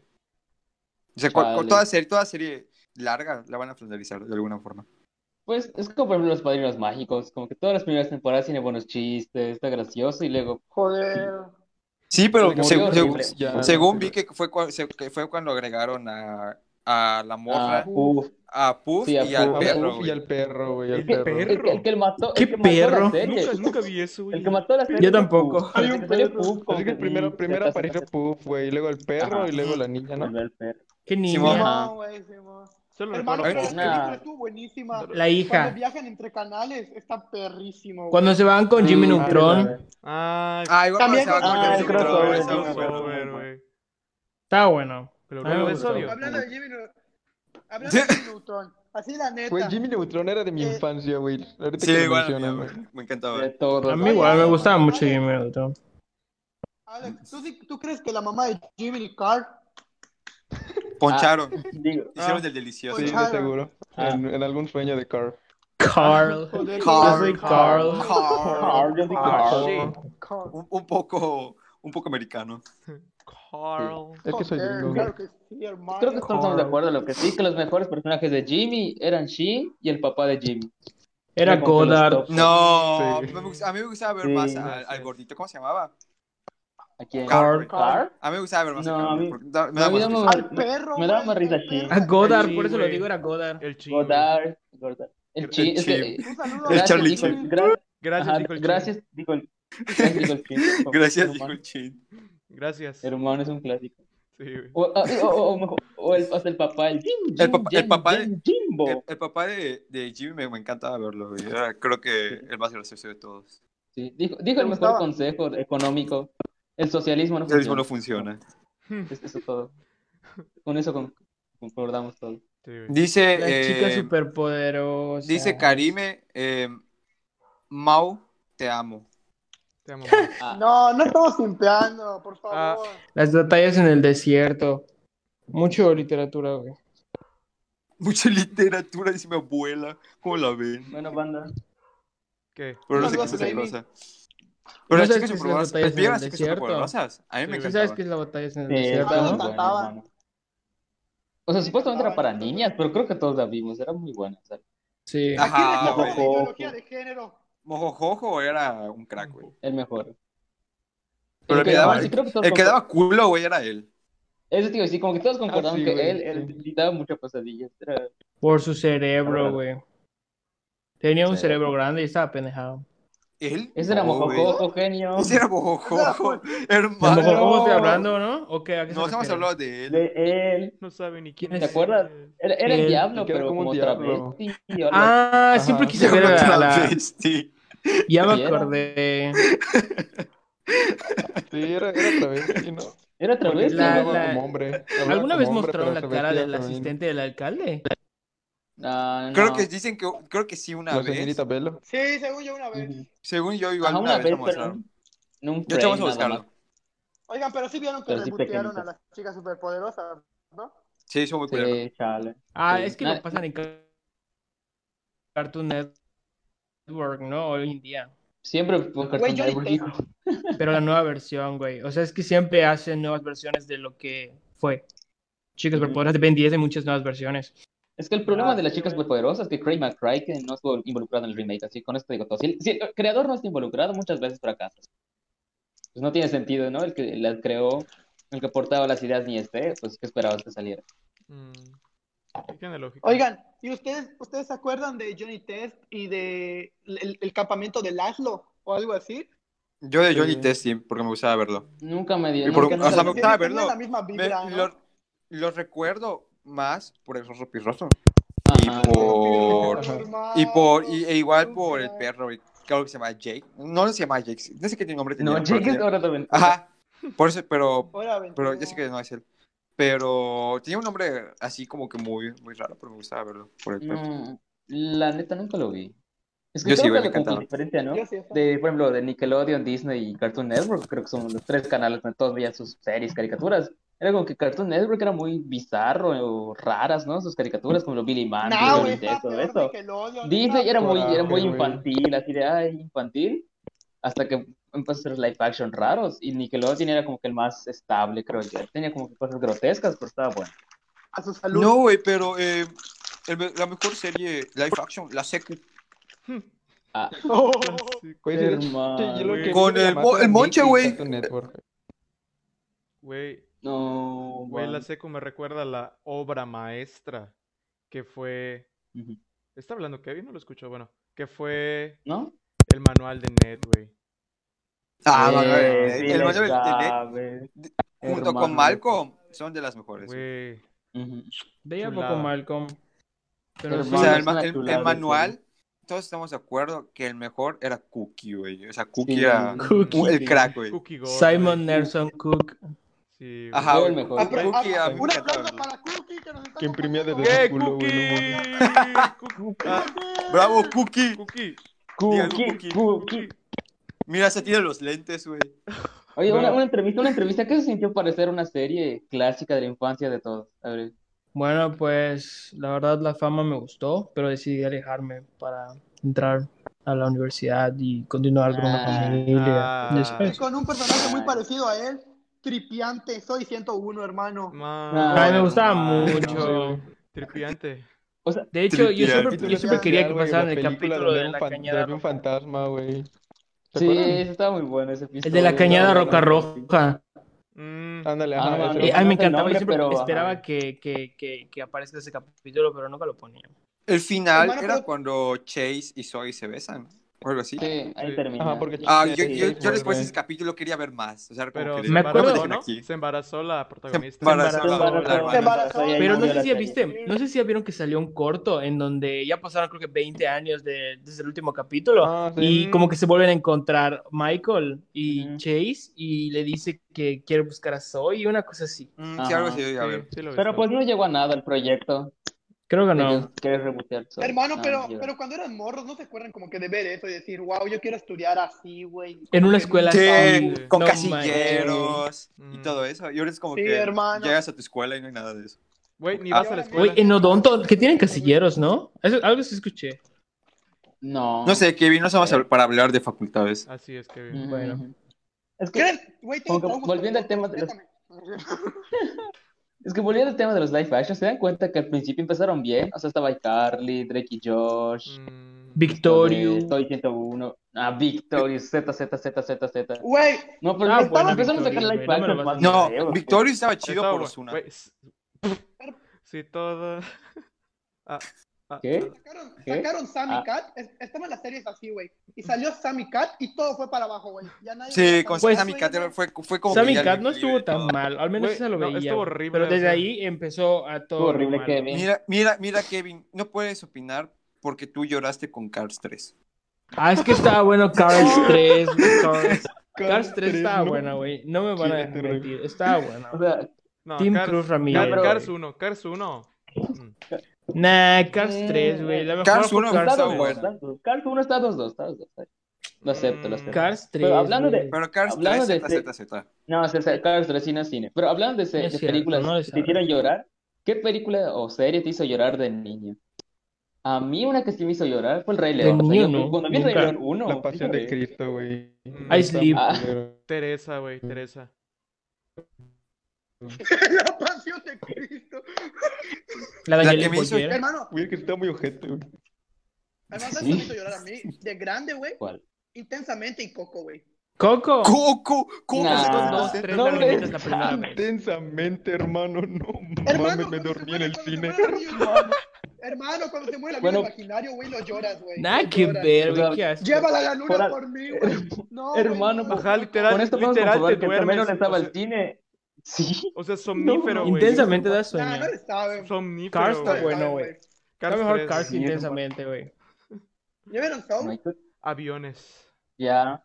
[SPEAKER 2] O sea, cu- cu-
[SPEAKER 4] Chale.
[SPEAKER 2] toda serie, toda serie larga la van a flanderizar de alguna forma.
[SPEAKER 4] Pues es como por ejemplo los padrinos mágicos, como que todas las primeras temporadas tiene buenos chistes, está gracioso y luego
[SPEAKER 7] Joder.
[SPEAKER 2] Sí, pero
[SPEAKER 4] Murió
[SPEAKER 2] seg- seg-
[SPEAKER 4] horrible.
[SPEAKER 2] se-
[SPEAKER 8] Ya,
[SPEAKER 2] según
[SPEAKER 8] Ah, no
[SPEAKER 2] vi
[SPEAKER 8] sé.
[SPEAKER 2] que fue, cua- se- que fue cuando agregaron a, a la morra,
[SPEAKER 4] ah, uf,
[SPEAKER 2] a Puff
[SPEAKER 4] Sí, a
[SPEAKER 2] y al
[SPEAKER 4] Puff,
[SPEAKER 2] perro,
[SPEAKER 8] Uf,
[SPEAKER 2] güey.
[SPEAKER 8] Ah, y al perro, güey, al
[SPEAKER 6] El
[SPEAKER 8] perro.
[SPEAKER 6] perro.
[SPEAKER 4] El, que- el que el mató.
[SPEAKER 5] ¿Qué
[SPEAKER 4] el que mató la
[SPEAKER 5] perro?
[SPEAKER 4] serie.
[SPEAKER 6] Nunca, nunca vi eso, güey.
[SPEAKER 4] Este, El que mató la serie.
[SPEAKER 5] Yo
[SPEAKER 4] fue
[SPEAKER 5] tampoco.
[SPEAKER 4] Puff. El que salió Puff con
[SPEAKER 8] Así que el primero,
[SPEAKER 4] un-
[SPEAKER 8] primero
[SPEAKER 4] cierta
[SPEAKER 8] apareció Puff, güey, y luego el perro
[SPEAKER 4] Ajá.
[SPEAKER 8] y luego la niña, ¿no?
[SPEAKER 4] Volvió el perro.
[SPEAKER 5] Qué
[SPEAKER 2] Simón.
[SPEAKER 5] niña.
[SPEAKER 7] Simón, güey, Simón.
[SPEAKER 6] Solo
[SPEAKER 7] Hermano,
[SPEAKER 6] recuerdo.
[SPEAKER 7] pero
[SPEAKER 2] Ay,
[SPEAKER 7] la
[SPEAKER 2] es
[SPEAKER 4] que-
[SPEAKER 7] película estuvo buenísima.
[SPEAKER 5] La
[SPEAKER 7] Cuando
[SPEAKER 5] hija.
[SPEAKER 7] viajan entre canales, está perrísimo, güey.
[SPEAKER 5] Cuando se van con Jimmy
[SPEAKER 4] Mm,
[SPEAKER 5] Neutron.
[SPEAKER 6] Ah,
[SPEAKER 2] Ah, igual cuando
[SPEAKER 7] También
[SPEAKER 2] se va
[SPEAKER 7] cuando-
[SPEAKER 2] con
[SPEAKER 7] Ah,
[SPEAKER 2] el
[SPEAKER 7] el
[SPEAKER 2] Neutron,
[SPEAKER 7] crossover,
[SPEAKER 2] esa
[SPEAKER 7] el
[SPEAKER 2] me acuerdo.
[SPEAKER 6] crossover, güey.
[SPEAKER 5] Está bueno.
[SPEAKER 6] Pero
[SPEAKER 5] A mí me
[SPEAKER 4] Ah,
[SPEAKER 6] luego de eso,
[SPEAKER 5] gustó.
[SPEAKER 6] Dios.
[SPEAKER 7] Hablando de Jimmy Neutron. Hablando de Jimmy Neutron. Así la neta.
[SPEAKER 8] Güey, Jimmy Neutron era de mi
[SPEAKER 7] Eh,
[SPEAKER 8] infancia, güey. Ahorita
[SPEAKER 2] Sí,
[SPEAKER 8] que lo
[SPEAKER 2] igual,
[SPEAKER 8] mencionan,
[SPEAKER 2] me,
[SPEAKER 8] güey.
[SPEAKER 2] me encantaba.
[SPEAKER 4] De todos.
[SPEAKER 5] A mí igual me gustaba mucho
[SPEAKER 7] Oye,
[SPEAKER 5] Jimmy Neutron.
[SPEAKER 7] Alex, ¿tú, sí- ¿tú crees que la mamá de Jimmy Carr?
[SPEAKER 2] Poncharon,
[SPEAKER 4] Digo,
[SPEAKER 2] hicieron del delicioso.
[SPEAKER 8] Sí, de
[SPEAKER 7] Claro.
[SPEAKER 8] seguro.
[SPEAKER 4] Ah.
[SPEAKER 8] En, en algún sueño de Carl.
[SPEAKER 5] Carl.
[SPEAKER 7] Joder,
[SPEAKER 5] Yo
[SPEAKER 2] Carl.
[SPEAKER 5] soy Carl.
[SPEAKER 2] Carl.
[SPEAKER 4] Carl, yo digo
[SPEAKER 2] Ah,
[SPEAKER 4] Carl.
[SPEAKER 7] Carl.
[SPEAKER 2] Un, un poco, un poco americano.
[SPEAKER 6] Carl.
[SPEAKER 8] Es que soy
[SPEAKER 7] Joder,
[SPEAKER 8] gringo. güey.
[SPEAKER 7] Claro que sí, hermano.
[SPEAKER 4] Creo que todos estamos de
[SPEAKER 5] Carl.
[SPEAKER 4] acuerdo. Lo que sí, que los mejores personajes de Jimmy eran Shin y el papá de Jimmy.
[SPEAKER 5] Era
[SPEAKER 4] Eran como que los
[SPEAKER 5] Goddard.
[SPEAKER 4] top.
[SPEAKER 2] No,
[SPEAKER 8] Sí.
[SPEAKER 2] me gust- a mí me gustaba ver
[SPEAKER 4] Sí,
[SPEAKER 2] más a- al,
[SPEAKER 6] gracias.
[SPEAKER 2] gordito, ¿cómo se llamaba?
[SPEAKER 4] ¿A quién?
[SPEAKER 2] Carl.
[SPEAKER 4] Carl.
[SPEAKER 2] A mí me gustaba ver más
[SPEAKER 4] No,
[SPEAKER 2] a
[SPEAKER 4] a
[SPEAKER 2] Carl.
[SPEAKER 4] mí-
[SPEAKER 2] porque da- me da
[SPEAKER 4] a mí
[SPEAKER 2] más
[SPEAKER 4] no me-
[SPEAKER 2] risa.
[SPEAKER 7] Al perro.
[SPEAKER 4] Me daba
[SPEAKER 7] güey,
[SPEAKER 4] más risa
[SPEAKER 7] al
[SPEAKER 4] Shin.
[SPEAKER 7] perro,
[SPEAKER 5] A
[SPEAKER 7] al
[SPEAKER 5] Ah, Goddard,
[SPEAKER 6] Sí,
[SPEAKER 5] por eso lo
[SPEAKER 6] güey.
[SPEAKER 5] digo, era Goddard.
[SPEAKER 6] El chingo.
[SPEAKER 4] Goddard. Goddard. El
[SPEAKER 6] El
[SPEAKER 4] Chin. Es que. eh,
[SPEAKER 2] Chin.
[SPEAKER 7] perro. Un saludo
[SPEAKER 2] El
[SPEAKER 7] a
[SPEAKER 4] Gracias,
[SPEAKER 2] Charlie
[SPEAKER 4] dijo el-
[SPEAKER 7] Jimmy.
[SPEAKER 4] gra-
[SPEAKER 6] Gracias,
[SPEAKER 4] ajá,
[SPEAKER 6] dijo el chin.
[SPEAKER 4] gracias, dijo el- gracias, dijo el Chin.
[SPEAKER 2] Gracias,
[SPEAKER 4] Hermano,
[SPEAKER 2] dijo el chin.
[SPEAKER 6] Gracias.
[SPEAKER 4] Hermano es un clásico.
[SPEAKER 6] Sí, güey.
[SPEAKER 4] O, ah, o, o- o mejor- o el, hasta el papá, el Jim, Jim,
[SPEAKER 2] El papá- el
[SPEAKER 4] Jim,
[SPEAKER 2] papá de-
[SPEAKER 4] Jim,
[SPEAKER 2] El,
[SPEAKER 4] Jimbo.
[SPEAKER 2] el papá de, de Jimmy me, me encantaba verlo, güey. Era, creo que el más gracioso de todos.
[SPEAKER 4] Sí, dijo, dijo el
[SPEAKER 7] ¿Te
[SPEAKER 4] mejor
[SPEAKER 7] gustaba?
[SPEAKER 4] consejo económico. El socialismo no
[SPEAKER 2] El mismo no
[SPEAKER 4] funciona.
[SPEAKER 2] funciona.
[SPEAKER 4] Es- eso todo. Con eso con- concordamos todo.
[SPEAKER 6] Sí, güey.
[SPEAKER 2] Dice,
[SPEAKER 5] La
[SPEAKER 2] eh,
[SPEAKER 5] chica superpoderosa.
[SPEAKER 2] dice Karime, eh, Mau, te amo.
[SPEAKER 6] Te amo.
[SPEAKER 4] Ah,
[SPEAKER 7] No, no estamos simpeando, por favor.
[SPEAKER 5] Las batallas en el desierierto. Mucho literatura, güey.
[SPEAKER 2] Mucha literatura, dice mi abuela. ¿Cómo la ven?
[SPEAKER 4] bueno, banda.
[SPEAKER 6] ¿Qué?
[SPEAKER 2] Pero no sé qué
[SPEAKER 7] Saludos,
[SPEAKER 2] es esa
[SPEAKER 7] baby.
[SPEAKER 2] cosa. Pero las
[SPEAKER 5] sabes
[SPEAKER 2] chicas
[SPEAKER 5] qué es las
[SPEAKER 2] superpoderosas.
[SPEAKER 5] batallas
[SPEAKER 2] ¿Les vieron las
[SPEAKER 5] en el
[SPEAKER 2] chicas superpoderosas? A mí me
[SPEAKER 6] Sí,
[SPEAKER 5] ¿Tú sabes
[SPEAKER 2] encantaba.
[SPEAKER 5] qué es la batalla en el
[SPEAKER 4] Sí,
[SPEAKER 5] desierto?
[SPEAKER 4] está
[SPEAKER 7] no
[SPEAKER 4] Eh, muy
[SPEAKER 5] no?
[SPEAKER 4] bueno,
[SPEAKER 7] cantaba.
[SPEAKER 4] hermano. O sea,
[SPEAKER 7] Sí,
[SPEAKER 4] supuestamente era
[SPEAKER 7] cantaba,
[SPEAKER 4] para
[SPEAKER 7] sí,
[SPEAKER 4] niñas, pero creo que todos la vimos. Era muy buena. o sea.
[SPEAKER 5] Sí.
[SPEAKER 2] Ah.
[SPEAKER 7] Aquí
[SPEAKER 2] Ajá,
[SPEAKER 7] rechazamos la
[SPEAKER 4] güey.
[SPEAKER 7] ideología de género.
[SPEAKER 2] Mojojojo era un crack, güey.
[SPEAKER 4] El mejor.
[SPEAKER 2] Pero
[SPEAKER 4] el que
[SPEAKER 2] le
[SPEAKER 4] daba,
[SPEAKER 2] daba-
[SPEAKER 4] sí, creo que todos
[SPEAKER 2] El que
[SPEAKER 4] concor-
[SPEAKER 2] daba culo, güey, era él.
[SPEAKER 4] Eso te iba a decir, como que todos concordaban
[SPEAKER 8] sí,
[SPEAKER 4] que
[SPEAKER 8] güey,
[SPEAKER 4] él, él
[SPEAKER 8] sí.
[SPEAKER 4] daba muchas pasadillas. Era...
[SPEAKER 5] Por su cerebro,
[SPEAKER 4] Claro.
[SPEAKER 5] güey. Tenía un
[SPEAKER 4] Sí.
[SPEAKER 5] cerebro grande y estaba pendejado.
[SPEAKER 2] ¿Él?
[SPEAKER 4] Ese era
[SPEAKER 2] No, güey.
[SPEAKER 4] mojococo, genio.
[SPEAKER 2] Ese era mojojojo,
[SPEAKER 5] ¿De
[SPEAKER 2] hermano.
[SPEAKER 5] Mojojojo estoy hablando, no? ¿O qué? ¿A qué se
[SPEAKER 2] Nos hemos
[SPEAKER 5] refiere?
[SPEAKER 2] hablado de él.
[SPEAKER 4] De él.
[SPEAKER 6] No sabe ni quién
[SPEAKER 5] ¿Quién
[SPEAKER 4] ¿Te
[SPEAKER 6] es.
[SPEAKER 5] es?
[SPEAKER 4] acuerdas? Era, era el
[SPEAKER 5] El-
[SPEAKER 4] diablo,
[SPEAKER 8] que era
[SPEAKER 4] pero
[SPEAKER 8] como
[SPEAKER 4] como,
[SPEAKER 8] un diablo.
[SPEAKER 4] travesti. o algo así.
[SPEAKER 5] Ah,
[SPEAKER 8] Ajá.
[SPEAKER 5] siempre quise
[SPEAKER 2] Diablo
[SPEAKER 5] ver a la...
[SPEAKER 2] travesti.
[SPEAKER 5] Ya me
[SPEAKER 4] Sí, era.
[SPEAKER 5] acordé.
[SPEAKER 8] Sí, era, era travesti, ¿no?
[SPEAKER 4] Era
[SPEAKER 8] Porque
[SPEAKER 4] travesti.
[SPEAKER 8] sí
[SPEAKER 5] La-
[SPEAKER 8] hablaba
[SPEAKER 5] la-
[SPEAKER 8] como hombre. hablaba
[SPEAKER 5] ¿Alguna
[SPEAKER 8] como
[SPEAKER 5] vez
[SPEAKER 8] hombre,
[SPEAKER 5] mostraron
[SPEAKER 8] pero
[SPEAKER 5] la
[SPEAKER 8] se
[SPEAKER 5] cara
[SPEAKER 8] vestía
[SPEAKER 5] del
[SPEAKER 8] femenino.
[SPEAKER 5] asistente del alcalde?
[SPEAKER 4] No, no,
[SPEAKER 2] Creo
[SPEAKER 4] no.
[SPEAKER 2] que dicen que, creo que sí una
[SPEAKER 8] La
[SPEAKER 2] vez.
[SPEAKER 8] señorita Bella.
[SPEAKER 7] Sí, según yo una vez.
[SPEAKER 4] Ujú.
[SPEAKER 2] Según yo, igual
[SPEAKER 4] Ajá,
[SPEAKER 2] una
[SPEAKER 4] una
[SPEAKER 2] vez lo
[SPEAKER 4] vez, pero
[SPEAKER 2] mostraron.
[SPEAKER 4] en en un
[SPEAKER 2] De hecho,
[SPEAKER 4] frame
[SPEAKER 2] vamos a
[SPEAKER 4] nada más.
[SPEAKER 2] buscarlo.
[SPEAKER 7] Oigan, pero sí vieron que
[SPEAKER 4] Pero sí
[SPEAKER 7] rebotearon a
[SPEAKER 4] pequeñito.
[SPEAKER 7] las chicas superpoderosas, ¿no?
[SPEAKER 2] Sí, eso muy culero.
[SPEAKER 4] Sí, chale.
[SPEAKER 5] Ah,
[SPEAKER 4] Sí.
[SPEAKER 5] es que
[SPEAKER 4] Na-
[SPEAKER 5] lo pasan en Ca- Cartoon Network, ¿no? Hoy en día.
[SPEAKER 4] Siempre por
[SPEAKER 7] Güey,
[SPEAKER 4] Cartoon
[SPEAKER 7] yo
[SPEAKER 4] Network,
[SPEAKER 7] ni
[SPEAKER 4] hijo.
[SPEAKER 7] tengo.
[SPEAKER 5] Pero la nueva versión, güey. O sea, es que siempre hacen nuevas versiones de lo que fue. Chicas
[SPEAKER 4] Ujú.
[SPEAKER 5] Superpoderosas, Ben 10 de muchas nuevas versiones.
[SPEAKER 4] Es que el problema
[SPEAKER 7] Ah,
[SPEAKER 4] de las
[SPEAKER 7] sí,
[SPEAKER 4] chicas
[SPEAKER 7] güey.
[SPEAKER 4] superpoderosas es que Craig McCrae que no estuvo involucrado en el remake, así con esto digo todo. Si el, si el creador no está involucrado, muchas veces fracasas. Pues no tiene sentido, ¿no? El que las creó, el que aportaba las ideas ni este, pues ¿qué esperabas que saliera?
[SPEAKER 6] Mm. Sí, tiene lógica.
[SPEAKER 7] Oigan, ¿y ustedes, ustedes se acuerdan de Johnny Test y de el, el campamento de Laszlo o algo así?
[SPEAKER 2] Yo de Johnny
[SPEAKER 8] Sí.
[SPEAKER 2] Testing, porque me gustaba verlo.
[SPEAKER 4] Nunca me dio,
[SPEAKER 2] Y por-
[SPEAKER 4] nunca, nunca
[SPEAKER 2] o sea,
[SPEAKER 4] lo-
[SPEAKER 2] me gustaba
[SPEAKER 7] Tiene- tenía
[SPEAKER 2] verlo.
[SPEAKER 7] la misma
[SPEAKER 2] Me-
[SPEAKER 7] vibra, ¿no?
[SPEAKER 2] lo, lo recuerdo más por el zorro pirroso. Y
[SPEAKER 4] Ajá.
[SPEAKER 2] por.
[SPEAKER 7] Los hermanos,
[SPEAKER 2] Y por. Y, e igual
[SPEAKER 7] un
[SPEAKER 2] por el
[SPEAKER 7] crack.
[SPEAKER 2] perro. y Creo que se llama Jake. No se llama Jake. No sé qué nombre tenía.
[SPEAKER 4] No,
[SPEAKER 2] pero
[SPEAKER 4] Jake es
[SPEAKER 2] tenía-
[SPEAKER 4] ahora también.
[SPEAKER 2] Ajá. Por eso, pero.
[SPEAKER 7] Hora
[SPEAKER 2] Pero ya
[SPEAKER 7] 21.
[SPEAKER 2] sé que no es él. Pero tenía un nombre así como que muy, muy raro, pero me gustaba verlo por el perro.
[SPEAKER 4] No, la neta nunca lo vi. Es que
[SPEAKER 2] Yo sí,
[SPEAKER 4] creo
[SPEAKER 2] güey,
[SPEAKER 4] que
[SPEAKER 2] me
[SPEAKER 4] la, como que la
[SPEAKER 2] encantaba.
[SPEAKER 4] diferencia, ¿no?
[SPEAKER 7] Yo sí, eso.
[SPEAKER 4] De, por ejemplo, de Nickelodeon, Disney y Cartoon Network, creo que son los tres canales donde todos veían sus series, caricaturas. Era como que Cartoon Network era muy bizarro o raras, ¿no? Sus caricaturas, como lo Billy Mandy,
[SPEAKER 7] No, güey,
[SPEAKER 4] Johnny
[SPEAKER 7] está
[SPEAKER 4] Depp, todo
[SPEAKER 7] peor
[SPEAKER 4] eso.
[SPEAKER 7] Nickelodeon,
[SPEAKER 4] Disney
[SPEAKER 7] está
[SPEAKER 4] era muy,
[SPEAKER 8] Coraje,
[SPEAKER 4] era muy
[SPEAKER 8] güey.
[SPEAKER 4] infantil, así de, ay, infantil, hasta que empezó a hacer live action raros. Y Nickelodeon era como que el más estable, creo yo. Tenía como que cosas grotescas, pero estaba bueno.
[SPEAKER 7] a su
[SPEAKER 4] Mm.
[SPEAKER 7] salud.
[SPEAKER 2] No, güey, pero. eh, el- la mejor serie live action, la secu.
[SPEAKER 4] Ah,
[SPEAKER 6] Sí,
[SPEAKER 8] Güey, sí, de-
[SPEAKER 4] Hermano.
[SPEAKER 8] sí, yo lo
[SPEAKER 6] Güey.
[SPEAKER 8] quería
[SPEAKER 2] Con el
[SPEAKER 8] llamar
[SPEAKER 2] mo-
[SPEAKER 8] para
[SPEAKER 2] el Monche,
[SPEAKER 8] Nick y
[SPEAKER 2] güey.
[SPEAKER 8] Cartoon Network.
[SPEAKER 6] Güey,
[SPEAKER 4] no,
[SPEAKER 6] güey,
[SPEAKER 4] bueno.
[SPEAKER 6] la seco me recuerda a la obra maestra que fue...
[SPEAKER 4] Ujú.
[SPEAKER 6] ¿Está hablando Kevin? No lo escucho. Bueno, que fue
[SPEAKER 4] ¿No?
[SPEAKER 6] el manual de Ned, güey.
[SPEAKER 2] Ah,
[SPEAKER 4] Eh,
[SPEAKER 2] Manuel,
[SPEAKER 4] sí
[SPEAKER 2] el
[SPEAKER 4] le
[SPEAKER 2] manual de Ned,
[SPEAKER 4] sabe,
[SPEAKER 2] junto con
[SPEAKER 4] hermano.
[SPEAKER 2] Malcolm son de las mejores.
[SPEAKER 6] Güey,
[SPEAKER 4] Ujú.
[SPEAKER 5] Veía
[SPEAKER 6] Chulada.
[SPEAKER 5] poco Malcolm. Pero sí,
[SPEAKER 2] O sea, el,
[SPEAKER 4] es
[SPEAKER 2] ma-
[SPEAKER 4] una
[SPEAKER 2] el- el
[SPEAKER 4] chulada,
[SPEAKER 2] manual, todos estamos de acuerdo que el mejor era Cookie, güey. O sea, Cookie
[SPEAKER 4] Sí.
[SPEAKER 2] era
[SPEAKER 5] Cookie.
[SPEAKER 2] el crack, güey.
[SPEAKER 6] Cookie Gore,
[SPEAKER 5] Simon
[SPEAKER 6] güey.
[SPEAKER 5] Nelson Cook.
[SPEAKER 6] Sí, güey.
[SPEAKER 2] Ajá,
[SPEAKER 4] Era el
[SPEAKER 2] güey.
[SPEAKER 4] mejor.
[SPEAKER 7] Ah, pero-
[SPEAKER 2] Cookie,
[SPEAKER 7] ah,
[SPEAKER 2] a mí me
[SPEAKER 7] un
[SPEAKER 2] encantaba,
[SPEAKER 7] aplauso
[SPEAKER 2] güey.
[SPEAKER 7] para Cookie que nos está
[SPEAKER 8] Que imprimía
[SPEAKER 7] acompañando.
[SPEAKER 8] desde-
[SPEAKER 6] ¡Eh,
[SPEAKER 8] Culo,
[SPEAKER 6] Cookie! Cu- ah,
[SPEAKER 2] Bravo, Cookie.
[SPEAKER 6] Cookie.
[SPEAKER 2] Diga,
[SPEAKER 4] Cookie,
[SPEAKER 6] Cookie.
[SPEAKER 4] Cookie.
[SPEAKER 2] Mira, se tiene los lentes, güey.
[SPEAKER 4] Oye, una, una entrevista, una entrevista. ¿Qué se sintió parecer una serie clásica de la infancia de todos? A ver.
[SPEAKER 5] Bueno, pues la verdad la fama me gustó, pero decidí alejarme para entrar a la universidad y continuar con una
[SPEAKER 4] Ah.
[SPEAKER 5] familia.
[SPEAKER 6] Ah.
[SPEAKER 5] Ya sabes.
[SPEAKER 7] Y con un personaje muy
[SPEAKER 4] Ay.
[SPEAKER 7] parecido a él, tripiante, soy 101, hermano.
[SPEAKER 6] Man,
[SPEAKER 5] Ay, me gustaba
[SPEAKER 6] man,
[SPEAKER 5] mucho.
[SPEAKER 6] sí, Tripiante.
[SPEAKER 4] O sea,
[SPEAKER 5] De hecho, yo
[SPEAKER 2] Tripiante.
[SPEAKER 5] siempre,
[SPEAKER 8] Tú
[SPEAKER 5] yo siempre
[SPEAKER 8] decías
[SPEAKER 5] quería que
[SPEAKER 8] algo en la
[SPEAKER 5] pasaran el
[SPEAKER 8] película
[SPEAKER 5] capítulo de
[SPEAKER 8] donde
[SPEAKER 5] la
[SPEAKER 8] había un fan-
[SPEAKER 5] cañada
[SPEAKER 8] había un
[SPEAKER 5] roca.
[SPEAKER 8] fantasma, güey. ¿Se
[SPEAKER 4] sí,
[SPEAKER 8] acuerdan?
[SPEAKER 4] eso estaba muy bueno ese
[SPEAKER 5] El de la
[SPEAKER 4] episodio.
[SPEAKER 5] cañada
[SPEAKER 4] Estaba
[SPEAKER 5] roca
[SPEAKER 4] bueno.
[SPEAKER 5] roja.
[SPEAKER 6] Mm,
[SPEAKER 8] Ándale,
[SPEAKER 4] Ah,
[SPEAKER 8] ajá,
[SPEAKER 4] no,
[SPEAKER 8] ese.
[SPEAKER 5] Eh, a mí
[SPEAKER 4] no
[SPEAKER 5] me
[SPEAKER 4] sé el
[SPEAKER 5] encantaba, yo
[SPEAKER 4] nombre,
[SPEAKER 5] siempre
[SPEAKER 4] pero, ajá.
[SPEAKER 5] esperaba que, que, que, que aparezca ese capítulo, pero nunca lo ponía.
[SPEAKER 2] El final
[SPEAKER 7] Hermano,
[SPEAKER 2] era
[SPEAKER 7] pero-
[SPEAKER 2] cuando Chase y Zoe se besan, o algo así.
[SPEAKER 4] Sí, ahí
[SPEAKER 6] Sí.
[SPEAKER 4] termina.
[SPEAKER 8] Ajá, porque
[SPEAKER 2] Ah, yo,
[SPEAKER 4] Sí,
[SPEAKER 2] yo-
[SPEAKER 4] sí,
[SPEAKER 2] yo después de
[SPEAKER 8] sí.
[SPEAKER 2] ese capítulo quería ver más. O sea, como
[SPEAKER 6] pero
[SPEAKER 2] que
[SPEAKER 6] se
[SPEAKER 2] de-
[SPEAKER 5] Me acuerdo,
[SPEAKER 2] no
[SPEAKER 6] embarazó,
[SPEAKER 2] dejen
[SPEAKER 6] ¿no?
[SPEAKER 2] aquí.
[SPEAKER 6] Se embarazó la protagonista.
[SPEAKER 2] embarazó
[SPEAKER 5] Se embarazó.
[SPEAKER 2] la- la hermana.
[SPEAKER 7] Se embarazó.
[SPEAKER 4] Soy ahí
[SPEAKER 5] Pero no
[SPEAKER 4] murió
[SPEAKER 5] sé
[SPEAKER 4] la
[SPEAKER 5] si ya
[SPEAKER 4] serie.
[SPEAKER 5] viste, no sé si ya vieron que salió un corto en donde ya pasaron creo que 20 años de- desde el último capítulo
[SPEAKER 8] Ah, sí.
[SPEAKER 5] y como que se vuelven a encontrar Michael y
[SPEAKER 4] Ujú.
[SPEAKER 5] Chase y le dice que quiere buscar a Zoe y una cosa así.
[SPEAKER 2] Mm,
[SPEAKER 4] Ajá.
[SPEAKER 2] sí, algo así, a
[SPEAKER 6] Sí,
[SPEAKER 2] ver.
[SPEAKER 6] sí lo he
[SPEAKER 4] Pero
[SPEAKER 6] visto.
[SPEAKER 4] pues no llegó a nada el proyecto.
[SPEAKER 5] Creo que
[SPEAKER 4] Ellos
[SPEAKER 5] no.
[SPEAKER 4] quieren rebotear ah, todo.
[SPEAKER 7] Hermano,
[SPEAKER 4] No,
[SPEAKER 7] pero,
[SPEAKER 4] no llegó.
[SPEAKER 7] pero cuando eran morros, ¿no se acuerdan como que de ver eso y decir, wow, yo quiero estudiar así, güey?
[SPEAKER 5] En una
[SPEAKER 7] Como que
[SPEAKER 5] escuela
[SPEAKER 7] nunca-
[SPEAKER 2] Sí,
[SPEAKER 5] así.
[SPEAKER 2] con
[SPEAKER 5] no manches.
[SPEAKER 2] casilleros y
[SPEAKER 6] Mm.
[SPEAKER 2] todo eso. Y ahora es como
[SPEAKER 7] Sí,
[SPEAKER 2] que
[SPEAKER 7] hermano.
[SPEAKER 2] llegas a tu escuela y no hay nada de eso.
[SPEAKER 6] Güey, ni
[SPEAKER 2] Ah,
[SPEAKER 6] vas a la
[SPEAKER 5] Güey,
[SPEAKER 6] escuela.
[SPEAKER 5] en Odonto, que tienen casilleros, ¿no? Eso, algo sí escuché.
[SPEAKER 4] No.
[SPEAKER 2] No sé, Kevin, no somos
[SPEAKER 4] Eh.
[SPEAKER 2] a- para hablar de facultades.
[SPEAKER 6] Así es, Kevin.
[SPEAKER 4] Ujú.
[SPEAKER 5] Bueno.
[SPEAKER 4] Es que,
[SPEAKER 7] ¿Crees? Güey, tengo
[SPEAKER 4] Como que
[SPEAKER 7] traumas,
[SPEAKER 4] volviendo al tema de los- es que volviendo al tema de los live action, se dan cuenta que al principio empezaron bien. O sea, estaba iCarly, Drake y Josh.
[SPEAKER 6] Mm,
[SPEAKER 4] Victorio
[SPEAKER 5] Victorious.
[SPEAKER 4] Estoy 101. Ah, Victorious. Z, Z, Z, Z, Z.
[SPEAKER 7] Güey,
[SPEAKER 4] No, pero
[SPEAKER 5] Ah,
[SPEAKER 4] estamos
[SPEAKER 5] bueno,
[SPEAKER 4] empezando a sacar
[SPEAKER 5] Victorious,
[SPEAKER 4] live
[SPEAKER 5] güey, no me lo
[SPEAKER 4] action
[SPEAKER 5] vas a
[SPEAKER 4] más
[SPEAKER 2] No,
[SPEAKER 4] nuevos,
[SPEAKER 2] Victorio estaba chido
[SPEAKER 6] estaba
[SPEAKER 2] por
[SPEAKER 6] bu-
[SPEAKER 2] Osuna.
[SPEAKER 6] güey, s- Sí, todo. Ah, ah,
[SPEAKER 4] ¿Qué?
[SPEAKER 7] sacaron,
[SPEAKER 4] ¿Qué?
[SPEAKER 7] sacaron Sammy
[SPEAKER 4] Ah.
[SPEAKER 7] Cat. es- Estaban las series así, güey. Y salió Sammy Cat y todo fue para abajo, güey. Ya nadie
[SPEAKER 2] Sí,
[SPEAKER 7] veía
[SPEAKER 2] con
[SPEAKER 7] Sammy
[SPEAKER 5] Pues-
[SPEAKER 7] Cat,
[SPEAKER 2] Sammy
[SPEAKER 7] güey,
[SPEAKER 2] Cat
[SPEAKER 7] ya
[SPEAKER 2] era-
[SPEAKER 7] nadie-
[SPEAKER 2] fue, fue como.
[SPEAKER 5] Sammy
[SPEAKER 2] que ya
[SPEAKER 5] Cat no
[SPEAKER 2] el declive
[SPEAKER 5] estuvo
[SPEAKER 2] de
[SPEAKER 5] tan
[SPEAKER 2] todo.
[SPEAKER 5] mal, al menos
[SPEAKER 6] Güey,
[SPEAKER 5] esa lo
[SPEAKER 6] no,
[SPEAKER 5] veía.
[SPEAKER 6] estuvo horrible,
[SPEAKER 5] Pero
[SPEAKER 6] o
[SPEAKER 5] desde
[SPEAKER 6] sea.
[SPEAKER 5] ahí empezó a todo.
[SPEAKER 4] Estuvo horrible,
[SPEAKER 5] malo.
[SPEAKER 4] Kevin.
[SPEAKER 2] Mira, mira, mira, Kevin, no puedes opinar porque tú lloraste con Cars 3.
[SPEAKER 5] Ah, es que estaba bueno Cars 3, güey, Cars.
[SPEAKER 8] Cars
[SPEAKER 5] Cars 3 estaba
[SPEAKER 8] ¿no?
[SPEAKER 5] buena, güey. No me van a dejar
[SPEAKER 8] Quiero reír.
[SPEAKER 5] mentir. Estaba buena.
[SPEAKER 4] O sea,
[SPEAKER 6] No,
[SPEAKER 5] Tim
[SPEAKER 6] Cars-
[SPEAKER 5] Cruz
[SPEAKER 6] Car-
[SPEAKER 5] Ramírez, güey.
[SPEAKER 6] Cars 1, Cars 1. Mm.
[SPEAKER 5] Nah, Cars
[SPEAKER 4] Mm,
[SPEAKER 5] 3, güey. La mejor
[SPEAKER 2] Cars
[SPEAKER 5] fue
[SPEAKER 2] uno
[SPEAKER 5] Cars
[SPEAKER 4] está
[SPEAKER 2] estaba
[SPEAKER 5] 3.
[SPEAKER 4] dos,
[SPEAKER 2] buena.
[SPEAKER 4] está dos. Carl, uno está dos, dos, está dos, dos. Lo
[SPEAKER 5] Mm,
[SPEAKER 4] acepto, lo acepto.
[SPEAKER 5] Cars 3.
[SPEAKER 4] Pero hablando de-
[SPEAKER 5] güey.
[SPEAKER 2] Pero Cars
[SPEAKER 4] Hablando
[SPEAKER 2] 3,
[SPEAKER 4] de
[SPEAKER 2] Z, Z, Z.
[SPEAKER 4] No, se se- claro, se cine es cine. Pero hablando de, se-
[SPEAKER 5] No
[SPEAKER 4] de
[SPEAKER 5] es cierto,
[SPEAKER 4] películas
[SPEAKER 5] no le
[SPEAKER 4] que te
[SPEAKER 5] sabes.
[SPEAKER 4] hicieron llorar, ¿qué película o serie te hizo llorar de niño? A mí una que sí me hizo llorar fue El Rey
[SPEAKER 5] De
[SPEAKER 4] León. O sea,
[SPEAKER 5] niño,
[SPEAKER 4] yo-
[SPEAKER 5] no.
[SPEAKER 4] cuando vi El Rey
[SPEAKER 8] Nunca.
[SPEAKER 4] León 1,
[SPEAKER 8] La pasión de
[SPEAKER 4] híjole,
[SPEAKER 8] Cristo, güey.
[SPEAKER 6] Mm. I
[SPEAKER 5] Sleep.
[SPEAKER 8] Está culero.
[SPEAKER 6] Teresa, güey,
[SPEAKER 4] Mm.
[SPEAKER 6] Teresa.
[SPEAKER 7] La pasión de Cristo.
[SPEAKER 4] ¿Eh?
[SPEAKER 5] La de
[SPEAKER 2] La
[SPEAKER 5] Angelique
[SPEAKER 2] que me hizo-
[SPEAKER 5] Boyer.
[SPEAKER 7] Hermano,
[SPEAKER 8] Güey, que está muy ojete, güey.
[SPEAKER 7] además
[SPEAKER 4] Sí.
[SPEAKER 7] me hizo llorar a mí. De grande, güey.
[SPEAKER 4] ¿cuál?
[SPEAKER 7] Intensamente y Coco, güey.
[SPEAKER 5] Coco.
[SPEAKER 2] Coco, Coco,
[SPEAKER 4] Nah.
[SPEAKER 2] se
[SPEAKER 5] Dos,
[SPEAKER 2] conoce?
[SPEAKER 4] No, Ah.
[SPEAKER 5] dos, tres
[SPEAKER 4] no
[SPEAKER 5] palomitas
[SPEAKER 4] me-
[SPEAKER 5] la primera vez.
[SPEAKER 8] Intensamente, hermano, no
[SPEAKER 7] Hermano,
[SPEAKER 8] mames, me
[SPEAKER 7] cuando se
[SPEAKER 8] dormí en el
[SPEAKER 7] muere- cuando se
[SPEAKER 8] cine.
[SPEAKER 7] muere el amigo, hermano. Hermano, cuando se muere el amigo
[SPEAKER 4] Bueno.
[SPEAKER 7] imaginario, güey, lo lloras, güey.
[SPEAKER 5] Nada
[SPEAKER 7] Lo
[SPEAKER 5] que
[SPEAKER 7] lloras.
[SPEAKER 5] ver,
[SPEAKER 4] O sea,
[SPEAKER 5] güey. qué asco.
[SPEAKER 7] Llévala a la luna
[SPEAKER 4] Por
[SPEAKER 7] por,
[SPEAKER 4] al-
[SPEAKER 7] mí, güey. No,
[SPEAKER 4] Hermano,
[SPEAKER 7] güey, no,
[SPEAKER 6] Ajá,
[SPEAKER 7] no,
[SPEAKER 6] literal,
[SPEAKER 4] Con esto podemos
[SPEAKER 6] literal
[SPEAKER 4] comprobar
[SPEAKER 6] te
[SPEAKER 4] que el Romero
[SPEAKER 6] duermes.
[SPEAKER 4] no estaba
[SPEAKER 6] o
[SPEAKER 4] al
[SPEAKER 6] sea,
[SPEAKER 4] cine. Sí.
[SPEAKER 6] o sea, somnífero, güey.
[SPEAKER 5] Intensamente da
[SPEAKER 7] no. Nah,
[SPEAKER 5] sueño.
[SPEAKER 7] no le saben.
[SPEAKER 6] Somnífero.
[SPEAKER 5] Cars está
[SPEAKER 6] güey.
[SPEAKER 5] bueno, güey. Está mejor
[SPEAKER 6] 3.
[SPEAKER 5] Cars que
[SPEAKER 4] Sí, hermano.
[SPEAKER 5] intensamente, güey.
[SPEAKER 7] ¿Ya vieron Soul?
[SPEAKER 4] Michael,
[SPEAKER 6] Aviones.
[SPEAKER 4] Ya.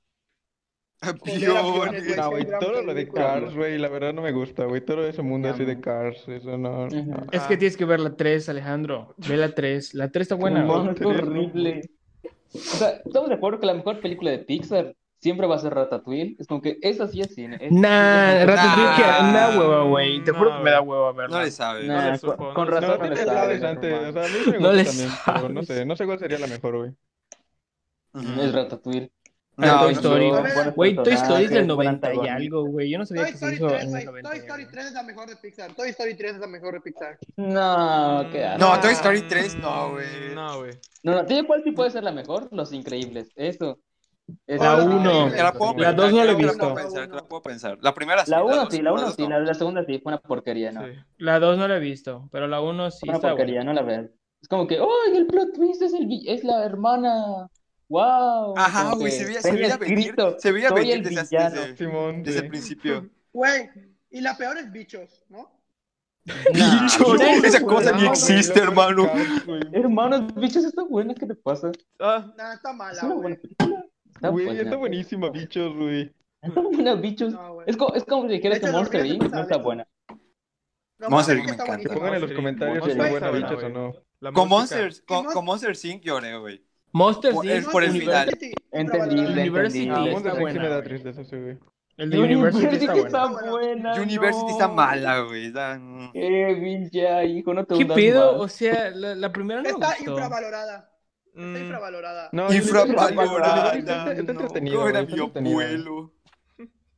[SPEAKER 7] Joder, aviones,
[SPEAKER 2] Aviones.
[SPEAKER 8] No,
[SPEAKER 7] qué
[SPEAKER 8] güey,
[SPEAKER 7] gran
[SPEAKER 8] todo lo de
[SPEAKER 7] película,
[SPEAKER 8] Cars,
[SPEAKER 7] güey.
[SPEAKER 8] güey, la verdad no me gusta, güey. Todo ese mundo
[SPEAKER 4] Ya,
[SPEAKER 8] así de
[SPEAKER 4] man.
[SPEAKER 8] Cars, eso no.
[SPEAKER 4] Ujú.
[SPEAKER 8] no.
[SPEAKER 5] Es
[SPEAKER 6] Ah.
[SPEAKER 5] que tienes que ver la 3, Alejandro. Ve la 3. La 3 está buena,
[SPEAKER 8] No,
[SPEAKER 5] güey.
[SPEAKER 4] Hermano, es
[SPEAKER 8] tres, no.
[SPEAKER 4] horrible. O sea, estamos de acuerdo que la mejor película de Pixar siempre va a ser Ratatouille. Es como que esa sí es cine. esa sí es
[SPEAKER 5] Nah,
[SPEAKER 4] mejor.
[SPEAKER 5] Ratatouille que
[SPEAKER 2] Nah.
[SPEAKER 5] me da hueva, güey. Te juro que me da hueva
[SPEAKER 2] No
[SPEAKER 5] verla.
[SPEAKER 2] le sabes.
[SPEAKER 6] No
[SPEAKER 4] Nah,
[SPEAKER 6] le
[SPEAKER 4] con, con
[SPEAKER 6] supo, no le
[SPEAKER 4] razón
[SPEAKER 8] No,
[SPEAKER 4] no
[SPEAKER 6] supo.
[SPEAKER 8] tú
[SPEAKER 4] le
[SPEAKER 8] te
[SPEAKER 4] sabes,
[SPEAKER 8] sabes antes,
[SPEAKER 4] hermano.
[SPEAKER 8] o sea, a mí sí me
[SPEAKER 5] No
[SPEAKER 8] gusta
[SPEAKER 5] le
[SPEAKER 8] también, pero no
[SPEAKER 5] sabes.
[SPEAKER 8] sé, no sé cuál sería la mejor, güey.
[SPEAKER 2] Ujú.
[SPEAKER 4] Es Ratatouille.
[SPEAKER 2] No,
[SPEAKER 5] Toy
[SPEAKER 2] no.
[SPEAKER 5] Story, güey.
[SPEAKER 7] buenos
[SPEAKER 5] Güey, Toy Story es del
[SPEAKER 4] personajes, buen
[SPEAKER 5] 90 y
[SPEAKER 4] antagonista.
[SPEAKER 5] algo, güey. Yo no sabía
[SPEAKER 7] Toy
[SPEAKER 5] que se
[SPEAKER 7] Story
[SPEAKER 5] hizo
[SPEAKER 7] 3,
[SPEAKER 5] en los
[SPEAKER 7] güey.
[SPEAKER 5] 90.
[SPEAKER 7] Toy Story 3 es la mejor de Pixar. Toy Story 3 es la mejor de Pixar.
[SPEAKER 4] No, qué asco.
[SPEAKER 2] No, Toy Story 3, no, güey.
[SPEAKER 6] Mm, No, güey.
[SPEAKER 4] No, no, ¿tiene cuál sí puede ser la mejor? Los Increíbles. Eso. Esa
[SPEAKER 5] La
[SPEAKER 4] es
[SPEAKER 5] uno.
[SPEAKER 2] Te la puedo
[SPEAKER 5] La
[SPEAKER 2] pensar.
[SPEAKER 5] dos no la he
[SPEAKER 2] creo que
[SPEAKER 5] visto.
[SPEAKER 2] puedo pensar, te la puedo pensar. La primera sí.
[SPEAKER 4] La uno
[SPEAKER 2] dos-
[SPEAKER 4] sí, la uno
[SPEAKER 2] dos
[SPEAKER 4] sí,
[SPEAKER 2] no.
[SPEAKER 4] la, la segunda sí, fue una porquería, ¿no?
[SPEAKER 6] Sí.
[SPEAKER 5] La 2 no la he visto, pero la 1 sí
[SPEAKER 4] Una
[SPEAKER 5] está buena.
[SPEAKER 4] porquería, no la veo. Es como que, ¡oh, el plot twist es, el, vi- es la hermana! ¡Wow!
[SPEAKER 2] Ajá,
[SPEAKER 4] Como
[SPEAKER 2] güey,
[SPEAKER 4] que
[SPEAKER 2] se veía, se
[SPEAKER 4] tengo
[SPEAKER 2] veía venir.
[SPEAKER 4] escrito,
[SPEAKER 2] Se veía
[SPEAKER 4] soy
[SPEAKER 2] venir
[SPEAKER 4] el
[SPEAKER 2] desde, hace-
[SPEAKER 4] villano.
[SPEAKER 2] desde-
[SPEAKER 8] Simón,
[SPEAKER 2] desde el
[SPEAKER 8] sí.
[SPEAKER 2] principio.
[SPEAKER 7] Güey, y la peor es bichos, ¿no?
[SPEAKER 2] Bichos,
[SPEAKER 4] güey,
[SPEAKER 2] esa
[SPEAKER 4] güey,
[SPEAKER 2] cosa ni
[SPEAKER 4] no,
[SPEAKER 2] existe, hermano.
[SPEAKER 4] Hermanos, bichos, está buena, ¿qué te pasa?
[SPEAKER 6] Ah,
[SPEAKER 7] Nada, está mala,
[SPEAKER 4] Es una buena
[SPEAKER 7] güey.
[SPEAKER 4] película. Está
[SPEAKER 8] Güey,
[SPEAKER 4] buena.
[SPEAKER 8] está buenísima, bichos, güey.
[SPEAKER 4] Está buena, bichos.
[SPEAKER 7] No, güey.
[SPEAKER 4] es, como, es como si dijeras
[SPEAKER 7] De
[SPEAKER 4] que
[SPEAKER 7] hecho,
[SPEAKER 4] Monster
[SPEAKER 7] deberías
[SPEAKER 4] Inc. no está
[SPEAKER 7] empezar,
[SPEAKER 4] buena.
[SPEAKER 7] No,
[SPEAKER 2] Monster
[SPEAKER 7] mames,
[SPEAKER 2] me
[SPEAKER 7] está
[SPEAKER 2] encanta.
[SPEAKER 7] buenísima.
[SPEAKER 8] Pongan en los
[SPEAKER 6] Monster,
[SPEAKER 8] comentarios si
[SPEAKER 6] Monster,
[SPEAKER 8] está buena,
[SPEAKER 6] güey.
[SPEAKER 8] bichos o no.
[SPEAKER 6] la
[SPEAKER 2] Con
[SPEAKER 6] música.
[SPEAKER 2] Monsters, con,
[SPEAKER 7] Mon-
[SPEAKER 2] con Monster Sync lloré, güey.
[SPEAKER 5] Monster
[SPEAKER 2] Por-
[SPEAKER 5] Inc.
[SPEAKER 2] es por el
[SPEAKER 5] Universal-
[SPEAKER 7] University,
[SPEAKER 4] Entendible,
[SPEAKER 7] infravalorada.
[SPEAKER 5] University.
[SPEAKER 8] Ah,
[SPEAKER 5] Sí,
[SPEAKER 4] entendible.
[SPEAKER 5] está
[SPEAKER 8] Monster Inc. sí me
[SPEAKER 5] buena,
[SPEAKER 8] da
[SPEAKER 5] güey.
[SPEAKER 8] tristeza, sí, güey.
[SPEAKER 5] El de University
[SPEAKER 4] University
[SPEAKER 5] está
[SPEAKER 4] está
[SPEAKER 5] bueno.
[SPEAKER 4] buena.
[SPEAKER 2] University
[SPEAKER 4] no.
[SPEAKER 2] está mala, güey. está- mm.
[SPEAKER 4] Qué villa, hijo, no te
[SPEAKER 5] ¿Qué
[SPEAKER 4] hundas
[SPEAKER 5] pedo? O
[SPEAKER 4] más.
[SPEAKER 5] sea, la, la primera no me
[SPEAKER 7] Está
[SPEAKER 5] gustó.
[SPEAKER 7] infravalorada. Está
[SPEAKER 6] Mm,
[SPEAKER 7] infravalorada.
[SPEAKER 8] No,
[SPEAKER 2] Infravalorada.
[SPEAKER 8] Está
[SPEAKER 2] no,
[SPEAKER 8] entretenido,
[SPEAKER 2] ¿cómo era
[SPEAKER 8] güey, está
[SPEAKER 2] mi
[SPEAKER 8] entretenido.
[SPEAKER 2] abuelo?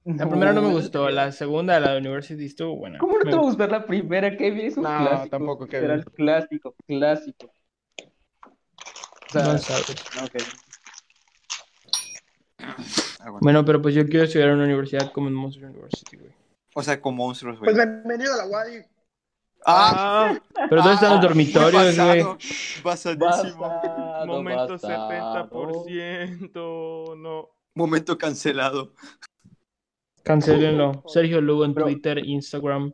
[SPEAKER 5] La primera no me gustó, la segunda, la de University, estuvo buena.
[SPEAKER 4] ¿Cómo no te va a gustar la primera, Kevin? Es un
[SPEAKER 8] No,
[SPEAKER 4] clásico.
[SPEAKER 8] tampoco, Kevin.
[SPEAKER 4] Era el clásico, clásico. O sea,
[SPEAKER 5] No sabes.
[SPEAKER 4] no, ok.
[SPEAKER 2] Ah, bueno.
[SPEAKER 5] Bueno, pero pues yo quiero estudiar en una universidad como en Monster University, güey.
[SPEAKER 2] O sea, con monstruos, güey.
[SPEAKER 7] Pues bienvenido a la Wadi.
[SPEAKER 2] Ah,
[SPEAKER 5] Pero todos
[SPEAKER 4] Ah,
[SPEAKER 5] están en los dormitorios, güey.
[SPEAKER 2] basado, basadísimo.
[SPEAKER 4] Basado,
[SPEAKER 6] momento
[SPEAKER 4] basado.
[SPEAKER 6] 70%. No.
[SPEAKER 2] Momento cancelado.
[SPEAKER 5] Cancelenlo. Sergio Lugo en
[SPEAKER 4] Bro.
[SPEAKER 5] Twitter, Instagram.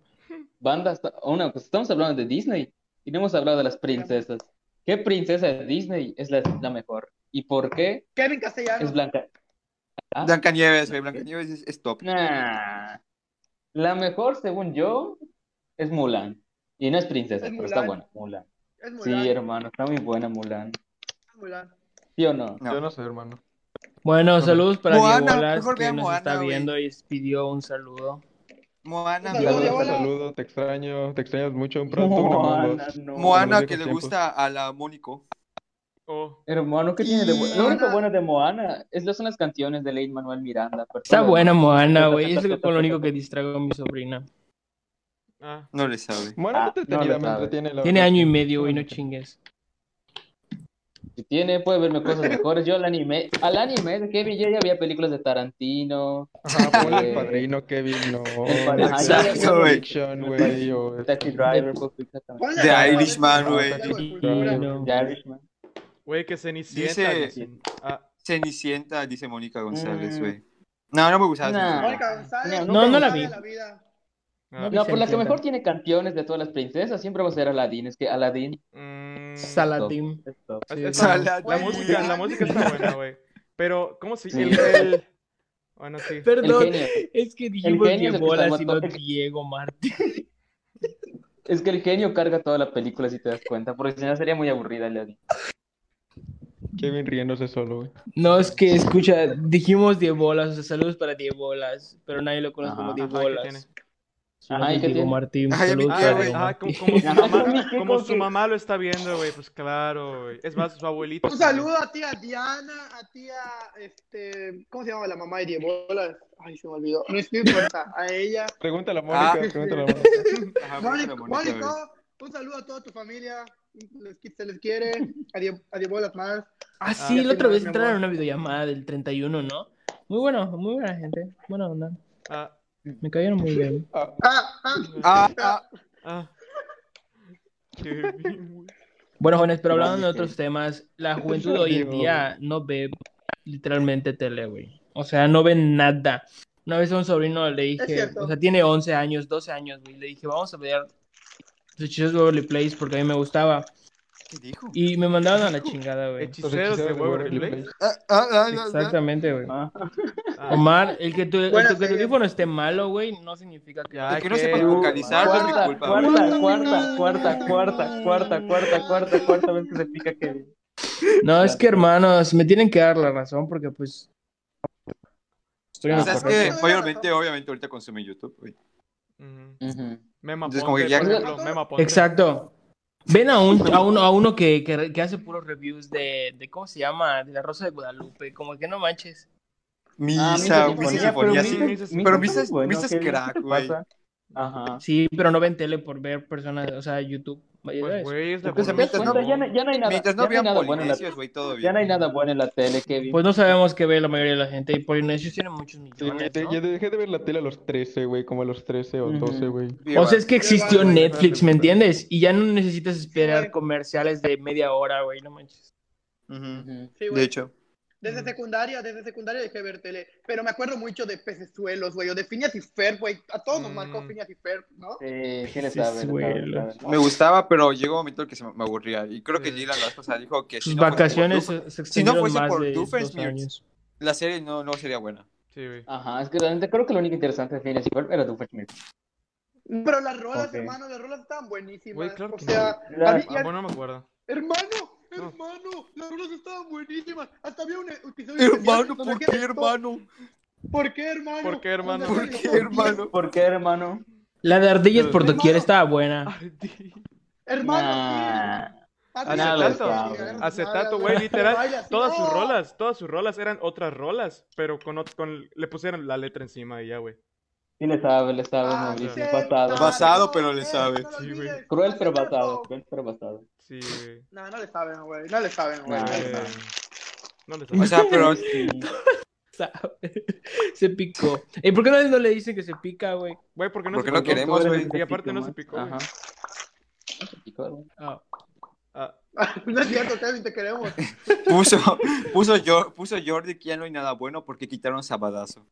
[SPEAKER 4] Banda, está... oh, no, pues estamos hablando de Disney y no hemos hablado de las princesas. ¿Qué princesa de Disney es la, la mejor? ¿Y por qué
[SPEAKER 7] Kevin
[SPEAKER 4] es
[SPEAKER 7] Castellanos.
[SPEAKER 4] Blanca? ¿Ah?
[SPEAKER 2] Blanca Nieves, güey. Blanca Nieves es, es top.
[SPEAKER 4] Nah. La mejor, según yo, es Mulan. Y no es princesa,
[SPEAKER 7] Es
[SPEAKER 4] pero está
[SPEAKER 7] Mulan.
[SPEAKER 4] buena, Mulan.
[SPEAKER 7] Es
[SPEAKER 4] Sí,
[SPEAKER 7] Mulan.
[SPEAKER 4] hermano, está muy buena Mulan.
[SPEAKER 7] es Mulan.
[SPEAKER 4] ¿Sí o no?
[SPEAKER 2] No.
[SPEAKER 8] Yo no sé, hermano.
[SPEAKER 5] Bueno, saludos para
[SPEAKER 2] Moana,
[SPEAKER 5] Diego Olas,
[SPEAKER 2] mejor
[SPEAKER 5] que
[SPEAKER 2] vean
[SPEAKER 5] nos
[SPEAKER 2] Moana,
[SPEAKER 5] está
[SPEAKER 2] güey.
[SPEAKER 5] viendo y pidió un saludo.
[SPEAKER 2] Moana,
[SPEAKER 7] Hola,
[SPEAKER 2] mi
[SPEAKER 7] hola,
[SPEAKER 8] Saludos,
[SPEAKER 2] amor.
[SPEAKER 7] hola.
[SPEAKER 8] saludos, te extraño, te extrañas mucho, un pronto grabamos.
[SPEAKER 4] Moana, no.
[SPEAKER 2] Moana,
[SPEAKER 8] los
[SPEAKER 2] que le
[SPEAKER 8] viejos
[SPEAKER 2] gusta a la Mónico.
[SPEAKER 6] Oh,
[SPEAKER 4] Hermano, ¿qué tiene de
[SPEAKER 2] Y-
[SPEAKER 4] bueno? Lo único bueno de Moana es las son las canciones de Lin Manuel Miranda. pero
[SPEAKER 5] Está
[SPEAKER 4] todo lo
[SPEAKER 5] buena
[SPEAKER 4] demás-
[SPEAKER 5] Moana, güey. Es lo, con lo único que distraigo a mi sobrina.
[SPEAKER 6] ah.
[SPEAKER 2] No le sabe.
[SPEAKER 8] Bueno,
[SPEAKER 4] Ah,
[SPEAKER 8] entretenida,
[SPEAKER 4] no lo
[SPEAKER 8] me
[SPEAKER 4] sabe.
[SPEAKER 8] entretiene la
[SPEAKER 5] Tiene
[SPEAKER 8] verdad.
[SPEAKER 5] año y medio, güey, no
[SPEAKER 8] Bueno,
[SPEAKER 5] chingues.
[SPEAKER 4] Si tiene, puede verme cosas mejores. Yo al anime, al anime de Kevin, yo ya había películas de Tarantino,
[SPEAKER 8] Ajá, ponle
[SPEAKER 4] Eh,
[SPEAKER 8] el padrino, Kevin, no.
[SPEAKER 4] padrino,
[SPEAKER 8] Este,
[SPEAKER 2] ajá,
[SPEAKER 8] Pulp
[SPEAKER 2] ya, güey.
[SPEAKER 8] Fiction, güey, o este,
[SPEAKER 4] Taxi Driver, Pulp Fiction también.
[SPEAKER 7] Ponle
[SPEAKER 2] The
[SPEAKER 7] la-
[SPEAKER 2] Irishman, güey.
[SPEAKER 7] Algo de
[SPEAKER 5] Y
[SPEAKER 7] cultura.
[SPEAKER 5] no.
[SPEAKER 4] The Irishman.
[SPEAKER 6] Güey, que Cenicienta.
[SPEAKER 2] Dice-
[SPEAKER 6] dicen. Ah,
[SPEAKER 2] Cenicienta, dice Mónica González,
[SPEAKER 4] Mm.
[SPEAKER 2] güey. No, no me gustaba.
[SPEAKER 4] Nah.
[SPEAKER 2] Cenicienta.
[SPEAKER 7] Mónica González.
[SPEAKER 4] No,
[SPEAKER 5] no, no la
[SPEAKER 7] sabe
[SPEAKER 5] vi.
[SPEAKER 7] a
[SPEAKER 6] ah.
[SPEAKER 7] vida.
[SPEAKER 4] No, pero la que
[SPEAKER 5] Cenicienta.
[SPEAKER 4] mejor tiene canciones de todas las princesas siempre va a ser Aladdin. Es que Aladdin
[SPEAKER 6] Mm,
[SPEAKER 5] Saladín.
[SPEAKER 4] es top.
[SPEAKER 6] es-
[SPEAKER 5] Sí,
[SPEAKER 6] es-
[SPEAKER 5] sí.
[SPEAKER 6] la
[SPEAKER 7] Pues
[SPEAKER 2] Saladín.
[SPEAKER 6] música, la música está buena, güey. Pero, ¿cómo se
[SPEAKER 4] Sí.
[SPEAKER 6] el, el- Bueno, sí.
[SPEAKER 4] El
[SPEAKER 5] Perdón,
[SPEAKER 4] genio.
[SPEAKER 5] es que
[SPEAKER 4] El
[SPEAKER 5] dijimos
[SPEAKER 4] genio es el
[SPEAKER 5] Diego
[SPEAKER 4] que
[SPEAKER 5] Olas
[SPEAKER 4] salvó
[SPEAKER 5] y no
[SPEAKER 4] todo.
[SPEAKER 5] Diego Martín.
[SPEAKER 4] Es que el genio carga toda la película, si te das cuenta, porque si no sería muy aburrida Aladdin.
[SPEAKER 8] Kevin riéndose solo, güey.
[SPEAKER 5] No, es que escucha, dijimos Diego Olas, o sea, saludos para Diego Olas, pero nadie lo conoce
[SPEAKER 4] Ajá.
[SPEAKER 5] como Diego
[SPEAKER 6] Ajá, ¿qué tiene?
[SPEAKER 5] tiene?
[SPEAKER 4] Ajá, ¿y qué
[SPEAKER 5] Diego
[SPEAKER 4] tiene?
[SPEAKER 5] Martín,
[SPEAKER 2] Ay, a mí
[SPEAKER 5] saludos
[SPEAKER 2] qué,
[SPEAKER 6] Ah,
[SPEAKER 5] para
[SPEAKER 6] güey,
[SPEAKER 5] Diego
[SPEAKER 6] ah, como, como
[SPEAKER 5] Martín.
[SPEAKER 6] su mamá,
[SPEAKER 4] Kevin, ¿qué
[SPEAKER 6] como
[SPEAKER 4] con
[SPEAKER 6] su
[SPEAKER 4] qué?
[SPEAKER 6] mamá lo está viendo, güey, pues claro, güey. Es más, su abuelito.
[SPEAKER 7] Un saludo a tía Diana, a tía, este, ¿cómo se llama la mamá de Diebola? Ay, se me olvidó. No estoy importa. A ella.
[SPEAKER 8] Pregúntale a Mónica,
[SPEAKER 2] Ah.
[SPEAKER 8] pregúntale a Mónica.
[SPEAKER 2] Ajá,
[SPEAKER 7] Mónico,
[SPEAKER 2] Mónica, Mónica, güey.
[SPEAKER 7] Mónico, un saludo a toda tu familia. Les- Se les quiere. A Die- a Diebolas más.
[SPEAKER 5] Ah, sí,
[SPEAKER 7] Ah,
[SPEAKER 5] la otra
[SPEAKER 7] sí,
[SPEAKER 5] vez
[SPEAKER 7] mi
[SPEAKER 5] entraron a
[SPEAKER 7] amor.
[SPEAKER 5] una videollamada del 31, ¿no? Muy bueno, muy buena gente. Buena onda.
[SPEAKER 6] Ah,
[SPEAKER 5] Me cayeron muy bien.
[SPEAKER 7] Ah, ah,
[SPEAKER 2] Ah, ah,
[SPEAKER 6] ah. Kevin, güey.
[SPEAKER 5] Bueno, jóvenes, pero hablando de
[SPEAKER 8] Vale,
[SPEAKER 5] otros temas, la juventud hoy en
[SPEAKER 8] Digo,
[SPEAKER 5] día no ve literalmente tele, güey. O sea, no ve nada. Una vez a un sobrino le dije,
[SPEAKER 7] cierto.
[SPEAKER 5] o sea, tiene 11 años, 12 años, güey. Le dije, vamos a ver los hechizos de Waverly Place porque a mí me gustaba.
[SPEAKER 2] ¿qué dijo?
[SPEAKER 5] Y me mandaron a la chingada, güey.
[SPEAKER 6] Hechiceros de Waverly Place.
[SPEAKER 2] Ah, ah, ah, ah, ah.
[SPEAKER 5] Exactamente, güey.
[SPEAKER 4] Ah,
[SPEAKER 6] Ah.
[SPEAKER 5] Omar, el que tu, el
[SPEAKER 7] Buena
[SPEAKER 5] tu- que tu
[SPEAKER 7] serie.
[SPEAKER 5] teléfono esté malo, güey, no significa que...
[SPEAKER 6] Ya,
[SPEAKER 2] El que no
[SPEAKER 6] que-
[SPEAKER 2] sepa vocalizar no es mi
[SPEAKER 4] Cuarta,
[SPEAKER 2] culpa, güey.
[SPEAKER 4] cuarta, cuarta, cuarta, cuarta, cuarta, cuarta, cuarta, cuarta vez que se pica Kevin.
[SPEAKER 5] No, es que hermanos, me tienen que dar la razón porque pues... Estoy
[SPEAKER 4] Ah,
[SPEAKER 5] en
[SPEAKER 2] O
[SPEAKER 5] lo
[SPEAKER 2] sea, es
[SPEAKER 5] correcto.
[SPEAKER 2] que mayormente, obviamente, ahorita consume YouTube, güey.
[SPEAKER 6] Ujú.
[SPEAKER 4] Ujú.
[SPEAKER 6] Mema
[SPEAKER 2] Entonces,
[SPEAKER 6] Ponte,
[SPEAKER 2] como que
[SPEAKER 6] por
[SPEAKER 2] ya-
[SPEAKER 6] ejemplo, Mema Ponte.
[SPEAKER 5] Exacto. Ven a, un, a uno, a uno que, que- que hace puros reviews de, de, ¿cómo se llama? De la Rosa de Guadalupe, como que no manches.
[SPEAKER 4] Ah,
[SPEAKER 2] Misa,
[SPEAKER 4] Misa
[SPEAKER 2] Misa
[SPEAKER 4] Sinfonía, pero
[SPEAKER 2] Sinfonía, sí.
[SPEAKER 4] Misa- Misa
[SPEAKER 2] Pero
[SPEAKER 4] es
[SPEAKER 2] Misa es-
[SPEAKER 4] muy bueno,
[SPEAKER 2] Misa es
[SPEAKER 4] Kevin,
[SPEAKER 2] crack,
[SPEAKER 4] ¿qué te
[SPEAKER 2] güey.
[SPEAKER 4] pasa? Ajá.
[SPEAKER 5] Sí, pero no ven tele por ver personas, o sea, YouTube. Vaya,
[SPEAKER 6] Pues,
[SPEAKER 5] ¿sabes?
[SPEAKER 6] güey, es la
[SPEAKER 4] Porque se
[SPEAKER 6] evolución,
[SPEAKER 2] mientras
[SPEAKER 4] cuenta,
[SPEAKER 2] no-
[SPEAKER 4] ya no, ya no hay nada,
[SPEAKER 2] Mientras
[SPEAKER 4] ya
[SPEAKER 2] no
[SPEAKER 4] no hay
[SPEAKER 2] vean
[SPEAKER 4] nada bueno en la,
[SPEAKER 2] polinesios, güey, todo
[SPEAKER 4] ya
[SPEAKER 2] bien.
[SPEAKER 4] no hay nada bueno en la tele, Kevin.
[SPEAKER 5] Pues no sabemos qué ve la mayoría de la gente. Y Polinesios tiene muchos
[SPEAKER 8] Sí,
[SPEAKER 5] millones.
[SPEAKER 8] de-
[SPEAKER 5] ¿no?
[SPEAKER 8] Yo dejé de ver la tele a los 13, güey, como a los 13 o 12,
[SPEAKER 4] Ujú.
[SPEAKER 8] güey.
[SPEAKER 2] Sí,
[SPEAKER 5] O sea,
[SPEAKER 2] güey.
[SPEAKER 5] es que
[SPEAKER 7] Qué
[SPEAKER 5] existió
[SPEAKER 7] bárbaro.
[SPEAKER 5] Netflix, ¿me entiendes? Y ya no necesitas
[SPEAKER 7] Sí.
[SPEAKER 5] esperar comerciales de media hora, güey, no manches.
[SPEAKER 2] Ujú.
[SPEAKER 4] Ujú.
[SPEAKER 7] Sí,
[SPEAKER 2] De
[SPEAKER 7] güey.
[SPEAKER 2] hecho.
[SPEAKER 7] Desde secundaria, desde secundaria dejé ver tele. Pero me acuerdo mucho de pecesuelos, güey, o de Phineas y Ferb, güey. A todos nos marcó
[SPEAKER 6] Mm.
[SPEAKER 7] Phineas y Ferb, ¿no?
[SPEAKER 4] Sí, sí le sabe, le
[SPEAKER 5] Sí,
[SPEAKER 4] sabe, le
[SPEAKER 5] suelos.
[SPEAKER 4] sabe.
[SPEAKER 2] Me gustaba, pero llegó un momento que se me me aburría. Y creo que
[SPEAKER 6] Sí.
[SPEAKER 2] Dylan las cosas dijo que
[SPEAKER 5] Sus
[SPEAKER 2] si no fuese por
[SPEAKER 5] vacaciones
[SPEAKER 2] Doof-
[SPEAKER 5] se- se
[SPEAKER 2] si no
[SPEAKER 5] extendieron
[SPEAKER 2] fuese
[SPEAKER 5] más
[SPEAKER 2] por
[SPEAKER 5] de dos
[SPEAKER 2] Doofenshmirtz.
[SPEAKER 5] años.
[SPEAKER 2] la serie no, no sería buena.
[SPEAKER 6] Sí, güey.
[SPEAKER 4] Ajá, es que realmente creo que lo único interesante de Phineas y Ferb era Doofenshmirtz.
[SPEAKER 7] Pero las rolas,
[SPEAKER 4] Ok.
[SPEAKER 7] hermano, las rolas estaban buenísimas.
[SPEAKER 6] Güey, claro
[SPEAKER 7] o
[SPEAKER 6] que
[SPEAKER 7] sea,
[SPEAKER 4] no.
[SPEAKER 7] a mí-
[SPEAKER 6] Ah, bueno, no me acuerdo.
[SPEAKER 7] hermano,
[SPEAKER 6] No.
[SPEAKER 7] hermano, las rolas estaban buenísimas. Hasta había un episodio especial
[SPEAKER 2] Hermano,
[SPEAKER 7] donde
[SPEAKER 2] ¿por
[SPEAKER 7] había
[SPEAKER 2] qué,
[SPEAKER 7] de todo.
[SPEAKER 2] hermano?
[SPEAKER 7] ¿Por qué, hermano?
[SPEAKER 6] ¿Por qué, hermano?
[SPEAKER 7] Una
[SPEAKER 6] ¿Por
[SPEAKER 7] vez
[SPEAKER 2] qué,
[SPEAKER 7] yo-
[SPEAKER 2] hermano?
[SPEAKER 4] ¿Por qué, hermano?
[SPEAKER 5] La de ardillas por
[SPEAKER 7] Hermano.
[SPEAKER 5] doquier estaba buena.
[SPEAKER 7] Hermano, sí.
[SPEAKER 4] Nah.
[SPEAKER 7] Hace
[SPEAKER 6] Hace
[SPEAKER 4] Nada,
[SPEAKER 6] tanto,
[SPEAKER 4] güey.
[SPEAKER 6] hace tanto, güey, literal, todas sus rolas, todas sus rolas eran otras rolas, pero con, ot- con le pusieron la letra encima y ya, güey.
[SPEAKER 4] Sí le sabe, le sabe,
[SPEAKER 7] Ah,
[SPEAKER 4] Mauricio,
[SPEAKER 7] sí,
[SPEAKER 4] pasado.
[SPEAKER 2] Basado.
[SPEAKER 7] claro,
[SPEAKER 2] pero le
[SPEAKER 7] eh,
[SPEAKER 2] sabe.
[SPEAKER 7] no lo
[SPEAKER 6] Sí, güey.
[SPEAKER 7] olvides.
[SPEAKER 4] Cruel pero
[SPEAKER 7] Hace tanto.
[SPEAKER 4] basado, cruel pero basado.
[SPEAKER 6] Sí, güey.
[SPEAKER 7] No, no le saben, güey. No le saben, güey.
[SPEAKER 4] Nah,
[SPEAKER 7] no le
[SPEAKER 6] Eh,
[SPEAKER 7] saben.
[SPEAKER 6] no les
[SPEAKER 2] O sea, pero
[SPEAKER 4] Sí.
[SPEAKER 5] Se picó. ¿Y por qué no, no le dicen que se pica, güey?
[SPEAKER 6] Güey, ¿por qué no
[SPEAKER 2] ¿Por
[SPEAKER 6] se
[SPEAKER 2] qué no
[SPEAKER 6] picó?
[SPEAKER 2] queremos?
[SPEAKER 4] Tú eres
[SPEAKER 2] güey.
[SPEAKER 4] el que
[SPEAKER 6] Y aparte no
[SPEAKER 4] más.
[SPEAKER 6] se picó, güey.
[SPEAKER 4] Ajá. No se picó, güey.
[SPEAKER 5] Ah.
[SPEAKER 6] Ah,
[SPEAKER 7] No es cierto, Kevin, te queremos.
[SPEAKER 2] puso, puso, Jor- puso Jordi que ya no hay nada bueno porque quitaron Sabadazo.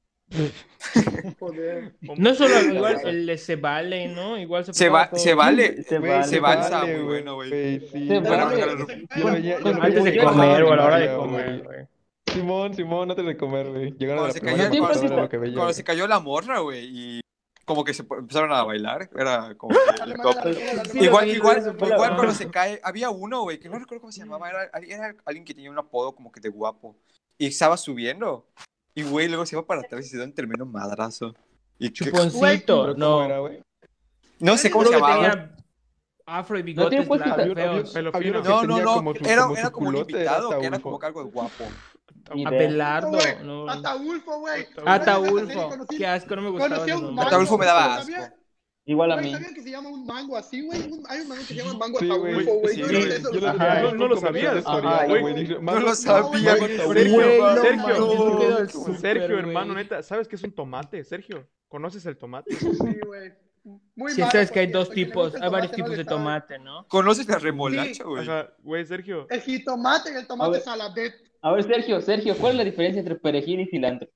[SPEAKER 7] Joder.
[SPEAKER 5] No solo
[SPEAKER 6] hombre.
[SPEAKER 5] igual el de se vale, ¿no? Igual se,
[SPEAKER 2] Se,
[SPEAKER 5] pagaba
[SPEAKER 2] va,
[SPEAKER 5] todo.
[SPEAKER 2] se vale.
[SPEAKER 4] Se
[SPEAKER 8] Güey,
[SPEAKER 4] vale,
[SPEAKER 2] se
[SPEAKER 4] vale,
[SPEAKER 2] vale, estaba muy
[SPEAKER 8] güey,
[SPEAKER 2] bueno, güey.
[SPEAKER 8] sí.
[SPEAKER 4] Se
[SPEAKER 8] Yo lo
[SPEAKER 4] vale.
[SPEAKER 8] veía- yo lo veía- yo lo
[SPEAKER 4] pues, Antes
[SPEAKER 8] veía
[SPEAKER 4] de
[SPEAKER 8] llegando
[SPEAKER 4] comer
[SPEAKER 8] de
[SPEAKER 4] o a la hora
[SPEAKER 8] primaria, güey.
[SPEAKER 5] güey.
[SPEAKER 8] Simón, Simón, antes de comer, güey. Llegaron
[SPEAKER 2] Cuando
[SPEAKER 8] a la
[SPEAKER 2] se
[SPEAKER 8] primaria,
[SPEAKER 2] cayó,
[SPEAKER 8] me
[SPEAKER 2] cuando
[SPEAKER 8] acuerdo
[SPEAKER 2] se
[SPEAKER 8] de
[SPEAKER 4] ca-
[SPEAKER 8] lo que veía.
[SPEAKER 2] cuando se cayó la morra, güey, y como que se po- empezaron a bailar, era como que-
[SPEAKER 7] Dale, mala, dale, mala, dale,
[SPEAKER 5] Sí,
[SPEAKER 7] mala.
[SPEAKER 2] Igual,
[SPEAKER 5] vi,
[SPEAKER 2] igual,
[SPEAKER 5] eso fue la
[SPEAKER 2] igual
[SPEAKER 5] broma.
[SPEAKER 2] cuando se cae, había uno, güey, que no recuerdo cómo se llamaba, era, era alguien que tenía un apodo como que de guapo, y estaba subiendo, y güey, luego se iba para atrás y se da un tremendo madrazo. Y que-
[SPEAKER 5] Chuponcito,
[SPEAKER 8] Pero ¿cómo era,
[SPEAKER 5] no.
[SPEAKER 8] güey?
[SPEAKER 2] no sé cómo
[SPEAKER 5] Seguro
[SPEAKER 2] se
[SPEAKER 5] que
[SPEAKER 2] llamaba.
[SPEAKER 5] tenía afro y
[SPEAKER 4] No tiene
[SPEAKER 5] bigotes
[SPEAKER 4] puesto
[SPEAKER 5] blancos,
[SPEAKER 4] tan-
[SPEAKER 5] feos.
[SPEAKER 6] Pelo
[SPEAKER 8] Había
[SPEAKER 6] fino.
[SPEAKER 8] uno que
[SPEAKER 2] No, no,
[SPEAKER 8] tenía
[SPEAKER 2] no,
[SPEAKER 8] como su-
[SPEAKER 2] era,
[SPEAKER 8] como
[SPEAKER 2] era
[SPEAKER 8] su
[SPEAKER 2] como un
[SPEAKER 8] culote, era
[SPEAKER 2] invitado que era
[SPEAKER 8] Ataulfo.
[SPEAKER 2] como que algo de guapo.
[SPEAKER 4] Ni idea.
[SPEAKER 5] Abelardo,
[SPEAKER 7] Güey,
[SPEAKER 5] no.
[SPEAKER 7] Ataulfo, güey.
[SPEAKER 5] Ataulfo.
[SPEAKER 7] Conocí-
[SPEAKER 5] Qué asco, no me gustaba.
[SPEAKER 7] Conocí a un
[SPEAKER 5] ese
[SPEAKER 7] mango.
[SPEAKER 5] nombre.
[SPEAKER 2] Ataulfo me daba asco.
[SPEAKER 7] ¿Sabían-
[SPEAKER 4] Igual a
[SPEAKER 7] güey,
[SPEAKER 4] mí.
[SPEAKER 7] ¿Sabían que se llama un mango así, güey? Un- Hay un mango que se llama mango
[SPEAKER 8] Sí, güey.
[SPEAKER 7] Ataulfo, güey.
[SPEAKER 2] Sí,
[SPEAKER 7] Yo no
[SPEAKER 2] güey.
[SPEAKER 7] sé eso,
[SPEAKER 8] Yo
[SPEAKER 7] güey.
[SPEAKER 8] lo-
[SPEAKER 5] Ajá.
[SPEAKER 8] yo
[SPEAKER 6] No lo sabías.
[SPEAKER 8] comercial de
[SPEAKER 4] Ajá,
[SPEAKER 8] Soriana,
[SPEAKER 4] güey.
[SPEAKER 8] Dije,
[SPEAKER 2] No
[SPEAKER 8] "Mango
[SPEAKER 2] lo sabía,
[SPEAKER 8] Ataulfo".
[SPEAKER 2] güey.
[SPEAKER 6] Sergio,
[SPEAKER 5] Güey, no
[SPEAKER 6] Sergio.
[SPEAKER 5] manches, yo quedo al súper,
[SPEAKER 6] Sergio,
[SPEAKER 5] güey.
[SPEAKER 6] hermano, neta, ¿sabes qué es un tomate? Sergio, ¿conoces el tomate?
[SPEAKER 7] Sí, güey. Muy
[SPEAKER 5] Si
[SPEAKER 7] malo,
[SPEAKER 5] sabes que hay
[SPEAKER 7] porque
[SPEAKER 5] dos
[SPEAKER 7] al le
[SPEAKER 5] tipos,
[SPEAKER 7] gusta el
[SPEAKER 5] hay varios
[SPEAKER 7] tomate no
[SPEAKER 5] tipos
[SPEAKER 7] le
[SPEAKER 5] de
[SPEAKER 7] sabe.
[SPEAKER 5] tomate, ¿no?
[SPEAKER 2] ¿Conoces la remolacha,
[SPEAKER 6] O
[SPEAKER 2] güey?
[SPEAKER 6] sea, güey, Sergio.
[SPEAKER 7] El jitomate y el
[SPEAKER 4] A
[SPEAKER 7] tomate
[SPEAKER 4] ver.
[SPEAKER 7] saladet.
[SPEAKER 4] A ver, Sergio, Sergio, ¿cuál es la diferencia entre perejil y cilantro?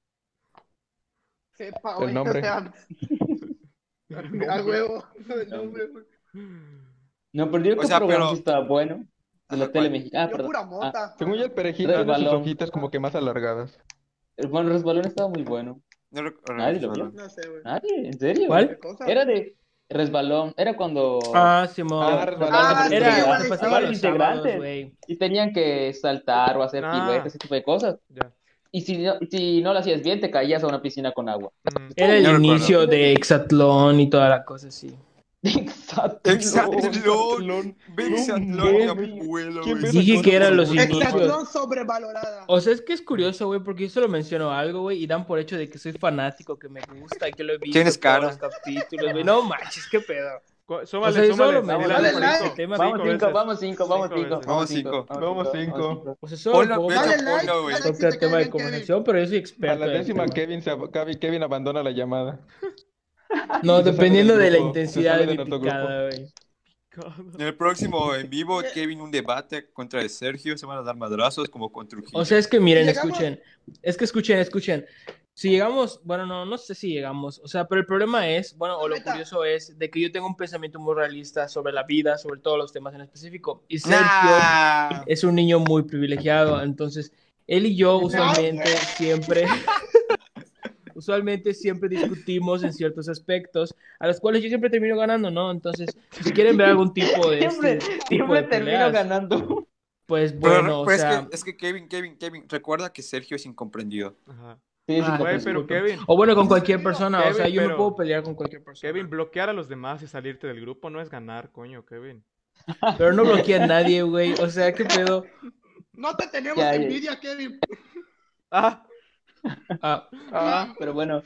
[SPEAKER 7] Sepa, güey.
[SPEAKER 8] El nombre.
[SPEAKER 7] O sea, a huevo. El nombre, güey.
[SPEAKER 4] No, pero digo
[SPEAKER 2] O
[SPEAKER 4] que
[SPEAKER 2] sea,
[SPEAKER 4] el programa
[SPEAKER 2] pero-
[SPEAKER 4] sí estaba bueno. De
[SPEAKER 2] Ajá,
[SPEAKER 4] la tele
[SPEAKER 2] ¿cuál?
[SPEAKER 4] mexicana. Ah,
[SPEAKER 7] Yo
[SPEAKER 4] perdón.
[SPEAKER 7] pura
[SPEAKER 4] Ah,
[SPEAKER 7] mota.
[SPEAKER 8] Según yo, el perejil
[SPEAKER 4] Tres
[SPEAKER 8] tiene sus
[SPEAKER 4] balón.
[SPEAKER 8] hojitas como que más alargadas.
[SPEAKER 4] hermano, Resbalón estaba muy bueno.
[SPEAKER 2] No rec-
[SPEAKER 4] Nadie lo vio.
[SPEAKER 7] No sé, güey.
[SPEAKER 4] Nadie, ¿en serio?
[SPEAKER 5] Ah, ¿Cuál?
[SPEAKER 7] ¿Qué cosa?
[SPEAKER 4] Era de Resbalón. Era cuando...
[SPEAKER 5] Ah, Simón.
[SPEAKER 8] Ah,
[SPEAKER 7] Ah,
[SPEAKER 8] resbalando.
[SPEAKER 7] sí,
[SPEAKER 5] Era,
[SPEAKER 7] güey,
[SPEAKER 5] se
[SPEAKER 7] sí.
[SPEAKER 5] pasaba los
[SPEAKER 4] Integrantes.
[SPEAKER 5] sábados, güey.
[SPEAKER 4] y tenían que saltar o hacer
[SPEAKER 6] Ah.
[SPEAKER 4] piruetas, ese tipo de cosas.
[SPEAKER 6] Ya.
[SPEAKER 4] Y si no, si no lo hacías bien, te caías a una piscina con agua.
[SPEAKER 6] Mm.
[SPEAKER 5] Era el
[SPEAKER 2] Yo recuerdo.
[SPEAKER 5] inicio de Hexatlón y toda la cosa así.
[SPEAKER 4] Exacto.
[SPEAKER 2] Exatlón, Vexatlón, mi
[SPEAKER 8] No,
[SPEAKER 2] abuelo,
[SPEAKER 8] ¿Quién
[SPEAKER 2] güey.
[SPEAKER 8] ves?
[SPEAKER 5] Dije que eran los inicios.
[SPEAKER 7] Exatlón sobrevalorada.
[SPEAKER 5] O sea, es que es curioso, güey, porque yo solo menciono algo, güey, y dan por hecho de que soy fanático, que me gusta, que lo he visto
[SPEAKER 2] Tienes
[SPEAKER 5] todos
[SPEAKER 2] cara.
[SPEAKER 5] los capítulos, güey. No manches, qué pedo.
[SPEAKER 6] Co-
[SPEAKER 5] O
[SPEAKER 6] Sómale,
[SPEAKER 5] sea, yo
[SPEAKER 6] sómale.
[SPEAKER 5] solo me este
[SPEAKER 4] dale,
[SPEAKER 6] Dylan,
[SPEAKER 7] dale,
[SPEAKER 6] cinco,
[SPEAKER 7] like.
[SPEAKER 6] cinco
[SPEAKER 5] tema.
[SPEAKER 4] Vamos cinco,
[SPEAKER 6] veces.
[SPEAKER 4] vamos cinco, vamos
[SPEAKER 6] Cinco
[SPEAKER 4] cinco, vamos
[SPEAKER 6] veces.
[SPEAKER 2] Vamos
[SPEAKER 4] cinco.
[SPEAKER 5] Ah,
[SPEAKER 2] cinco.
[SPEAKER 8] Vamos cinco.
[SPEAKER 5] O sea, solo
[SPEAKER 2] Hola,
[SPEAKER 5] puedo
[SPEAKER 2] Beto
[SPEAKER 7] Dale like,
[SPEAKER 2] Polo, güey.
[SPEAKER 7] dale-
[SPEAKER 5] tocar
[SPEAKER 7] si
[SPEAKER 5] tema
[SPEAKER 7] te cae
[SPEAKER 5] de
[SPEAKER 7] bien,
[SPEAKER 5] conversación, pero yo soy experto.
[SPEAKER 8] A la
[SPEAKER 5] en el
[SPEAKER 8] décima,
[SPEAKER 5] tema.
[SPEAKER 8] Kevin, se ab- Kevin- Kevin abandona la llamada.
[SPEAKER 5] No,
[SPEAKER 8] Se sale
[SPEAKER 5] dependiendo
[SPEAKER 8] del
[SPEAKER 5] de la
[SPEAKER 8] grupo, se
[SPEAKER 5] intensidad
[SPEAKER 8] sale
[SPEAKER 5] de
[SPEAKER 8] de
[SPEAKER 5] mi
[SPEAKER 8] nuestro
[SPEAKER 5] picada, güey.
[SPEAKER 2] En el próximo en vivo, Kevin, un debate contra el Sergio. Se van a dar madrazos como con Trujillo.
[SPEAKER 5] O sea, es que miren,
[SPEAKER 7] Si llegamos-
[SPEAKER 5] escuchen. Es que escuchen, escuchen. Si llegamos, bueno, no, no sé si llegamos. O sea, pero el problema es, bueno, o lo
[SPEAKER 7] Neta.
[SPEAKER 5] curioso es de que yo tengo un pensamiento muy realista sobre la vida, sobre todos los temas en específico. Y Sergio
[SPEAKER 2] Nah.
[SPEAKER 5] es un niño muy privilegiado, entonces él y yo usualmente siempre usualmente siempre discutimos en ciertos aspectos a los cuales yo siempre termino ganando, ¿no? Entonces, si quieren ver algún tipo de
[SPEAKER 4] Siempre,
[SPEAKER 5] este tipo de
[SPEAKER 4] siempre termino
[SPEAKER 5] peleas,
[SPEAKER 4] ganando.
[SPEAKER 5] pues
[SPEAKER 2] Pero,
[SPEAKER 5] bueno,
[SPEAKER 2] pero
[SPEAKER 5] o sea,
[SPEAKER 2] es, que, es que Kevin, Kevin, Kevin, recuerda que Sergio es incomprendido.
[SPEAKER 6] Ajá.
[SPEAKER 4] Sí,
[SPEAKER 5] Ah,
[SPEAKER 4] sí,
[SPEAKER 6] Güey,
[SPEAKER 4] sí.
[SPEAKER 6] pero Kevin,
[SPEAKER 5] o bueno, con cualquier persona, o
[SPEAKER 6] Kevin,
[SPEAKER 5] sea, yo me
[SPEAKER 6] pero-
[SPEAKER 5] puedo pelear con cualquier persona.
[SPEAKER 6] Kevin, bloquear a los demás y salirte del grupo no es ganar, coño, Kevin.
[SPEAKER 5] Pero no bloquea a nadie, güey. O sea, qué pedo.
[SPEAKER 7] No te tenemos
[SPEAKER 4] Ya, ya.
[SPEAKER 7] envidia, Kevin.
[SPEAKER 6] Ah,
[SPEAKER 5] Ah,
[SPEAKER 4] Ah, pero bueno,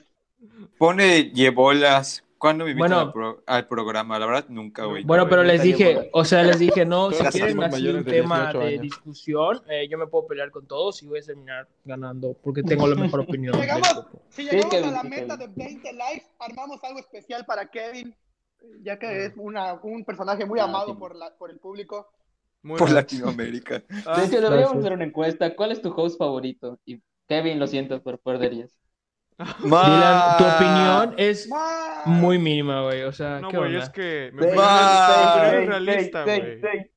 [SPEAKER 2] Pone Yebolas, ¿Cuándo me invitan
[SPEAKER 5] Bueno.
[SPEAKER 2] al, pro- al programa? La verdad, nunca, güey.
[SPEAKER 5] Bueno, pero les
[SPEAKER 8] Estaría
[SPEAKER 5] dije,
[SPEAKER 8] bueno.
[SPEAKER 5] o sea, les dije, no,
[SPEAKER 8] Todas
[SPEAKER 5] si
[SPEAKER 8] las
[SPEAKER 5] quieren
[SPEAKER 8] personas
[SPEAKER 5] así
[SPEAKER 8] mayores
[SPEAKER 5] un
[SPEAKER 8] de
[SPEAKER 5] tema
[SPEAKER 8] 18
[SPEAKER 5] de
[SPEAKER 8] años.
[SPEAKER 5] discusión, eh, yo me puedo pelear con todos y voy a terminar ganando porque tengo la mejor opinión. del
[SPEAKER 7] Llegamos.
[SPEAKER 5] grupo.
[SPEAKER 7] Si llegamos
[SPEAKER 4] Kevin,
[SPEAKER 7] a la
[SPEAKER 4] sí,
[SPEAKER 7] meta de 20 likes, armamos algo especial para Kevin, ya que es una, un personaje muy
[SPEAKER 4] Ah,
[SPEAKER 7] amado
[SPEAKER 4] sí.
[SPEAKER 7] por, la, por el público.
[SPEAKER 6] Muy
[SPEAKER 2] Por
[SPEAKER 6] bien.
[SPEAKER 2] Latinoamérica.
[SPEAKER 4] De
[SPEAKER 6] Ah,
[SPEAKER 4] hecho, deberíamos
[SPEAKER 5] Gracias.
[SPEAKER 4] hacer una encuesta. ¿Cuál es tu host favorito? Y Kevin, lo siento, pero perderías.
[SPEAKER 5] Dylan,
[SPEAKER 8] Ah.
[SPEAKER 5] tu
[SPEAKER 2] Ma-
[SPEAKER 5] opinión es
[SPEAKER 7] ¡Más!
[SPEAKER 5] muy mínima, güey. O sea,
[SPEAKER 6] no,
[SPEAKER 5] Ah, ¿qué
[SPEAKER 6] güey,
[SPEAKER 5] onda?
[SPEAKER 6] es que mi
[SPEAKER 2] Sí.
[SPEAKER 6] opinión
[SPEAKER 2] Va.
[SPEAKER 6] es- mi opinión
[SPEAKER 2] Ey,
[SPEAKER 6] es realista, güey.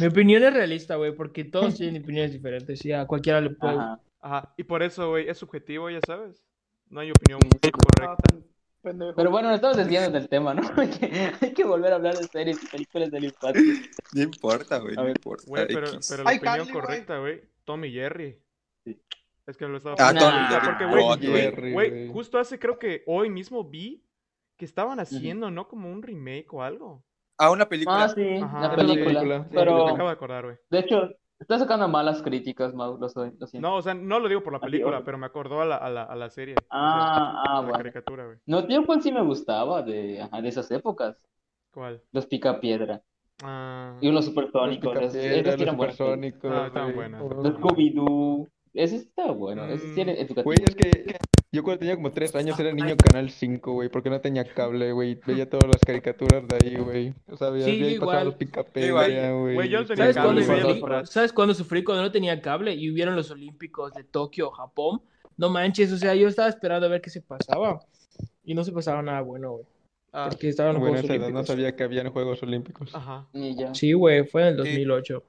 [SPEAKER 5] Mi opinión es realista, güey, porque todos tienen opiniones diferentes y a cualquiera le puede.
[SPEAKER 4] Ajá.
[SPEAKER 6] Ajá, y por eso, güey, es subjetivo, ya sabes. No hay opinión correcta.
[SPEAKER 7] Ah, tan pendejo.
[SPEAKER 4] Pero bueno, nos estamos desviando del tema, ¿no? Hay que, hay que volver a hablar de series y películas del infancia.
[SPEAKER 2] No importa, güey,
[SPEAKER 4] A
[SPEAKER 2] no
[SPEAKER 4] ver.
[SPEAKER 2] importa.
[SPEAKER 6] Güey, pero,
[SPEAKER 2] X.
[SPEAKER 6] pero la
[SPEAKER 7] Ay,
[SPEAKER 6] opinión
[SPEAKER 7] Carly, güey.
[SPEAKER 6] correcta, güey. Tommy Jerry.
[SPEAKER 4] Sí.
[SPEAKER 6] Es que lo estaba
[SPEAKER 2] Ah,
[SPEAKER 4] Nah.
[SPEAKER 2] Tom y Jerry
[SPEAKER 6] porque,
[SPEAKER 2] Bot,
[SPEAKER 6] güey,
[SPEAKER 8] Tommy
[SPEAKER 2] güey.
[SPEAKER 8] Jerry,
[SPEAKER 6] Güey,
[SPEAKER 8] güey.
[SPEAKER 6] justo hace creo que hoy mismo vi que estaban haciendo, ¿no? Como un remake o algo.
[SPEAKER 2] Ah, una película.
[SPEAKER 4] Ah, sí,
[SPEAKER 6] Ajá,
[SPEAKER 4] la
[SPEAKER 6] la
[SPEAKER 4] película.
[SPEAKER 8] película.
[SPEAKER 6] Pero... Me
[SPEAKER 4] Pero,
[SPEAKER 6] acabo de acordar, güey.
[SPEAKER 4] de hecho, está sacando malas críticas, Mau, lo, soy- lo siento.
[SPEAKER 6] No, o sea, no lo digo por la
[SPEAKER 4] Así,
[SPEAKER 6] película,
[SPEAKER 4] ojo.
[SPEAKER 6] pero me acordó a la, a la, a la serie. o sea,
[SPEAKER 4] Ah, ah,
[SPEAKER 6] a la
[SPEAKER 4] bueno.
[SPEAKER 6] caricatura, güey.
[SPEAKER 4] No, tío, sí me gustaba de, ajá, de esas épocas.
[SPEAKER 6] ¿Cuál?
[SPEAKER 4] Los Picapiedra
[SPEAKER 6] Ah,
[SPEAKER 4] y los Supersónicos. Los,
[SPEAKER 8] Picapiedra,
[SPEAKER 4] esos sí
[SPEAKER 8] los
[SPEAKER 4] eran buenos.
[SPEAKER 8] supersónicos,
[SPEAKER 6] Ah, estaban
[SPEAKER 8] güey.
[SPEAKER 6] buenas.
[SPEAKER 4] Los Scooby-Doo. Ese sí estaba bueno. Ese sí era
[SPEAKER 6] Mm,
[SPEAKER 4] educativo.
[SPEAKER 8] Güey, es que yo cuando tenía como tres años era niño Canal 5, güey, porque no tenía cable, güey. Veía todas las caricaturas de ahí, güey. O sea, veía
[SPEAKER 5] Sí, yo
[SPEAKER 8] ahí pasaban los
[SPEAKER 5] igual.
[SPEAKER 8] Picapiedra, güey.
[SPEAKER 6] Güey, yo no tenía
[SPEAKER 5] ¿Sabes
[SPEAKER 6] cable,
[SPEAKER 8] este,
[SPEAKER 5] cuándo
[SPEAKER 6] güey,
[SPEAKER 8] los
[SPEAKER 6] los
[SPEAKER 5] sufrí?
[SPEAKER 6] Bratz.
[SPEAKER 5] ¿Sabes cuándo sufrí? Cuando no tenía cable y hubieron los Olímpicos de Tokio, Japón. No manches, o sea, yo estaba esperando a ver qué se pasaba. Y no se pasaba nada bueno, güey.
[SPEAKER 6] Ah,
[SPEAKER 5] Porque estaban los
[SPEAKER 8] Bueno, a
[SPEAKER 5] Juegos
[SPEAKER 8] esa edad no
[SPEAKER 5] Olímpicos.
[SPEAKER 8] sabía que habían Juegos Olímpicos.
[SPEAKER 6] ajá.
[SPEAKER 4] Y ya.
[SPEAKER 5] Sí, güey, fue en el
[SPEAKER 2] Sí.
[SPEAKER 5] 2008.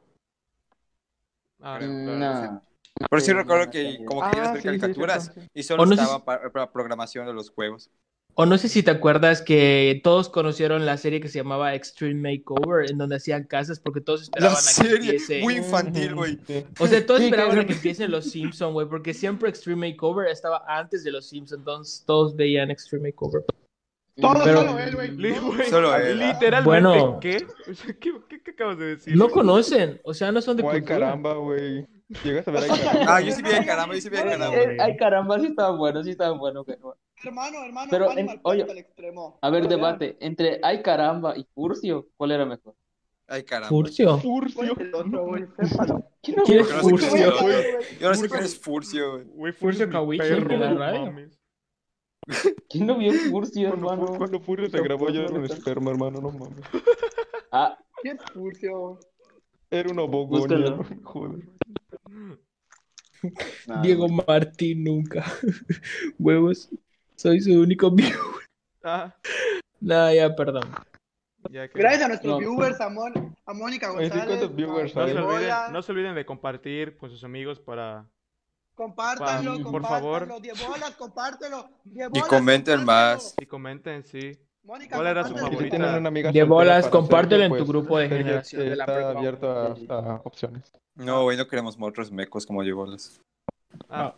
[SPEAKER 6] Ah,
[SPEAKER 2] Creo,
[SPEAKER 4] Mm,
[SPEAKER 2] claro,
[SPEAKER 4] no.
[SPEAKER 2] Pero sí
[SPEAKER 4] no,
[SPEAKER 2] recuerdo
[SPEAKER 4] no
[SPEAKER 2] que
[SPEAKER 4] sabía.
[SPEAKER 2] como que iban a
[SPEAKER 8] Ah,
[SPEAKER 2] hacer
[SPEAKER 8] sí, sí,
[SPEAKER 2] caricaturas
[SPEAKER 8] cierto, sí.
[SPEAKER 2] y solo
[SPEAKER 5] O no sé
[SPEAKER 2] estaba pa- para programación de los juegos.
[SPEAKER 5] O no sé si te acuerdas que todos conocieron la serie que se llamaba Extreme Makeover, en donde hacían casas porque todos
[SPEAKER 2] La
[SPEAKER 5] esperaban a que
[SPEAKER 2] serie,
[SPEAKER 5] empiece.
[SPEAKER 2] muy infantil,
[SPEAKER 8] Ujú,
[SPEAKER 2] güey.
[SPEAKER 8] sí.
[SPEAKER 5] O sea, todos
[SPEAKER 8] Sí, que
[SPEAKER 5] esperaban a
[SPEAKER 8] era-
[SPEAKER 5] que empiecen los Simpsons, güey, porque siempre Extreme Makeover estaba antes de los Simpsons, entonces todos veían Extreme Makeover.
[SPEAKER 7] Todo
[SPEAKER 5] Pero-
[SPEAKER 7] solo él, güey.
[SPEAKER 6] Li-
[SPEAKER 7] Todo
[SPEAKER 6] güey,
[SPEAKER 2] Solo él.
[SPEAKER 6] Literalmente,
[SPEAKER 5] Bueno.
[SPEAKER 6] ¿qué? O sea, ¿Qué, qué, qué acabas de decir?
[SPEAKER 5] No
[SPEAKER 6] güey?
[SPEAKER 5] conocen, o sea, no son de
[SPEAKER 8] O Ay,
[SPEAKER 5] cultura.
[SPEAKER 8] caramba, güey. Llegas a ver Ay, caramba.
[SPEAKER 2] Ah, yo sí vi a caramba, yo sí vi a caramba.
[SPEAKER 4] Eh, Ay, caramba, sí estaban buenos, sí estaban buenos. güey.
[SPEAKER 7] Hermano, hermano,
[SPEAKER 4] Pero en-
[SPEAKER 7] Animal
[SPEAKER 4] oye,
[SPEAKER 7] Planet al extremo.
[SPEAKER 4] A ver,
[SPEAKER 7] Joder.
[SPEAKER 4] debate. Entre Ay, caramba y Furcio, ¿cuál era mejor?
[SPEAKER 2] Ay, caramba.
[SPEAKER 5] Furcio.
[SPEAKER 7] ¿Cuál
[SPEAKER 8] Furcio.
[SPEAKER 7] es el otro, güey? Sépalo.
[SPEAKER 4] ¿Quién no
[SPEAKER 5] ¿Quién es
[SPEAKER 4] vio?
[SPEAKER 2] Yo no sé
[SPEAKER 7] ¿Qué
[SPEAKER 2] quién es
[SPEAKER 7] voy
[SPEAKER 2] el
[SPEAKER 7] a
[SPEAKER 5] Furcio?
[SPEAKER 2] otro.
[SPEAKER 7] saber, güey?
[SPEAKER 2] Yo no sé quién es Furcio, güey.
[SPEAKER 6] Güey,
[SPEAKER 5] Furcio
[SPEAKER 6] Furcio
[SPEAKER 5] Kawichi,
[SPEAKER 6] Kawichi,
[SPEAKER 5] el de la radio.
[SPEAKER 4] ¿Quién no vio Furcio,
[SPEAKER 8] Cuando, Fur-
[SPEAKER 4] hermano?
[SPEAKER 8] cuando Furcio se grabó yo era un esperma, hermano, no mames.
[SPEAKER 4] Ah,
[SPEAKER 7] ¿Quién es Furcio?
[SPEAKER 8] Era una bogonia,
[SPEAKER 4] Búscalo.
[SPEAKER 8] joder.
[SPEAKER 4] nada,
[SPEAKER 5] Diego
[SPEAKER 4] güey.
[SPEAKER 5] Martín nunca. Huevos. Soy su único viewer.
[SPEAKER 6] Ah,
[SPEAKER 5] Nah, ya, perdón.
[SPEAKER 6] ya que...
[SPEAKER 7] Gracias a nuestros
[SPEAKER 4] No.
[SPEAKER 7] viewers, a, Mon- a Mónica
[SPEAKER 8] Oye, sí,
[SPEAKER 7] González.
[SPEAKER 8] ¿cuántos viewers
[SPEAKER 6] No
[SPEAKER 8] hay?
[SPEAKER 6] se,
[SPEAKER 7] Hola.
[SPEAKER 6] olviden, no se olviden de compartir con sus amigos para...
[SPEAKER 7] Compártanlo,
[SPEAKER 4] Pa-
[SPEAKER 7] compártanlo.
[SPEAKER 6] por favor.
[SPEAKER 7] Diez bolas, compártelo. Diez
[SPEAKER 2] Y
[SPEAKER 7] bolas,
[SPEAKER 2] comenten
[SPEAKER 7] compártelo.
[SPEAKER 2] más.
[SPEAKER 6] Y comenten, sí.
[SPEAKER 7] Mónica,
[SPEAKER 6] ¿Cuál era su
[SPEAKER 8] Y si
[SPEAKER 7] compártelo.
[SPEAKER 6] favorita?
[SPEAKER 8] tienen una amiga
[SPEAKER 5] De
[SPEAKER 8] soltera
[SPEAKER 5] bolas,
[SPEAKER 8] para
[SPEAKER 5] compártelo
[SPEAKER 8] hacerlo,
[SPEAKER 5] en tu
[SPEAKER 8] pues,
[SPEAKER 5] grupo de
[SPEAKER 8] Sergio
[SPEAKER 5] generación de la
[SPEAKER 8] está
[SPEAKER 5] prepa,
[SPEAKER 8] abierto a, a opciones.
[SPEAKER 2] No, güey, no queremos otros mecos como Diebolas.
[SPEAKER 6] Ah.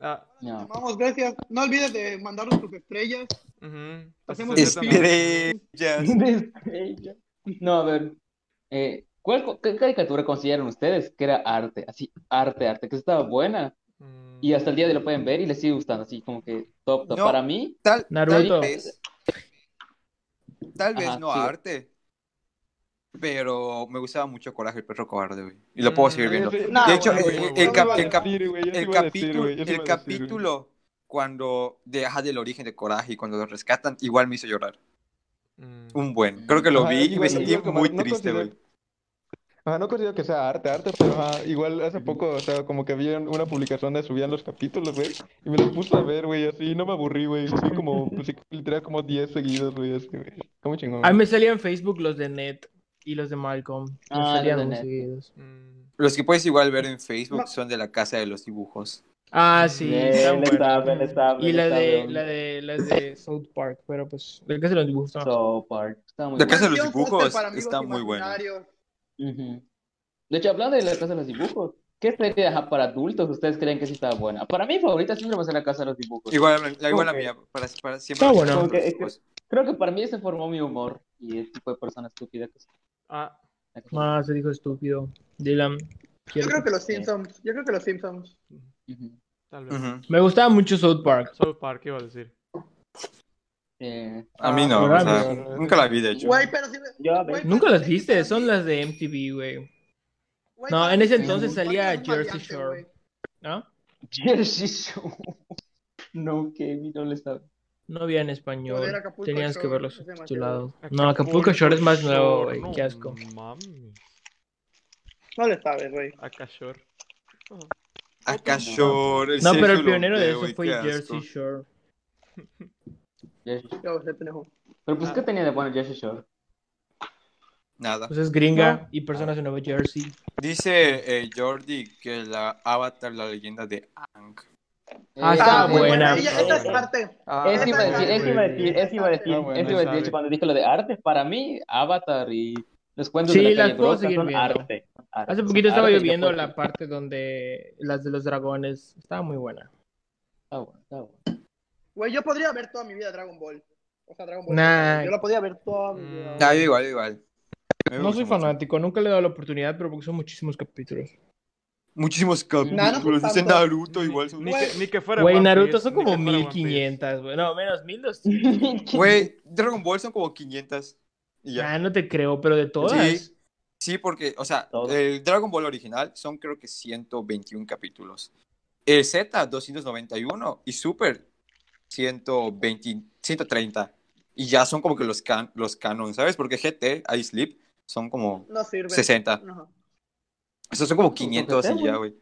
[SPEAKER 6] Ah,
[SPEAKER 7] Te
[SPEAKER 4] No.
[SPEAKER 7] amamos, gracias. No olvides de mandarnos tus estrellas.
[SPEAKER 6] ujú.
[SPEAKER 7] Hacemos
[SPEAKER 6] Entonces,
[SPEAKER 7] un speed.
[SPEAKER 6] exactamente.
[SPEAKER 2] Estrellas.
[SPEAKER 4] Estrella. No, a ver. eh, ¿cuál, co- ¿Qué caricatura consideran ustedes que era arte? Así, arte, arte, que estaba buena.
[SPEAKER 6] Mm,
[SPEAKER 4] Y hasta el día de hoy lo pueden ver y les sigue gustando, así como que top, top.
[SPEAKER 2] No.
[SPEAKER 4] Para mí,
[SPEAKER 2] Tal, tal
[SPEAKER 5] Naruto.
[SPEAKER 2] vez. Tal vez
[SPEAKER 4] Ajá,
[SPEAKER 2] no
[SPEAKER 4] sí.
[SPEAKER 2] arte. Pero me gustaba mucho Coraje, el perro cobarde, güey. Y lo puedo
[SPEAKER 6] Mm,
[SPEAKER 8] Ah,
[SPEAKER 2] seguir viendo.
[SPEAKER 8] Ese-
[SPEAKER 7] Nah,
[SPEAKER 2] De hecho,
[SPEAKER 7] güey,
[SPEAKER 2] el-
[SPEAKER 7] güey,
[SPEAKER 2] el
[SPEAKER 7] no
[SPEAKER 2] cap-
[SPEAKER 7] me
[SPEAKER 2] el
[SPEAKER 7] vale
[SPEAKER 2] cap-
[SPEAKER 7] nada.
[SPEAKER 8] Decir, güey, yo te
[SPEAKER 2] el
[SPEAKER 8] iba a decir,
[SPEAKER 2] capítulo,
[SPEAKER 8] güey, yo te
[SPEAKER 2] el
[SPEAKER 8] iba a decir, güey.
[SPEAKER 2] capítulo cuando deja del origen de Coraje y cuando lo rescatan, igual me hizo llorar.
[SPEAKER 6] mm.
[SPEAKER 2] Un buen. Creo que lo
[SPEAKER 8] Ajá,
[SPEAKER 2] vi y me
[SPEAKER 8] igual-
[SPEAKER 2] sentí
[SPEAKER 8] igual que
[SPEAKER 2] muy
[SPEAKER 8] Mar- no
[SPEAKER 2] triste,
[SPEAKER 8] considero-
[SPEAKER 2] güey.
[SPEAKER 8] Ajá, no considero que sea arte, arte, pero ajá, igual hace poco, o sea, como que había una publicación donde subían los capítulos, güey, y me los puse a ver, güey, así, y no me aburrí, güey, vi como, pues, sí, literal, como 10 seguidos, güey, así, güey, como chingón,
[SPEAKER 5] A mí me
[SPEAKER 8] güey.
[SPEAKER 5] salían en Facebook los de Ned y los de Malcolm. Me
[SPEAKER 4] Ah, los
[SPEAKER 5] salían
[SPEAKER 4] de
[SPEAKER 5] muy
[SPEAKER 4] Ned.
[SPEAKER 5] seguidos.
[SPEAKER 6] Mm.
[SPEAKER 2] Los que puedes igual ver en Facebook
[SPEAKER 7] No.
[SPEAKER 2] son de la casa de los dibujos.
[SPEAKER 5] Ah, sí,
[SPEAKER 4] Eh, le
[SPEAKER 5] están buenos.
[SPEAKER 4] sabe, le sabe,
[SPEAKER 5] Y
[SPEAKER 4] le
[SPEAKER 5] la de,
[SPEAKER 4] sabe.
[SPEAKER 5] la de, la de South Park, pero pues, ¿de qué se los dibujos?
[SPEAKER 4] So Park. Está muy
[SPEAKER 2] La
[SPEAKER 4] bueno.
[SPEAKER 2] casa de los
[SPEAKER 7] Hicieron póster
[SPEAKER 2] dibujos
[SPEAKER 7] para amigos
[SPEAKER 2] está muy buena.
[SPEAKER 7] imaginarios.
[SPEAKER 4] Ujú. De hecho, hablando de la casa de los dibujos, ¿qué serie ajá, para adultos ustedes creen que sí estaba buena? Para mí, favorita siempre va a ser la casa de los dibujos.
[SPEAKER 2] Igual, la, igual la
[SPEAKER 4] Pues, Ok.
[SPEAKER 2] mía, para, para siempre. pues.
[SPEAKER 5] Está
[SPEAKER 2] los
[SPEAKER 5] bueno.
[SPEAKER 2] dibujos,
[SPEAKER 4] Como que-
[SPEAKER 2] los dibujos.
[SPEAKER 4] Creo que para mí ese formó mi humor y el tipo de persona estúpida que soy.
[SPEAKER 6] Ah,
[SPEAKER 5] Ah, se dijo estúpido. Dylan.
[SPEAKER 7] Yo
[SPEAKER 5] quiero-
[SPEAKER 7] creo que los Simpsons. Yo creo que los Simpsons.
[SPEAKER 4] Ujú.
[SPEAKER 6] tal vez.
[SPEAKER 2] Ujú.
[SPEAKER 5] Me gustaba mucho South Park.
[SPEAKER 6] South Park, ¿qué iba a decir?
[SPEAKER 4] Eh,
[SPEAKER 2] A mí no,
[SPEAKER 8] Ah,
[SPEAKER 2] o sea,
[SPEAKER 8] pero-
[SPEAKER 2] nunca la vi, de hecho.
[SPEAKER 7] Güey, pero sí.
[SPEAKER 9] Yo a
[SPEAKER 7] güey,
[SPEAKER 9] veces-
[SPEAKER 7] pero
[SPEAKER 5] Nunca
[SPEAKER 7] sí
[SPEAKER 5] las
[SPEAKER 7] vi-
[SPEAKER 5] viste, son las de MTV, güey.
[SPEAKER 7] güey,
[SPEAKER 5] No, en ese entonces
[SPEAKER 7] güey,
[SPEAKER 5] salía
[SPEAKER 7] es un
[SPEAKER 5] Jersey
[SPEAKER 7] variante,
[SPEAKER 5] Shore.
[SPEAKER 7] güey.
[SPEAKER 5] ¿No?
[SPEAKER 4] Jersey Shore. No, Kevin, no le sabe.
[SPEAKER 5] No había en
[SPEAKER 7] Joder,
[SPEAKER 5] español.
[SPEAKER 7] Acapulco
[SPEAKER 5] Tenías que
[SPEAKER 7] Shore
[SPEAKER 5] verlos
[SPEAKER 7] es demasiado-
[SPEAKER 5] subtitulados. No, Acapulco Shore es más nuevo, güey. Qué asco.
[SPEAKER 6] Mami,
[SPEAKER 7] No le sabes, güey.
[SPEAKER 6] Acashore.
[SPEAKER 2] Acashore, el
[SPEAKER 5] No, pero el
[SPEAKER 2] Círculo
[SPEAKER 5] pionero de
[SPEAKER 2] Hotel,
[SPEAKER 5] eso
[SPEAKER 2] güey,
[SPEAKER 5] fue
[SPEAKER 2] qué asco.
[SPEAKER 5] Jersey Shore.
[SPEAKER 4] Jersey Shore.
[SPEAKER 7] Yo, ese pendejo.
[SPEAKER 4] Pero pues, ¿qué
[SPEAKER 5] Ah.
[SPEAKER 4] tenía de bueno Jersey Shore?
[SPEAKER 2] Nada.
[SPEAKER 5] Pues es gringa y personas de Nueva Jersey.
[SPEAKER 2] Dice eh, Jordi que la Avatar, la leyenda de Ang.
[SPEAKER 4] Esa
[SPEAKER 5] Ah, está
[SPEAKER 7] Ah,
[SPEAKER 4] es
[SPEAKER 7] güey,
[SPEAKER 5] buena.
[SPEAKER 7] ella- Esa es arte.
[SPEAKER 4] Eso iba a decir, eso iba a decir, eso iba a decir,
[SPEAKER 8] Ah, bueno,
[SPEAKER 4] eso iba a decir, de
[SPEAKER 6] sabe.
[SPEAKER 4] hecho, cuando dijo lo de arte, para mí, Avatar y los cuentos
[SPEAKER 5] Sí,
[SPEAKER 4] de la
[SPEAKER 5] las
[SPEAKER 4] calle
[SPEAKER 5] puedo
[SPEAKER 4] Broca
[SPEAKER 5] seguir
[SPEAKER 4] son
[SPEAKER 5] viendo.
[SPEAKER 4] arte, arte,
[SPEAKER 5] Hace
[SPEAKER 4] son
[SPEAKER 5] poquito estaba
[SPEAKER 4] arte
[SPEAKER 5] yo
[SPEAKER 4] y
[SPEAKER 5] viendo
[SPEAKER 4] deporte.
[SPEAKER 5] la parte donde las de los dragones. Estaba muy buena.
[SPEAKER 4] Está bueno, está bueno.
[SPEAKER 7] Güey, yo podría ver toda mi vida Dragon Ball. O sea, Dragon Ball.
[SPEAKER 5] Nah.
[SPEAKER 7] Yo la podía ver toda mi vida.
[SPEAKER 6] Mm.
[SPEAKER 2] Ah, yo igual, yo igual. Me
[SPEAKER 5] No
[SPEAKER 2] gusta
[SPEAKER 5] soy
[SPEAKER 2] mucho.
[SPEAKER 5] fanático, nunca le he dado la oportunidad, pero porque son muchísimos capítulos.
[SPEAKER 2] Muchísimos
[SPEAKER 7] Nah, no son
[SPEAKER 2] capítulos. Dice
[SPEAKER 7] tantos.
[SPEAKER 2] Naruto igual. son-
[SPEAKER 6] Ni que, ni que fuera
[SPEAKER 5] Güey,
[SPEAKER 6] One
[SPEAKER 5] Naruto
[SPEAKER 6] Piece,
[SPEAKER 5] son
[SPEAKER 6] ni que
[SPEAKER 5] como
[SPEAKER 6] fuera One Piece.
[SPEAKER 5] 1500, güey. No, menos 1200.
[SPEAKER 2] Güey, Dragon Ball son como 500. Y ya.
[SPEAKER 5] Ah, no te creo, pero de todas.
[SPEAKER 2] Sí. Sí, porque, o sea,
[SPEAKER 4] Todo.
[SPEAKER 2] el Dragon Ball original son creo que 121 capítulos. El Z, 291. Y Super, 120, 130. Y ya son como que los, can los canon, ¿sabes? Porque GT, I Sleep, son como
[SPEAKER 7] No sirve.
[SPEAKER 2] 60.
[SPEAKER 7] Ajá.
[SPEAKER 2] O sea, son como 500
[SPEAKER 4] GT,
[SPEAKER 2] y ya, güey.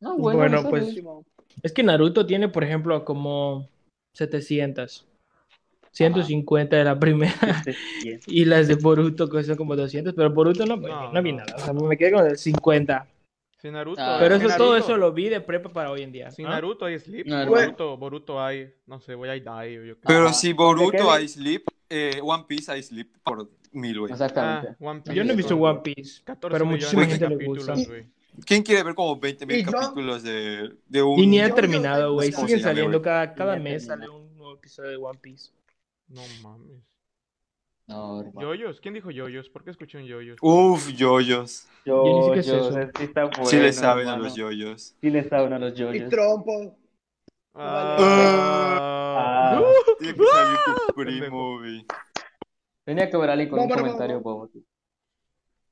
[SPEAKER 4] No,
[SPEAKER 5] Bueno,
[SPEAKER 4] Ah, eso
[SPEAKER 5] pues,
[SPEAKER 4] es-
[SPEAKER 7] Simón.
[SPEAKER 5] Es que Naruto tiene, por ejemplo, como 700. 150 de la primera. y las de Boruto, que son como 200. Pero Boruto no, pues,
[SPEAKER 6] No,
[SPEAKER 5] no, vi
[SPEAKER 6] no.
[SPEAKER 5] nada. O sea, me quedé con el 50.
[SPEAKER 6] Sin Naruto.
[SPEAKER 4] Ah,
[SPEAKER 5] Pero
[SPEAKER 6] sin
[SPEAKER 5] eso, todo
[SPEAKER 6] Naruto.
[SPEAKER 5] eso lo vi de prepa para hoy en día.
[SPEAKER 6] Sin
[SPEAKER 5] ¿ah?
[SPEAKER 6] Naruto hay Sleep.
[SPEAKER 4] Naruto.
[SPEAKER 6] Boruto, Boruto hay. No sé, voy a die. o Yo creo.
[SPEAKER 2] Pero
[SPEAKER 4] Ajá.
[SPEAKER 2] si Boruto,
[SPEAKER 4] Kevin.
[SPEAKER 2] I Sleep, eh, One Piece, I Sleep por mil,
[SPEAKER 5] pues,
[SPEAKER 2] güey.
[SPEAKER 6] Ah,
[SPEAKER 4] Exactamente.
[SPEAKER 6] One Piece.
[SPEAKER 5] Yo no he visto
[SPEAKER 6] con
[SPEAKER 5] One Piece.
[SPEAKER 6] 14
[SPEAKER 5] Pero
[SPEAKER 6] millones
[SPEAKER 5] muchísima
[SPEAKER 6] de
[SPEAKER 5] gente le
[SPEAKER 6] capítulos,
[SPEAKER 5] gusta.
[SPEAKER 6] güey.
[SPEAKER 2] ¿Quién quiere ver como 20
[SPEAKER 7] Y
[SPEAKER 2] mil
[SPEAKER 7] yo-
[SPEAKER 2] capítulos de, de un...
[SPEAKER 5] Y ni ha
[SPEAKER 7] Yo-
[SPEAKER 5] terminado, güey.
[SPEAKER 2] no sé cómo
[SPEAKER 5] Siguen
[SPEAKER 2] se llame,
[SPEAKER 5] saliendo
[SPEAKER 2] güey.
[SPEAKER 5] cada, cada
[SPEAKER 4] Ni ha
[SPEAKER 5] mes sale
[SPEAKER 4] terminado.
[SPEAKER 5] un nuevo episodio de One Piece.
[SPEAKER 6] No mames.
[SPEAKER 4] No, hermano.
[SPEAKER 6] ¿Yoyos? ¿Quién dijo yoyos? ¿Por qué escuché un yoyos?
[SPEAKER 2] Uf, yoyos.
[SPEAKER 5] Yo ni sé qué es
[SPEAKER 4] Yoyos,
[SPEAKER 5] eso.
[SPEAKER 4] es- sí está
[SPEAKER 2] Sí
[SPEAKER 4] bueno,
[SPEAKER 2] le saben a
[SPEAKER 4] hermano.
[SPEAKER 2] los yoyos.
[SPEAKER 4] Sí le saben a los
[SPEAKER 7] Y
[SPEAKER 4] yoyos.
[SPEAKER 7] trompo.
[SPEAKER 6] Ah.
[SPEAKER 4] Ah,
[SPEAKER 2] Tiene que salir tu
[SPEAKER 6] Pendejo.
[SPEAKER 2] primo, güey.
[SPEAKER 4] tenía que ver a alguien con
[SPEAKER 7] No,
[SPEAKER 4] un
[SPEAKER 7] pero-
[SPEAKER 4] comentario bobo.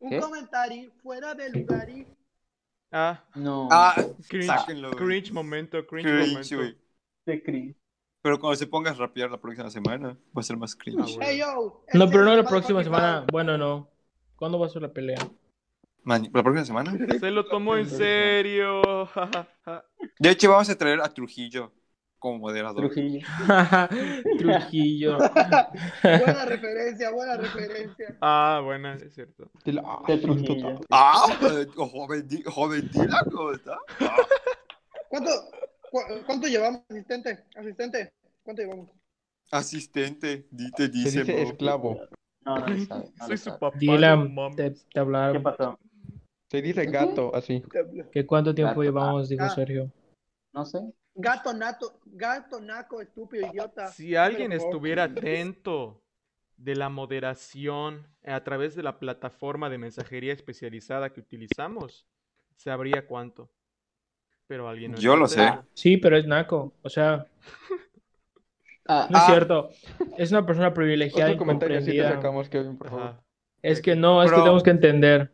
[SPEAKER 7] Un
[SPEAKER 4] ¿Qué?
[SPEAKER 7] comentario fuera de lugar y
[SPEAKER 6] Ah,
[SPEAKER 4] No,
[SPEAKER 2] Ah,
[SPEAKER 6] cringe.
[SPEAKER 2] sáquenlo, güey.
[SPEAKER 6] Cringe momento, cringe,
[SPEAKER 2] Cringe,
[SPEAKER 6] momento.
[SPEAKER 2] güey.
[SPEAKER 4] te creí.
[SPEAKER 2] Pero cuando se ponga a rapear la próxima semana, va a ser más
[SPEAKER 6] Ah,
[SPEAKER 2] cringe.
[SPEAKER 6] güey.
[SPEAKER 7] Hey, yo.
[SPEAKER 5] No,
[SPEAKER 7] este
[SPEAKER 5] pero no la
[SPEAKER 7] motherfucking
[SPEAKER 5] próxima semana.
[SPEAKER 7] Raúl.
[SPEAKER 5] Bueno, no. ¿Cuándo va a ser la pelea?
[SPEAKER 2] Man, ¿La próxima semana?
[SPEAKER 6] Se lo tomó en serio. ja, ja, ja.
[SPEAKER 2] De hecho, vamos a traer a Trujillo como moderador.
[SPEAKER 4] Trujillo.
[SPEAKER 5] Trujillo.
[SPEAKER 7] Buena referencia, buena referencia.
[SPEAKER 6] ah, buena, es cierto.
[SPEAKER 4] Te Trujillo.
[SPEAKER 2] ¡Ah! Joven, di- joven Dylan, ¿cómo está? Ah,
[SPEAKER 7] ¿Cuánto, cu- ¿Cuánto llevamos, asistente? Asistente, ¿cuánto llevamos?
[SPEAKER 2] Asistente, di- te
[SPEAKER 8] Se
[SPEAKER 2] dice,
[SPEAKER 8] dice
[SPEAKER 2] mo.
[SPEAKER 8] esclavo.
[SPEAKER 4] No, no lo sabe. no lo
[SPEAKER 6] Soy su
[SPEAKER 4] sabe.
[SPEAKER 6] papá.
[SPEAKER 5] Dylan,
[SPEAKER 6] no mames.
[SPEAKER 5] te, te
[SPEAKER 4] ¿Qué
[SPEAKER 5] hablaron.
[SPEAKER 4] pasó?
[SPEAKER 8] Se dice gato, así.
[SPEAKER 5] ¿Qué cuánto tiempo
[SPEAKER 4] Ah,
[SPEAKER 5] llevamos? Dijo
[SPEAKER 7] ah.
[SPEAKER 5] Sergio.
[SPEAKER 4] No sé.
[SPEAKER 7] Gato nato, gato naco, estúpido, idiota.
[SPEAKER 6] Si alguien
[SPEAKER 7] Pero, por favor.
[SPEAKER 6] estuviera atento de la moderación a través de la plataforma de mensajería especializada que utilizamos, sabría cuánto. Pero alguien no
[SPEAKER 2] Yo lo
[SPEAKER 6] está
[SPEAKER 2] sé.
[SPEAKER 6] atento.
[SPEAKER 5] Sí, pero es naco. O sea,
[SPEAKER 4] Ah,
[SPEAKER 5] no es
[SPEAKER 2] Ah.
[SPEAKER 5] cierto. Es una persona privilegiada
[SPEAKER 8] Otro
[SPEAKER 5] y
[SPEAKER 8] comentario así te
[SPEAKER 5] comprendida.
[SPEAKER 8] sacamos, Kevin, por favor.
[SPEAKER 6] Ajá.
[SPEAKER 5] Es que no, es que
[SPEAKER 2] Bro.
[SPEAKER 5] tenemos que entender.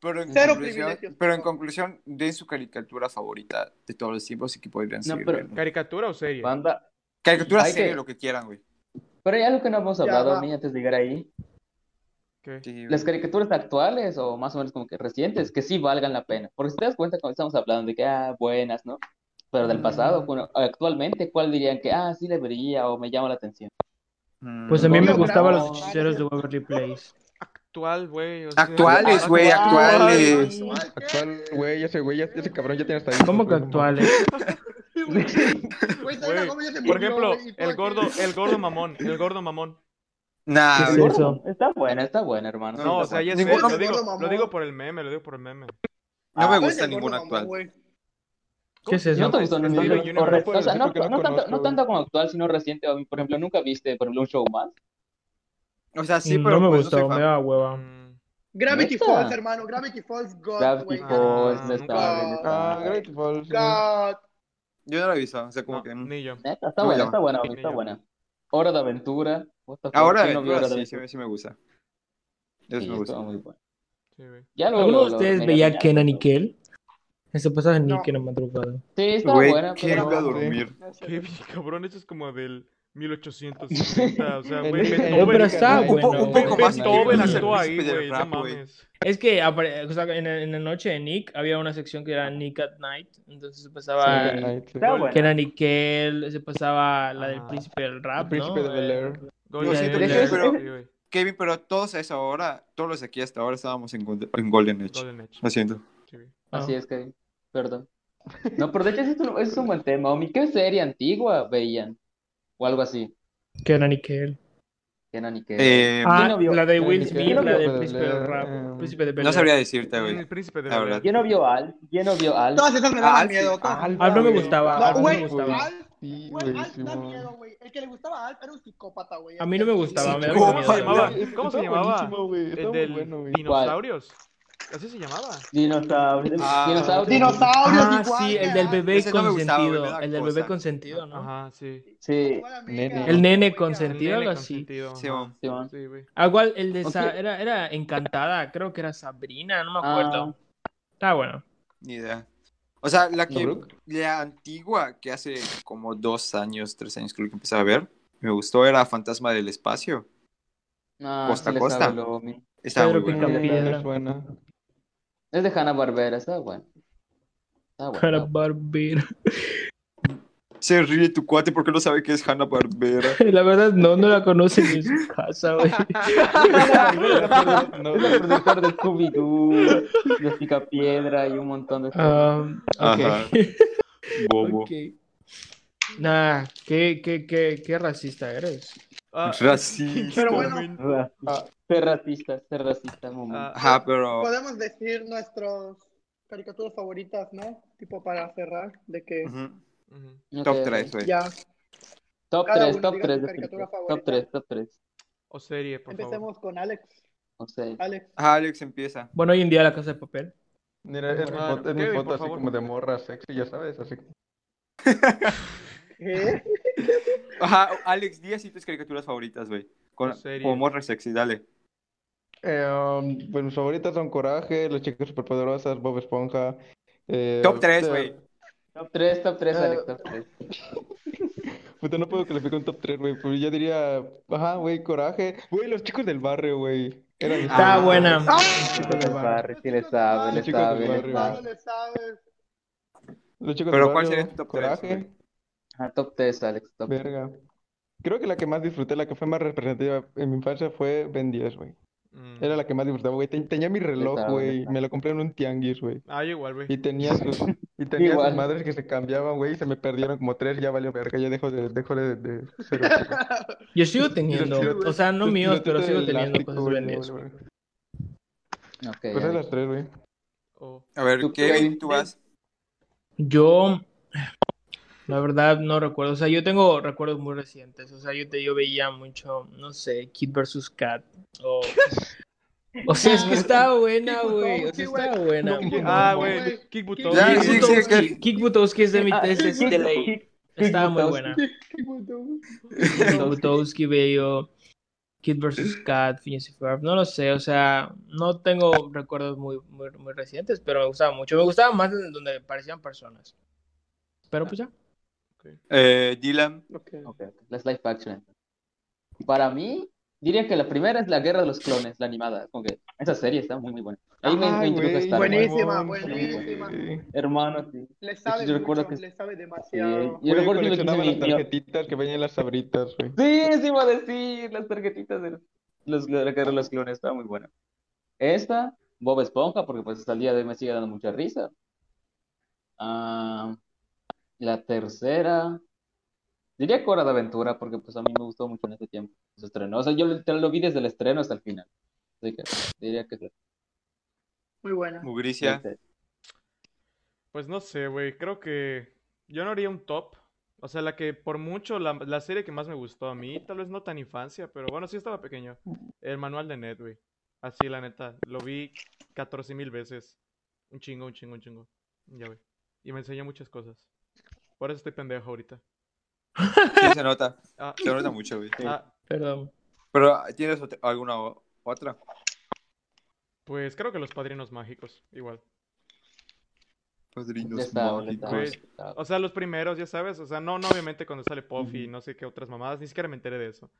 [SPEAKER 2] Pero en,
[SPEAKER 7] Cero
[SPEAKER 2] conclusión,
[SPEAKER 7] privilegios.
[SPEAKER 2] pero en conclusión, den su caricatura favorita de todos los tiempos y que podrían
[SPEAKER 4] No,
[SPEAKER 2] seguir
[SPEAKER 4] pero-
[SPEAKER 2] viendo.
[SPEAKER 6] ¿Caricatura o serie?
[SPEAKER 4] banda.
[SPEAKER 2] Caricatura
[SPEAKER 4] Hay
[SPEAKER 2] serie,
[SPEAKER 4] que-
[SPEAKER 2] lo que quieran, güey.
[SPEAKER 4] Pero ya lo que no hemos
[SPEAKER 7] Ya
[SPEAKER 4] hablado,
[SPEAKER 7] va.
[SPEAKER 4] ni antes de llegar ahí,
[SPEAKER 6] ¿Qué?
[SPEAKER 2] Sí, güey.
[SPEAKER 4] las caricaturas actuales o más o menos como que recientes, que sí valgan la pena. Porque si te das cuenta, cuando estamos hablando de que, ah, buenas, ¿no? Pero del pasado, bueno, actualmente, ¿cuál dirían que, ah, sí le vería o me llama la atención?
[SPEAKER 2] Mm.
[SPEAKER 5] Pues a mí me
[SPEAKER 7] Obvio,
[SPEAKER 5] gustaban
[SPEAKER 4] bravo.
[SPEAKER 5] los hechiceros de Waverly Place.
[SPEAKER 6] Actual, güey. o sea-
[SPEAKER 2] Actuales, güey, actuales.
[SPEAKER 8] Actual, güey, ese güey, ya- ese cabrón ya tiene hasta
[SPEAKER 5] ¿Cómo que
[SPEAKER 8] hijos, güey, no
[SPEAKER 5] actuales?
[SPEAKER 7] Güey, ¿sabes
[SPEAKER 6] Güey,
[SPEAKER 7] cómo ya se
[SPEAKER 6] Por
[SPEAKER 7] murió,
[SPEAKER 6] ejemplo,
[SPEAKER 7] güey? Y todo
[SPEAKER 6] el gordo,
[SPEAKER 7] aquí-
[SPEAKER 6] el gordo mamón, el gordo mamón.
[SPEAKER 5] ¿Qué
[SPEAKER 2] Nah,
[SPEAKER 5] es
[SPEAKER 2] güey.
[SPEAKER 5] eso?
[SPEAKER 4] Está buena, está buena, hermano.
[SPEAKER 2] No,
[SPEAKER 4] sí
[SPEAKER 6] No, o
[SPEAKER 4] está
[SPEAKER 6] sea, ya sé,
[SPEAKER 2] Ninguno
[SPEAKER 6] lo
[SPEAKER 7] es
[SPEAKER 6] digo,
[SPEAKER 7] gordo mamón.
[SPEAKER 6] lo digo por el meme, lo digo por el
[SPEAKER 2] No
[SPEAKER 6] meme.
[SPEAKER 2] me
[SPEAKER 7] ¿Cuál es
[SPEAKER 2] gusta
[SPEAKER 7] Ah, el gordo
[SPEAKER 2] ninguna
[SPEAKER 7] mamón,
[SPEAKER 2] actual.
[SPEAKER 7] güey?
[SPEAKER 5] ¿Qué es eso?
[SPEAKER 4] No te gustó
[SPEAKER 6] Steven
[SPEAKER 4] ningún
[SPEAKER 6] Universe.
[SPEAKER 4] o re-
[SPEAKER 8] No puedo
[SPEAKER 4] o sea, no,
[SPEAKER 8] decir porque no
[SPEAKER 4] no tanto,
[SPEAKER 8] conozco,
[SPEAKER 4] no tanto como actual, sino reciente. O, Por ejemplo, nunca viste, por ejemplo, un show más.
[SPEAKER 2] O sea, sí,
[SPEAKER 5] Mm,
[SPEAKER 2] pero
[SPEAKER 5] no me
[SPEAKER 2] pues,
[SPEAKER 5] gustó,
[SPEAKER 2] soy fan.
[SPEAKER 5] me daba hueva.
[SPEAKER 6] Mm,
[SPEAKER 7] Gravity
[SPEAKER 4] ¿Neta?
[SPEAKER 7] Falls, hermano, Gravity Falls, God,
[SPEAKER 4] Gravity
[SPEAKER 7] güey.
[SPEAKER 6] Ah,
[SPEAKER 4] Falls, no este,
[SPEAKER 6] nunca.
[SPEAKER 4] está, no
[SPEAKER 8] Ah,
[SPEAKER 4] está.
[SPEAKER 8] Gravity Falls.
[SPEAKER 7] God.
[SPEAKER 2] Yo no lo he visto, o sea, como
[SPEAKER 6] No,
[SPEAKER 2] que... mm.
[SPEAKER 6] ni yo.
[SPEAKER 4] Neta, Está
[SPEAKER 2] No,
[SPEAKER 4] buena,
[SPEAKER 2] ya. Ah,
[SPEAKER 4] está buena,
[SPEAKER 6] Sí,
[SPEAKER 4] está
[SPEAKER 6] ya.
[SPEAKER 4] buena. Hora de aventura. what the fuck,
[SPEAKER 2] Ahora
[SPEAKER 4] ¿quién no vio Hora de
[SPEAKER 2] sí, sí,
[SPEAKER 4] Aventura?
[SPEAKER 2] sí me gusta. Eso
[SPEAKER 4] Sí,
[SPEAKER 2] me
[SPEAKER 4] estaba
[SPEAKER 2] gusta.
[SPEAKER 4] muy buena.
[SPEAKER 6] Sí, güey.
[SPEAKER 4] Ya luego
[SPEAKER 5] ¿Alguno
[SPEAKER 4] lo-
[SPEAKER 5] de
[SPEAKER 4] lo
[SPEAKER 5] ustedes
[SPEAKER 4] medio
[SPEAKER 5] veía
[SPEAKER 4] regañaron,
[SPEAKER 5] Kenan
[SPEAKER 4] pero-
[SPEAKER 5] y Kel? Ese pasaje ni
[SPEAKER 7] No.
[SPEAKER 5] que no me ha tropado.
[SPEAKER 4] Sí, estaba
[SPEAKER 2] Güey,
[SPEAKER 4] buena,
[SPEAKER 2] ¿quién
[SPEAKER 4] pero
[SPEAKER 2] iba a
[SPEAKER 4] no.
[SPEAKER 2] dormir?
[SPEAKER 7] No sé.
[SPEAKER 6] Qué bien, cabrón, eso es como del 1870, o sea, güey,
[SPEAKER 8] El-
[SPEAKER 5] Eh,
[SPEAKER 6] Beethoven,
[SPEAKER 5] pero está
[SPEAKER 8] Un
[SPEAKER 5] bueno.
[SPEAKER 8] po-
[SPEAKER 2] un poco
[SPEAKER 5] güey.
[SPEAKER 2] más
[SPEAKER 6] Beethoven
[SPEAKER 2] increíble es el
[SPEAKER 6] actuó ahí,
[SPEAKER 2] príncipe del
[SPEAKER 6] güey, no
[SPEAKER 2] rap, güey.
[SPEAKER 6] mames.
[SPEAKER 5] Es que apare- o sea, en, la- en la noche de Nick había una sección que era Nick at Night, entonces se pasaba
[SPEAKER 8] Silent Night, sí.
[SPEAKER 4] Está buena.
[SPEAKER 5] Kenan y Kel, se pasaba la del
[SPEAKER 6] Ah.
[SPEAKER 5] príncipe del rap,
[SPEAKER 8] El príncipe
[SPEAKER 5] ¿no? Eh,
[SPEAKER 8] de Bel Air.
[SPEAKER 6] Golden
[SPEAKER 2] siento
[SPEAKER 6] Age,
[SPEAKER 2] que- pero-
[SPEAKER 6] sí, güey,
[SPEAKER 2] Kevin, pero todos a esa hora, todos los de aquí hasta ahora estábamos en Golden, en Golden Age.
[SPEAKER 6] Golden Age,
[SPEAKER 2] Lo siento.
[SPEAKER 6] sí, güey.
[SPEAKER 4] Así
[SPEAKER 5] Ah.
[SPEAKER 4] es, que, Perdón. No, pero de hecho ese es un, ese es un buen tema. Omi, ¿qué serie antigua veían? O algo así.
[SPEAKER 5] Kenan y Kel.
[SPEAKER 4] Kenan y Kel.
[SPEAKER 2] Eh,
[SPEAKER 5] Ah,
[SPEAKER 4] no vio-
[SPEAKER 5] la de
[SPEAKER 8] Kenan y
[SPEAKER 5] Will
[SPEAKER 8] Kel.
[SPEAKER 5] Smith,
[SPEAKER 8] ¿Quién no
[SPEAKER 5] la
[SPEAKER 8] vio
[SPEAKER 5] del
[SPEAKER 8] Bel
[SPEAKER 5] príncipe del
[SPEAKER 8] Air?
[SPEAKER 5] rap,
[SPEAKER 8] Eh,
[SPEAKER 5] príncipe de Bel
[SPEAKER 2] no
[SPEAKER 5] Air.
[SPEAKER 2] sabría decirte,
[SPEAKER 6] El
[SPEAKER 2] güey.
[SPEAKER 6] príncipe
[SPEAKER 2] La
[SPEAKER 6] de Bel Air.
[SPEAKER 2] verdad.
[SPEAKER 4] ¿Quién no vio Al? ¿Quién no vio Al?
[SPEAKER 7] Todas esas me
[SPEAKER 2] Ah,
[SPEAKER 7] daban
[SPEAKER 2] sí.
[SPEAKER 7] miedo. todas.
[SPEAKER 8] Alf,
[SPEAKER 5] Al no me
[SPEAKER 8] güey.
[SPEAKER 5] gustaba,
[SPEAKER 7] No,
[SPEAKER 5] Al no
[SPEAKER 7] güey,
[SPEAKER 5] me gustaba.
[SPEAKER 7] Alf,
[SPEAKER 8] Sí,
[SPEAKER 7] güey,
[SPEAKER 8] güey,
[SPEAKER 7] Alf da
[SPEAKER 8] Simón.
[SPEAKER 7] miedo, güey. El que le gustaba a Alf era un psicópata, güey.
[SPEAKER 5] A mí no me gustaba, me daba
[SPEAKER 6] ¿Cómo se
[SPEAKER 5] mucho miedo.
[SPEAKER 6] llamaba?
[SPEAKER 8] Estaba
[SPEAKER 6] ¿Cómo se llamaba?
[SPEAKER 8] buenísimo, güey, estaba
[SPEAKER 6] El
[SPEAKER 8] muy
[SPEAKER 6] del
[SPEAKER 8] bueno, güey.
[SPEAKER 6] dinosaurios. Así se llamaba.
[SPEAKER 4] Dinosaurios.
[SPEAKER 2] Ah.
[SPEAKER 4] Dinosaurios.
[SPEAKER 7] Dinosaurios,
[SPEAKER 5] Ah,
[SPEAKER 7] igual.
[SPEAKER 5] sí,
[SPEAKER 7] que
[SPEAKER 5] el del
[SPEAKER 7] Alf.
[SPEAKER 5] bebé
[SPEAKER 2] Ese no me gustaba, güey, me
[SPEAKER 5] consentido,
[SPEAKER 2] da
[SPEAKER 5] el del bebé
[SPEAKER 2] cosa.
[SPEAKER 5] consentido, ¿no?
[SPEAKER 6] Ajá, sí.
[SPEAKER 4] Sí,
[SPEAKER 7] Igual a mí,
[SPEAKER 8] Nene.
[SPEAKER 7] que
[SPEAKER 5] El nene
[SPEAKER 7] Alf, güey,
[SPEAKER 6] El
[SPEAKER 5] consentido.
[SPEAKER 7] que
[SPEAKER 5] ¿Sentido
[SPEAKER 6] nene
[SPEAKER 5] algo así?
[SPEAKER 6] consentido,
[SPEAKER 2] Sí,
[SPEAKER 6] ajá.
[SPEAKER 2] man.
[SPEAKER 4] Simón.
[SPEAKER 6] Sí, güey.
[SPEAKER 5] Ah, igual el de
[SPEAKER 4] Ok.
[SPEAKER 5] Sa- era, era encantada, creo que era Sabrina, no me
[SPEAKER 4] Ah,
[SPEAKER 5] acuerdo. Está Ah, bueno.
[SPEAKER 2] Ni idea. O sea, la que
[SPEAKER 8] ¿Brooke?
[SPEAKER 2] la antigua que hace como dos años, tres años creo que empecé a ver, me gustó era Fantasma del Espacio.
[SPEAKER 4] Ah, no,
[SPEAKER 2] Costa
[SPEAKER 4] se le
[SPEAKER 2] Costa.
[SPEAKER 4] sabe lo Omi.
[SPEAKER 2] Estaba
[SPEAKER 5] Pedro
[SPEAKER 2] muy buena.
[SPEAKER 8] No, no
[SPEAKER 5] Piedra.
[SPEAKER 8] me suena.
[SPEAKER 4] Es de Hanna-Barbera, está bueno. Está bueno.
[SPEAKER 5] Cara
[SPEAKER 4] está
[SPEAKER 5] barbera.
[SPEAKER 2] Se ríe tu cuate porque no sabe que es Hanna Barbera.
[SPEAKER 5] La verdad, no, no la conocen ni en su casa, güey.
[SPEAKER 8] No,
[SPEAKER 4] Es el productor de Scooby-Doo, de Picapiedra y un montón de cosas.
[SPEAKER 5] Um,
[SPEAKER 2] Ajá.
[SPEAKER 5] ok.
[SPEAKER 2] Bobo.
[SPEAKER 5] ok. Nah, qué, qué, qué, qué racista eres.
[SPEAKER 6] Ah,
[SPEAKER 2] Racista.
[SPEAKER 7] Pero bueno.
[SPEAKER 4] Racista. Ser racista, ser racista, Momo.
[SPEAKER 6] ah,
[SPEAKER 2] Ajá, pero.
[SPEAKER 7] Podemos decir nuestras caricaturas favoritas, ¿no? Tipo para cerrar, de que
[SPEAKER 2] Ujú.
[SPEAKER 6] ujú.
[SPEAKER 4] Ok,
[SPEAKER 2] Top
[SPEAKER 4] ok.
[SPEAKER 2] 3, güey.
[SPEAKER 7] ya
[SPEAKER 4] Top
[SPEAKER 7] Cada
[SPEAKER 4] 3,
[SPEAKER 7] uno
[SPEAKER 4] top
[SPEAKER 7] diga su
[SPEAKER 4] 3 de
[SPEAKER 7] caricatura
[SPEAKER 4] películas. Top
[SPEAKER 7] favorita.
[SPEAKER 4] 3, top 3.
[SPEAKER 6] O serie, por favor.
[SPEAKER 7] empecemos con Alex.
[SPEAKER 4] O sea,
[SPEAKER 7] Alex,
[SPEAKER 2] Ajá, Alex empieza.
[SPEAKER 5] Bueno, hoy en día la casa de papel.
[SPEAKER 8] Mira, es mi
[SPEAKER 6] Ah,
[SPEAKER 8] foto, es mi
[SPEAKER 6] Kevin,
[SPEAKER 8] foto
[SPEAKER 6] por
[SPEAKER 8] así
[SPEAKER 6] favor.
[SPEAKER 8] como de morra sexy, ya sabes, así.
[SPEAKER 7] ¿qué?
[SPEAKER 2] Ajá, Alex, di así tus caricaturas favoritas, güey. Con,
[SPEAKER 6] En serio.
[SPEAKER 2] como morra sexy, dale.
[SPEAKER 8] Eh, um, pues mis favoritas son Coraje, Los Chicos Superpoderosas, Bob Esponja. eh,
[SPEAKER 2] Top 3,
[SPEAKER 8] puta-
[SPEAKER 2] güey.
[SPEAKER 4] top 3, top 3, Alex, top 3.
[SPEAKER 8] Puta, no puedo clasificar un top 3, güey. Pues yo diría, ajá, güey, Coraje. Güey, Los Chicos del Barrio, güey. Era mi
[SPEAKER 5] Está
[SPEAKER 2] Ah.
[SPEAKER 5] buena.
[SPEAKER 4] Chicos
[SPEAKER 7] Ah,
[SPEAKER 4] del barrio, sí le sabe, le
[SPEAKER 8] Los chicos del
[SPEAKER 4] sabe, le
[SPEAKER 8] barrio.
[SPEAKER 7] Claro,
[SPEAKER 4] sabe.
[SPEAKER 7] le sabes.
[SPEAKER 8] Los Chicos
[SPEAKER 2] Pero,
[SPEAKER 8] del
[SPEAKER 2] ¿cuál
[SPEAKER 8] Barrio,
[SPEAKER 2] sería tu top tres,
[SPEAKER 8] Coraje,
[SPEAKER 2] güey?
[SPEAKER 4] Ajá, top 3, Alex, top 3.
[SPEAKER 8] verga. Creo que la que más disfruté, la que fue más representativa en mi infancia fue Ben 10, güey.
[SPEAKER 6] Mm.
[SPEAKER 8] Era la que más disfrutaba, güey. Ten- Tenía mi reloj,
[SPEAKER 4] sabe, le
[SPEAKER 8] güey.
[SPEAKER 4] sabe.
[SPEAKER 8] Me lo compré en un tianguis, güey.
[SPEAKER 6] Ah, yo igual, güey.
[SPEAKER 8] Y tenía sus, y tenía sus
[SPEAKER 4] Igual.
[SPEAKER 8] madres que se cambiaban, güey, y se me perdieron como tres, ya valió verga, ya dejo de, dejo de, de ser obsesivo.
[SPEAKER 5] Yo sigo
[SPEAKER 8] Los
[SPEAKER 5] teniendo,
[SPEAKER 8] tirotes-
[SPEAKER 5] o sea, no
[SPEAKER 8] los
[SPEAKER 5] míos, pero
[SPEAKER 8] tirotes
[SPEAKER 5] sigo
[SPEAKER 8] de
[SPEAKER 5] teniendo
[SPEAKER 8] elástico,
[SPEAKER 5] cosas
[SPEAKER 8] güey, ya
[SPEAKER 5] vendidas.
[SPEAKER 8] valió verga.
[SPEAKER 4] Ok,
[SPEAKER 8] Pues eran
[SPEAKER 4] Alex.
[SPEAKER 8] las tres, güey.
[SPEAKER 6] Oh.
[SPEAKER 2] A ver,
[SPEAKER 4] Tú,
[SPEAKER 2] Kevin,
[SPEAKER 4] Kevin,
[SPEAKER 2] tú
[SPEAKER 4] di.
[SPEAKER 2] vas.
[SPEAKER 5] Yo, la verdad, no recuerdo. O sea, yo tengo recuerdos muy recientes. O sea, yo te, yo veía mucho, no sé, Kid vs. Cat. O, o sea, es que estaba buena, güey. O sea, estaba buena.
[SPEAKER 8] No,
[SPEAKER 6] Ah,
[SPEAKER 8] no,
[SPEAKER 6] güey.
[SPEAKER 7] güey.
[SPEAKER 6] Kick
[SPEAKER 2] Ya,
[SPEAKER 5] Kick
[SPEAKER 2] sí, sí,
[SPEAKER 6] Butowski.
[SPEAKER 2] sí,
[SPEAKER 5] Butowski,
[SPEAKER 2] que-
[SPEAKER 5] Kick Butowski es de mi
[SPEAKER 4] Ah,
[SPEAKER 5] es de-
[SPEAKER 4] Kick
[SPEAKER 5] de ley.
[SPEAKER 4] Kick-
[SPEAKER 5] Estaba muy
[SPEAKER 4] Butowski.
[SPEAKER 5] buena.
[SPEAKER 7] Qué bueno.
[SPEAKER 5] Kick Butowski, Bello, Kid vs. Cat, Phineas y Ferb. No lo sé, o sea, no tengo recuerdos muy, muy, muy recientes, pero me gustaba mucho. Me gustaba más donde parecían personas. Pero pues ya.
[SPEAKER 2] Eh, Dylan.
[SPEAKER 7] Okay.
[SPEAKER 4] Ok, ok. Las live action. entonces. Para mí, diría que la primera es La Guerra de los Clones, la animada. Como que esa serie está muy, muy buena. Ahí me, me
[SPEAKER 8] Ay,
[SPEAKER 4] introdujo a
[SPEAKER 8] güey,
[SPEAKER 4] Star Wars.
[SPEAKER 7] Buenísima,
[SPEAKER 8] mamón, sí,
[SPEAKER 7] buenísima.
[SPEAKER 8] güey.
[SPEAKER 4] Hermano, sí.
[SPEAKER 7] Le sabe
[SPEAKER 4] Yo recuerdo
[SPEAKER 7] mucho,
[SPEAKER 4] que-
[SPEAKER 7] le
[SPEAKER 4] Sí,
[SPEAKER 7] sabe
[SPEAKER 4] eh,
[SPEAKER 7] demasiado.
[SPEAKER 4] Yo
[SPEAKER 8] Güey,
[SPEAKER 4] recuerdo que yo
[SPEAKER 8] coleccionaba
[SPEAKER 4] quise
[SPEAKER 8] las
[SPEAKER 4] mi- mi-
[SPEAKER 8] tarjetitas que venían en las sabritas, güey.
[SPEAKER 4] Sí, sí iba a decir, las tarjetitas de los, la guerra de los clones, está muy buena. Esta, Bob Esponja, porque pues hasta el día de hoy me sigue dando mucha risa. Ah, la tercera, diría que Hora de Aventura, porque pues a mí me gustó mucho en ese tiempo. Se estrenó, o sea, yo literal lo vi desde el estreno hasta el final. Así que diría que es la-
[SPEAKER 7] Muy buena.
[SPEAKER 4] la
[SPEAKER 2] Mugricia.
[SPEAKER 4] tercera.
[SPEAKER 6] Pues no sé, güey. Creo que yo no haría un top. O sea, la que por mucho, la, la serie que más me gustó a mí, tal vez no tan infancia, pero bueno, sí estaba pequeño. El manual de Ned, güey. Así, la neta. Lo vi 14 mil veces. Un chingo, un chingo, un chingo. Ya, güey. Y me enseñó muchas cosas. Por eso estoy pendejo ahorita.
[SPEAKER 2] Sí, se nota.
[SPEAKER 6] Ah,
[SPEAKER 2] Se nota mucho, güey.
[SPEAKER 6] ah,
[SPEAKER 5] Perdón.
[SPEAKER 2] Pero, ¿tienes ot- alguna o- otra?
[SPEAKER 6] pues creo que los padrinos mágicos, igual.
[SPEAKER 2] Padrinos
[SPEAKER 4] Detestable,
[SPEAKER 2] mágicos.
[SPEAKER 4] detestable.
[SPEAKER 6] O sea, los primeros, ya sabes. O sea, no, no obviamente cuando sale Puffy y no sé qué otras mamadas, ni siquiera me enteré de eso.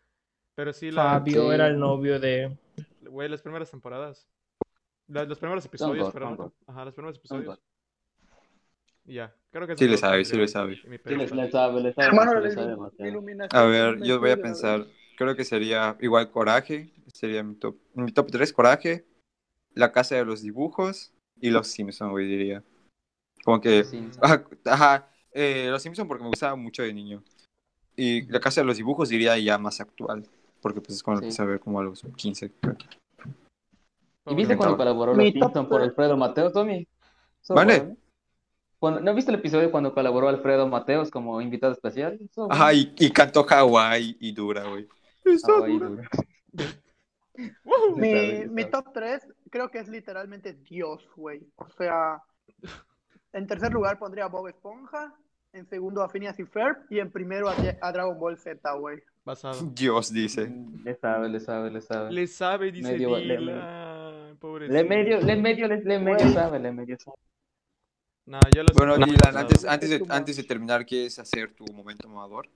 [SPEAKER 6] Pero sí, la,
[SPEAKER 5] Fabio
[SPEAKER 4] sí.
[SPEAKER 5] era el novio de.
[SPEAKER 6] güey, las primeras temporadas. La- los primeros episodios,
[SPEAKER 4] God,
[SPEAKER 6] perdón.
[SPEAKER 4] Don't God.
[SPEAKER 6] Ajá, los primeros
[SPEAKER 4] Don't
[SPEAKER 6] episodios. Y Ya, creo que
[SPEAKER 2] Sí
[SPEAKER 6] eso
[SPEAKER 2] le
[SPEAKER 6] es todo
[SPEAKER 2] sabe,
[SPEAKER 6] lo
[SPEAKER 2] sí
[SPEAKER 6] que
[SPEAKER 2] le
[SPEAKER 6] diré.
[SPEAKER 2] sabe.
[SPEAKER 6] Y mi
[SPEAKER 4] Sí, le,
[SPEAKER 6] pregunta.
[SPEAKER 4] le sabe, le sabe,
[SPEAKER 7] Hermano,
[SPEAKER 4] mucho, le
[SPEAKER 7] la
[SPEAKER 4] sabe
[SPEAKER 7] ilu-
[SPEAKER 4] demasiado.
[SPEAKER 7] iluminación.
[SPEAKER 2] A ver,
[SPEAKER 7] me
[SPEAKER 2] yo voy a
[SPEAKER 7] puede dar-
[SPEAKER 2] pensar. Creo que sería igual Coraje. Sería mi top, mi top 3, Coraje. La Casa de los Dibujos. Y Los Simpsons, güey, diría. Como que...
[SPEAKER 4] Sí, sí.
[SPEAKER 2] Ajá, ajá, eh, Los Simpsons porque me gustaba mucho de niño. Y La Casa de los Dibujos diría ya más actual. Porque pues es cuando
[SPEAKER 4] Sí.
[SPEAKER 2] empecé a ver como a los 15. creo.
[SPEAKER 4] ¿Y
[SPEAKER 2] Favorito.
[SPEAKER 4] viste cuando colaboró
[SPEAKER 7] Mi
[SPEAKER 4] los
[SPEAKER 7] top
[SPEAKER 4] Simpson por
[SPEAKER 7] tres.
[SPEAKER 4] Alfredo Mateos, Tommy? Eso,
[SPEAKER 2] Vale.
[SPEAKER 4] bueno. Cuando- ¿No viste el episodio cuando colaboró Alfredo Mateos como invitado especial? Eso, bueno.
[SPEAKER 2] Ajá, y, y cantó Hawái y dura, güey. Está
[SPEAKER 4] Ay,
[SPEAKER 2] dura.
[SPEAKER 4] duro.
[SPEAKER 6] ¡Woohoo!
[SPEAKER 7] Mi, mi top 3 creo que es literalmente Dios, güey. O sea, en tercer lugar pondría a Bob Esponja, en segundo a Phineas y Ferb y en primero a, a Dragon Ball Z, güey.
[SPEAKER 6] Basado.
[SPEAKER 2] Dios dice.
[SPEAKER 4] Le sabe, le sabe, le sabe.
[SPEAKER 6] Le sabe, dice
[SPEAKER 4] Medio- le-
[SPEAKER 6] Dylan. Pobrecito.
[SPEAKER 4] Le medio, le medio, le, le medio sabe, le medio sabe.
[SPEAKER 6] Nah, yo los
[SPEAKER 2] Bueno,
[SPEAKER 6] Simpson
[SPEAKER 2] Dylan,
[SPEAKER 6] basado.
[SPEAKER 2] antes, antes, de, antes de terminar, ¿quieres hacer tu momento mamador?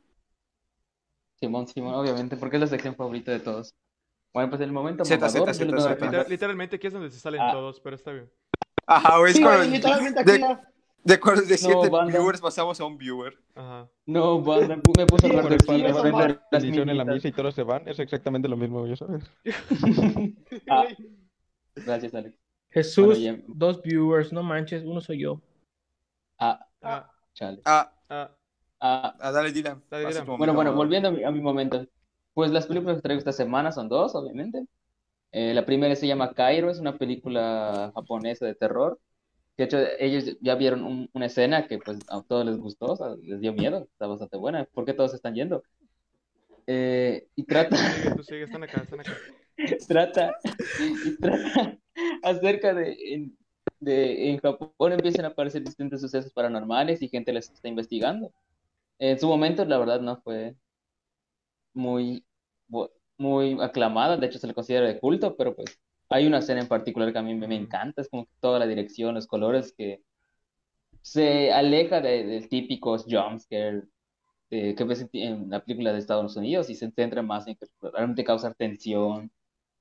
[SPEAKER 4] Simón, Simón, obviamente, porque es la sección favorita de todos. Bueno, pues en el momento
[SPEAKER 2] Zeta,
[SPEAKER 4] mamador,
[SPEAKER 2] zeta,
[SPEAKER 4] yo
[SPEAKER 2] zeta,
[SPEAKER 4] le voy a
[SPEAKER 2] zeta.
[SPEAKER 6] Liter-
[SPEAKER 4] recomendar-
[SPEAKER 6] literalmente aquí es donde se salen
[SPEAKER 4] Ah.
[SPEAKER 6] todos, pero está bien.
[SPEAKER 2] Ajá, güey, es
[SPEAKER 7] Sí,
[SPEAKER 2] cuando-
[SPEAKER 7] güey, literalmente aquí
[SPEAKER 2] Pues de,
[SPEAKER 7] la-
[SPEAKER 2] de, cuando de siete
[SPEAKER 4] banda.
[SPEAKER 2] viewers pasamos a un viewer.
[SPEAKER 6] Ajá.
[SPEAKER 4] No, banda, me puse a
[SPEAKER 7] Sí,
[SPEAKER 4] hablar
[SPEAKER 8] Por
[SPEAKER 4] de
[SPEAKER 8] el padre
[SPEAKER 4] chivas,
[SPEAKER 8] va a
[SPEAKER 7] vender
[SPEAKER 8] haber
[SPEAKER 4] vender las
[SPEAKER 8] bendición en la
[SPEAKER 4] minitas.
[SPEAKER 8] misa y todos se van, es exactamente lo mismo, ya sabes.
[SPEAKER 4] Ah, Gracias, Alex.
[SPEAKER 5] Jesús,
[SPEAKER 4] Bueno, ya-
[SPEAKER 5] dos viewers, no manches, uno soy yo.
[SPEAKER 4] Ah,
[SPEAKER 6] Ah,
[SPEAKER 4] chale.
[SPEAKER 2] Ah,
[SPEAKER 6] ah,
[SPEAKER 4] Ah,
[SPEAKER 2] ah, dale, Dylan.
[SPEAKER 6] Dale,
[SPEAKER 2] Pasa
[SPEAKER 6] Dylan.
[SPEAKER 2] tu
[SPEAKER 4] bueno,
[SPEAKER 2] momento
[SPEAKER 4] bueno,
[SPEAKER 2] mamador.
[SPEAKER 4] volviendo a mi, a mi momento. Pues las películas que traigo esta semana son dos, obviamente. Eh, la primera se llama Cairo, es una película japonesa de terror. De hecho, ellos ya vieron un- una escena que pues a todos les gustó, o sea, les dio miedo, está bastante buena. ¿Por qué todos están yendo? Eh, y trata...
[SPEAKER 6] ah, sigue, tú sigue, están acá, están acá.
[SPEAKER 4] trata, y trata acerca de en, de en Japón empiezan a aparecer distintos sucesos paranormales y gente les está investigando. En su momento, la verdad, no fue muy, bu- muy aclamada, de hecho se le considera de culto, pero pues hay una escena en particular que a mí me, me encanta, es como que toda la dirección, los colores que se aleja de- del típico jumpscare eh, que ves en, ti- en la película de Estados Unidos y se centra más en que realmente causar tensión,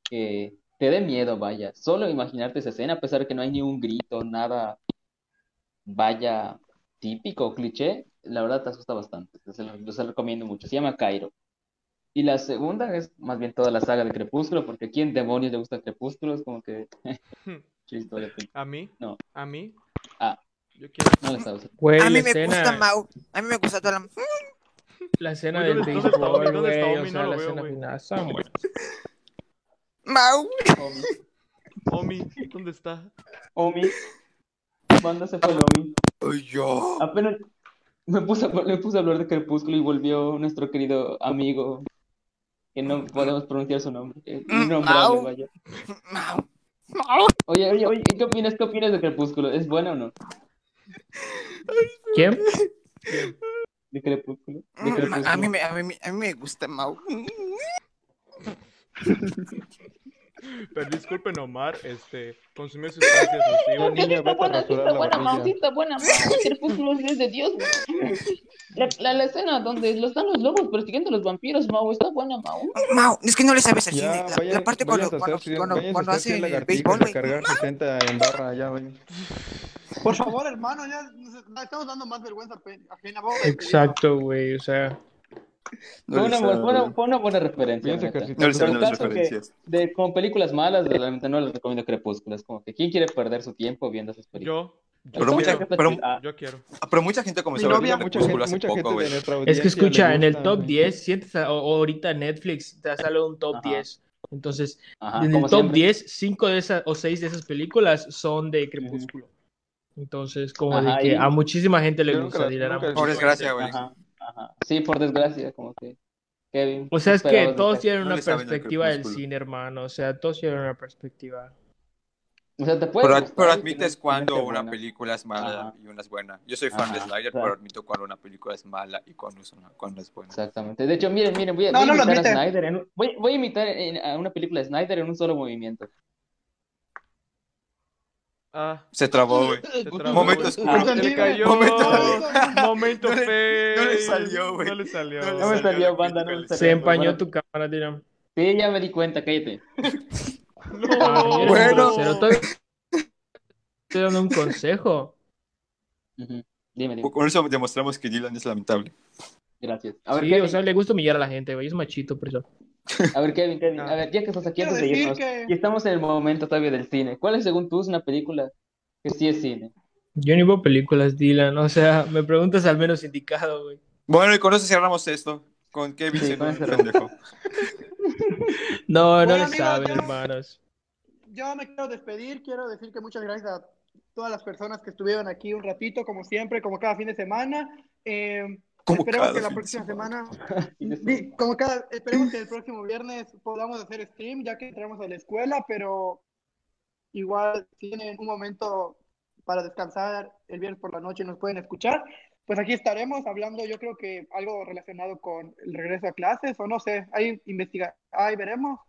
[SPEAKER 4] que te dé miedo, vaya. Solo imaginarte esa escena, a pesar de que no hay ni un grito, nada, vaya, típico, cliché, la verdad te asusta bastante. Se lo, se lo recomiendo mucho. Se llama Cairo. Y la segunda es más bien toda la saga de Crepúsculo, porque ¿a quién demonios le gusta Crepúsculo? Es como que... Chiste, oye, tú
[SPEAKER 6] ¿A mí?
[SPEAKER 4] No.
[SPEAKER 6] ¿A mí?
[SPEAKER 4] Ah.
[SPEAKER 6] Yo quiero.
[SPEAKER 4] no le sabes.
[SPEAKER 5] Güey,
[SPEAKER 9] A mí
[SPEAKER 5] la
[SPEAKER 9] me
[SPEAKER 5] escena-
[SPEAKER 9] gusta Mau. A mí me gusta toda la...
[SPEAKER 5] La escena
[SPEAKER 6] Güey,
[SPEAKER 5] del
[SPEAKER 6] ¿dónde- dónde está Omi?
[SPEAKER 5] béisbol,
[SPEAKER 6] ¿Dónde está
[SPEAKER 5] güey, o
[SPEAKER 6] Omi?
[SPEAKER 5] sea,
[SPEAKER 6] No lo
[SPEAKER 5] la
[SPEAKER 6] veo,
[SPEAKER 5] escena
[SPEAKER 6] güey.
[SPEAKER 5] final, son buenas.
[SPEAKER 9] Mau.
[SPEAKER 4] Omi,
[SPEAKER 6] Omi, ¿dónde está?
[SPEAKER 4] Omi, ¿cuándo se fue el Omi?
[SPEAKER 1] Ay, yo.
[SPEAKER 4] Apenas me puse, a, me puse a hablar de Crepúsculo y volvió nuestro querido amigo, que no podemos pronunciar su nombre, eh,
[SPEAKER 9] Mm,
[SPEAKER 4] innombrable,
[SPEAKER 9] au.
[SPEAKER 4] vaya.
[SPEAKER 9] Mau. Mau.
[SPEAKER 4] Oye, oye, oye, ¿qué opinas, qué opinas de Crepúsculo? ¿Es buena o no?
[SPEAKER 5] ¿Quién?
[SPEAKER 4] ¿De Crepúsculo? ¿De
[SPEAKER 9] Mm,
[SPEAKER 4] Crepúsculo?
[SPEAKER 9] A mí me, a mí, me- a mí me gusta Mau.
[SPEAKER 6] Pero disculpen, Omar, este, consumió sustancias nocivas.
[SPEAKER 8] niña,
[SPEAKER 10] está
[SPEAKER 8] vete a
[SPEAKER 10] buena, sí
[SPEAKER 8] rasurar
[SPEAKER 10] está
[SPEAKER 8] la
[SPEAKER 10] buena,
[SPEAKER 8] barbilla.
[SPEAKER 10] Mau, sí está buena, Mau. El crepúsculo es de Dios. La, la, la escena donde lo están los lobos persiguiendo a los vampiros, Mau, está buena, Mau.
[SPEAKER 9] Mau, es que no le sabes al
[SPEAKER 8] Ya,
[SPEAKER 9] cine. Pues La,
[SPEAKER 8] vayan-
[SPEAKER 9] la parte
[SPEAKER 8] váyanse
[SPEAKER 9] cuando,
[SPEAKER 8] a
[SPEAKER 9] cuando,
[SPEAKER 8] hacer,
[SPEAKER 9] cuando,
[SPEAKER 8] váyanse a
[SPEAKER 9] cuando
[SPEAKER 8] hacer cien
[SPEAKER 9] hacen el
[SPEAKER 8] lagartijas
[SPEAKER 9] béisbol,
[SPEAKER 8] a
[SPEAKER 9] güey.
[SPEAKER 8] cargar 60 en barra, ya, vayan.
[SPEAKER 7] Por favor, hermano, ya nos- ya estamos dando más vergüenza pe- ajena. Bob Esponja.
[SPEAKER 5] Exacto, güey, o sea,
[SPEAKER 2] No
[SPEAKER 4] Fue
[SPEAKER 2] le
[SPEAKER 4] una,
[SPEAKER 2] sabe,
[SPEAKER 4] buena- fue una-
[SPEAKER 2] güey.
[SPEAKER 4] fue una buena referencia.
[SPEAKER 8] Piensa
[SPEAKER 4] la neta.
[SPEAKER 8] que si
[SPEAKER 2] No le saben
[SPEAKER 4] Pero
[SPEAKER 2] las
[SPEAKER 4] caso que-
[SPEAKER 2] referencias.
[SPEAKER 4] de, como películas malas, realmente no les recomiendo Crepúsculo. Es como que, ¿quién quiere perder su tiempo viendo esas películas?
[SPEAKER 6] Yo,
[SPEAKER 4] Está
[SPEAKER 2] Pero mucha-
[SPEAKER 4] buena, está
[SPEAKER 2] pero-
[SPEAKER 4] chida. Ah,
[SPEAKER 6] yo quiero.
[SPEAKER 2] Pero mucha gente comenzó
[SPEAKER 7] Mi
[SPEAKER 2] a ver
[SPEAKER 7] novia-
[SPEAKER 8] Mucha
[SPEAKER 2] Crepúsculo
[SPEAKER 8] gente,
[SPEAKER 2] hace
[SPEAKER 8] mucha
[SPEAKER 2] poco,
[SPEAKER 8] gente de
[SPEAKER 2] güey.
[SPEAKER 8] nuestra
[SPEAKER 5] es
[SPEAKER 4] Pues
[SPEAKER 8] audiencia
[SPEAKER 5] que escucha,
[SPEAKER 8] le
[SPEAKER 5] en el
[SPEAKER 8] gusta,
[SPEAKER 5] top
[SPEAKER 8] güey.
[SPEAKER 5] 10, siete sa- o- ahorita Netflix te sale un top
[SPEAKER 4] Ajá.
[SPEAKER 5] 10. Entonces,
[SPEAKER 4] ajá,
[SPEAKER 5] en el
[SPEAKER 4] como
[SPEAKER 5] top
[SPEAKER 4] siempre.
[SPEAKER 5] 10, 5 de esas o 6 de esas películas son de Crepúsculo. Entonces, como
[SPEAKER 4] Ajá,
[SPEAKER 5] de que
[SPEAKER 4] y-
[SPEAKER 5] a muchísima gente le
[SPEAKER 8] Yo nunca
[SPEAKER 5] gusta,
[SPEAKER 8] las-
[SPEAKER 5] dirán,
[SPEAKER 8] nunca-
[SPEAKER 2] Por desgracia, güey.
[SPEAKER 4] Ajá, ajá. Sí, por desgracia, como que Kevin.
[SPEAKER 5] O sea, es que
[SPEAKER 4] esperabas
[SPEAKER 5] todos
[SPEAKER 4] de-
[SPEAKER 5] tienen
[SPEAKER 2] no
[SPEAKER 5] una
[SPEAKER 2] le saben al
[SPEAKER 5] perspectiva del
[SPEAKER 2] Crepúsculo.
[SPEAKER 5] cine, hermano. O sea, todos tienen una perspectiva.
[SPEAKER 4] O sea, te puede
[SPEAKER 2] Pero,
[SPEAKER 4] gustar
[SPEAKER 2] pero
[SPEAKER 4] y
[SPEAKER 2] admites
[SPEAKER 4] tener-
[SPEAKER 2] cuando
[SPEAKER 4] tener que
[SPEAKER 2] una
[SPEAKER 4] buena.
[SPEAKER 2] película es mala
[SPEAKER 4] Ajá.
[SPEAKER 2] y una es buena. Yo soy fan de
[SPEAKER 4] Ajá,
[SPEAKER 2] Slider,
[SPEAKER 4] claro.
[SPEAKER 2] pero admito cuando una película es mala y cuando es, una- cuando es buena.
[SPEAKER 4] Exactamente. De hecho, miren, miren, voy a,
[SPEAKER 7] No,
[SPEAKER 4] voy a
[SPEAKER 7] no lo
[SPEAKER 4] imitar a
[SPEAKER 7] admite.
[SPEAKER 4] Snyder. en un- voy, voy a imitar en- a una película de Snyder en un solo movimiento.
[SPEAKER 6] Ah,
[SPEAKER 2] Se trabó, güey.
[SPEAKER 6] trabó.
[SPEAKER 2] Momento oscuro.
[SPEAKER 6] se le cayó.
[SPEAKER 2] Momento-
[SPEAKER 6] Ah, Momento
[SPEAKER 2] No le- no le
[SPEAKER 6] fail.
[SPEAKER 2] salió, güey.
[SPEAKER 6] No le salió.
[SPEAKER 2] No le
[SPEAKER 4] No me
[SPEAKER 2] salió la
[SPEAKER 4] salió, banda, no me
[SPEAKER 2] crítica.
[SPEAKER 4] salió.
[SPEAKER 5] Se empañó
[SPEAKER 4] Bueno.
[SPEAKER 5] tu cámara, Dylan.
[SPEAKER 4] Sí, ya me di cuenta, cállate.
[SPEAKER 5] Ah,
[SPEAKER 6] No.
[SPEAKER 2] Bueno.
[SPEAKER 5] Pero todavía estoy dando un consejo.
[SPEAKER 4] Ujú. Dime, dime.
[SPEAKER 2] Con eso demostramos que Dylan es lamentable.
[SPEAKER 4] Gracias. A ver,
[SPEAKER 5] sí,
[SPEAKER 4] Kevin,
[SPEAKER 5] o sea, le gusta humillar a la gente, güey. Es machito, por eso.
[SPEAKER 4] a ver, Kevin, Kevin, a
[SPEAKER 6] Ah.
[SPEAKER 4] ver, ya que estás aquí
[SPEAKER 7] Quiero
[SPEAKER 4] antes de
[SPEAKER 7] decir
[SPEAKER 4] irnos,
[SPEAKER 7] que-
[SPEAKER 4] y estamos en el momento todavía del cine, ¿cuál es, según tú, es una película que sí es cine?
[SPEAKER 5] Yo ni veo películas, Dylan. O sea, me preguntas al menos indicado, güey.
[SPEAKER 2] Bueno, y con eso cerramos esto. Con Kevin
[SPEAKER 4] Sí,
[SPEAKER 2] siendo un
[SPEAKER 4] con eso cerramos.
[SPEAKER 2] pendejo.
[SPEAKER 5] No, no
[SPEAKER 7] Bueno,
[SPEAKER 5] le
[SPEAKER 7] amigos,
[SPEAKER 5] saben,
[SPEAKER 7] ya.
[SPEAKER 5] hermanos.
[SPEAKER 7] Yo me quiero despedir, quiero decir que muchas gracias a todas las personas que estuvieron aquí un ratito, como siempre, como cada fin de semana. Eh,
[SPEAKER 2] Como
[SPEAKER 7] esperemos
[SPEAKER 2] cada
[SPEAKER 7] que la
[SPEAKER 2] fin de
[SPEAKER 7] próxima semana,
[SPEAKER 4] Fin de
[SPEAKER 7] di- como cada, esperemos que el próximo viernes podamos hacer stream, ya que entramos a la escuela, pero igual si tienen un momento para descansar el viernes por la noche y nos pueden escuchar. Pues aquí estaremos hablando, yo creo que algo relacionado con el regreso a clases, o no sé, ahí investiga, ahí veremos.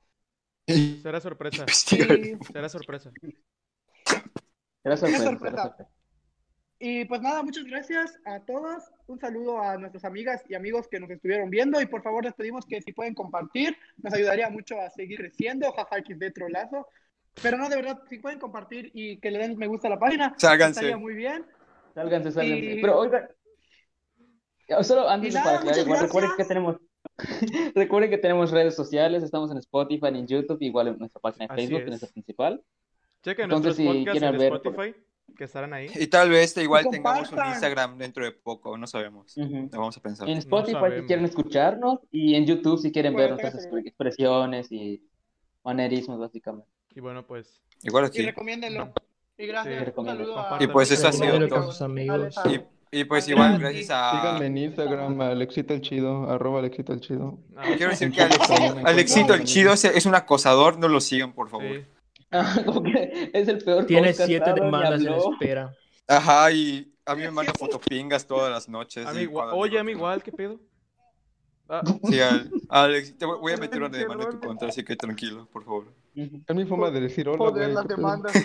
[SPEAKER 6] Será sorpresa.
[SPEAKER 7] Y-
[SPEAKER 6] Será sorpresa.
[SPEAKER 4] Era sorpresa,
[SPEAKER 7] sorpresa.
[SPEAKER 4] era sorpresa.
[SPEAKER 7] Y pues nada, muchas gracias a todos. Un saludo a nuestras amigas y amigos que nos estuvieron viendo. Y por favor, les pedimos que si pueden compartir, nos ayudaría mucho a seguir creciendo. Jaja, de trolazo. Pero no, de verdad, si pueden compartir y que le den me gusta a la página,
[SPEAKER 2] Sálganse.
[SPEAKER 7] estaría muy bien.
[SPEAKER 4] Sálganse, sálganse.
[SPEAKER 7] Y-
[SPEAKER 4] Pero oigan, ya, solo
[SPEAKER 7] Y
[SPEAKER 4] antes de
[SPEAKER 7] nada,
[SPEAKER 4] para aclarar,
[SPEAKER 7] muchas
[SPEAKER 4] igual recuerden que
[SPEAKER 7] gracias.
[SPEAKER 4] tenemos recuerden que tenemos redes sociales, estamos en Spotify, en YouTube, igual en nuestra página de
[SPEAKER 6] Así
[SPEAKER 4] Facebook, que
[SPEAKER 6] es.
[SPEAKER 4] es nuestra principal.
[SPEAKER 6] Chequen
[SPEAKER 4] Entonces,
[SPEAKER 6] nuestros
[SPEAKER 4] si
[SPEAKER 6] podcasts
[SPEAKER 4] quieren
[SPEAKER 6] en
[SPEAKER 4] ver-
[SPEAKER 6] Spotify, que estarán ahí.
[SPEAKER 2] Y tal vez igual
[SPEAKER 7] Y
[SPEAKER 2] tengamos un
[SPEAKER 7] compartan.
[SPEAKER 2] Instagram dentro de poco, no sabemos.
[SPEAKER 8] Mm.
[SPEAKER 4] Ujú.
[SPEAKER 2] Lo vamos a pensar.
[SPEAKER 4] En Spotify si
[SPEAKER 6] sabemos.
[SPEAKER 4] quieren escucharnos y en YouTube si quieren ver
[SPEAKER 7] Bueno,
[SPEAKER 4] nuestras
[SPEAKER 7] tenga seguro.
[SPEAKER 4] expresiones y manerismos básicamente.
[SPEAKER 6] Y bueno, pues.
[SPEAKER 2] Igual
[SPEAKER 7] Y
[SPEAKER 2] aquí.
[SPEAKER 7] recomiéndenlo. Y
[SPEAKER 6] Sí,
[SPEAKER 7] gracias. un
[SPEAKER 4] recomiéndenlo.
[SPEAKER 7] saludo a...
[SPEAKER 6] Y pues eso ha sido
[SPEAKER 5] Recomiéndenlo todo. con sus amigos.
[SPEAKER 7] Alex,
[SPEAKER 2] Y, y pues
[SPEAKER 7] Andrea,
[SPEAKER 2] igual
[SPEAKER 7] sí.
[SPEAKER 2] gracias a...
[SPEAKER 8] Síganme en Instagram, Alexito el Chido, arroba Alexito el Chido.
[SPEAKER 6] ah,
[SPEAKER 2] Quiero decir que
[SPEAKER 8] En
[SPEAKER 2] Alex-
[SPEAKER 8] Spotify me encuentran
[SPEAKER 2] Alexito el
[SPEAKER 8] también.
[SPEAKER 2] Chido se- es un acosador, no lo sigan, por favor.
[SPEAKER 6] sí.
[SPEAKER 4] Como que es el peor
[SPEAKER 5] Tiene
[SPEAKER 4] podcast
[SPEAKER 5] siete
[SPEAKER 4] dado, ni
[SPEAKER 5] demandas en
[SPEAKER 4] habló.
[SPEAKER 5] espera.
[SPEAKER 2] Ajá, y a mí me manda fotopingas todas las noches.
[SPEAKER 6] A mí
[SPEAKER 2] y
[SPEAKER 6] igual-
[SPEAKER 2] cuando
[SPEAKER 6] Oye,
[SPEAKER 2] digo
[SPEAKER 6] a mí
[SPEAKER 2] que-
[SPEAKER 6] igual, ¿qué pedo? Ah,
[SPEAKER 2] Sí, al- Alex, te voy voy a meter una demanda en tu contra, así que tranquilo, por favor.
[SPEAKER 4] Ujú.
[SPEAKER 8] Es mi forma de decir hola, güey,
[SPEAKER 7] Joder, las
[SPEAKER 8] ¿qué pedo?
[SPEAKER 7] demandas.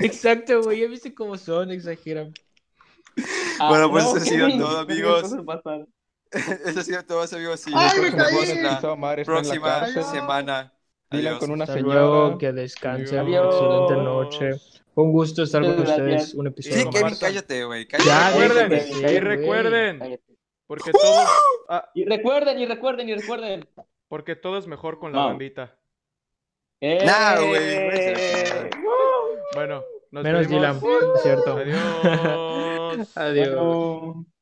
[SPEAKER 5] Exacto, güey. Ya viste cómo son, exageran.
[SPEAKER 4] Ah,
[SPEAKER 2] Bueno, pues eso
[SPEAKER 4] no,
[SPEAKER 2] ha sido
[SPEAKER 4] Kevin,
[SPEAKER 2] todo,
[SPEAKER 4] no digas
[SPEAKER 2] amigos.
[SPEAKER 4] cosas pasadas.
[SPEAKER 2] Eso ha sido todo, amigos. Y
[SPEAKER 7] Ay, me
[SPEAKER 2] nos
[SPEAKER 7] caí.
[SPEAKER 2] vemos
[SPEAKER 8] Dylan
[SPEAKER 2] la
[SPEAKER 8] pisó a Mar, está en la
[SPEAKER 2] próxima
[SPEAKER 8] cárcel.
[SPEAKER 7] Adiós.
[SPEAKER 2] semana.
[SPEAKER 8] Dylan
[SPEAKER 2] Adiós.
[SPEAKER 8] con una
[SPEAKER 5] Hasta
[SPEAKER 8] señora.
[SPEAKER 5] luego, que descansen.
[SPEAKER 4] Adiós.
[SPEAKER 5] Excelente noche. Fue un gusto estar con
[SPEAKER 4] Muchas gracias.
[SPEAKER 5] ustedes. Un
[SPEAKER 6] Sí,
[SPEAKER 5] episodio
[SPEAKER 2] Sí,
[SPEAKER 5] más.
[SPEAKER 2] Kevin,
[SPEAKER 6] compartan.
[SPEAKER 2] cállate, güey.
[SPEAKER 5] Ya,
[SPEAKER 2] Cállate.
[SPEAKER 6] Recuerden,
[SPEAKER 5] déjate de
[SPEAKER 6] y
[SPEAKER 5] ser, güey.
[SPEAKER 6] recuerden,
[SPEAKER 4] Cállate.
[SPEAKER 6] porque todo, ah,
[SPEAKER 4] Y recuerden, y recuerden, y recuerden.
[SPEAKER 6] porque todo es mejor con la
[SPEAKER 4] Mau.
[SPEAKER 6] bandita.
[SPEAKER 4] ¡Eh!
[SPEAKER 2] Nah, güey, no es así.
[SPEAKER 6] Bueno, nos
[SPEAKER 5] Menos
[SPEAKER 6] vemos.
[SPEAKER 5] Dylan, ¿no es cierto?
[SPEAKER 6] Adiós.
[SPEAKER 5] Adiós.
[SPEAKER 4] Bueno.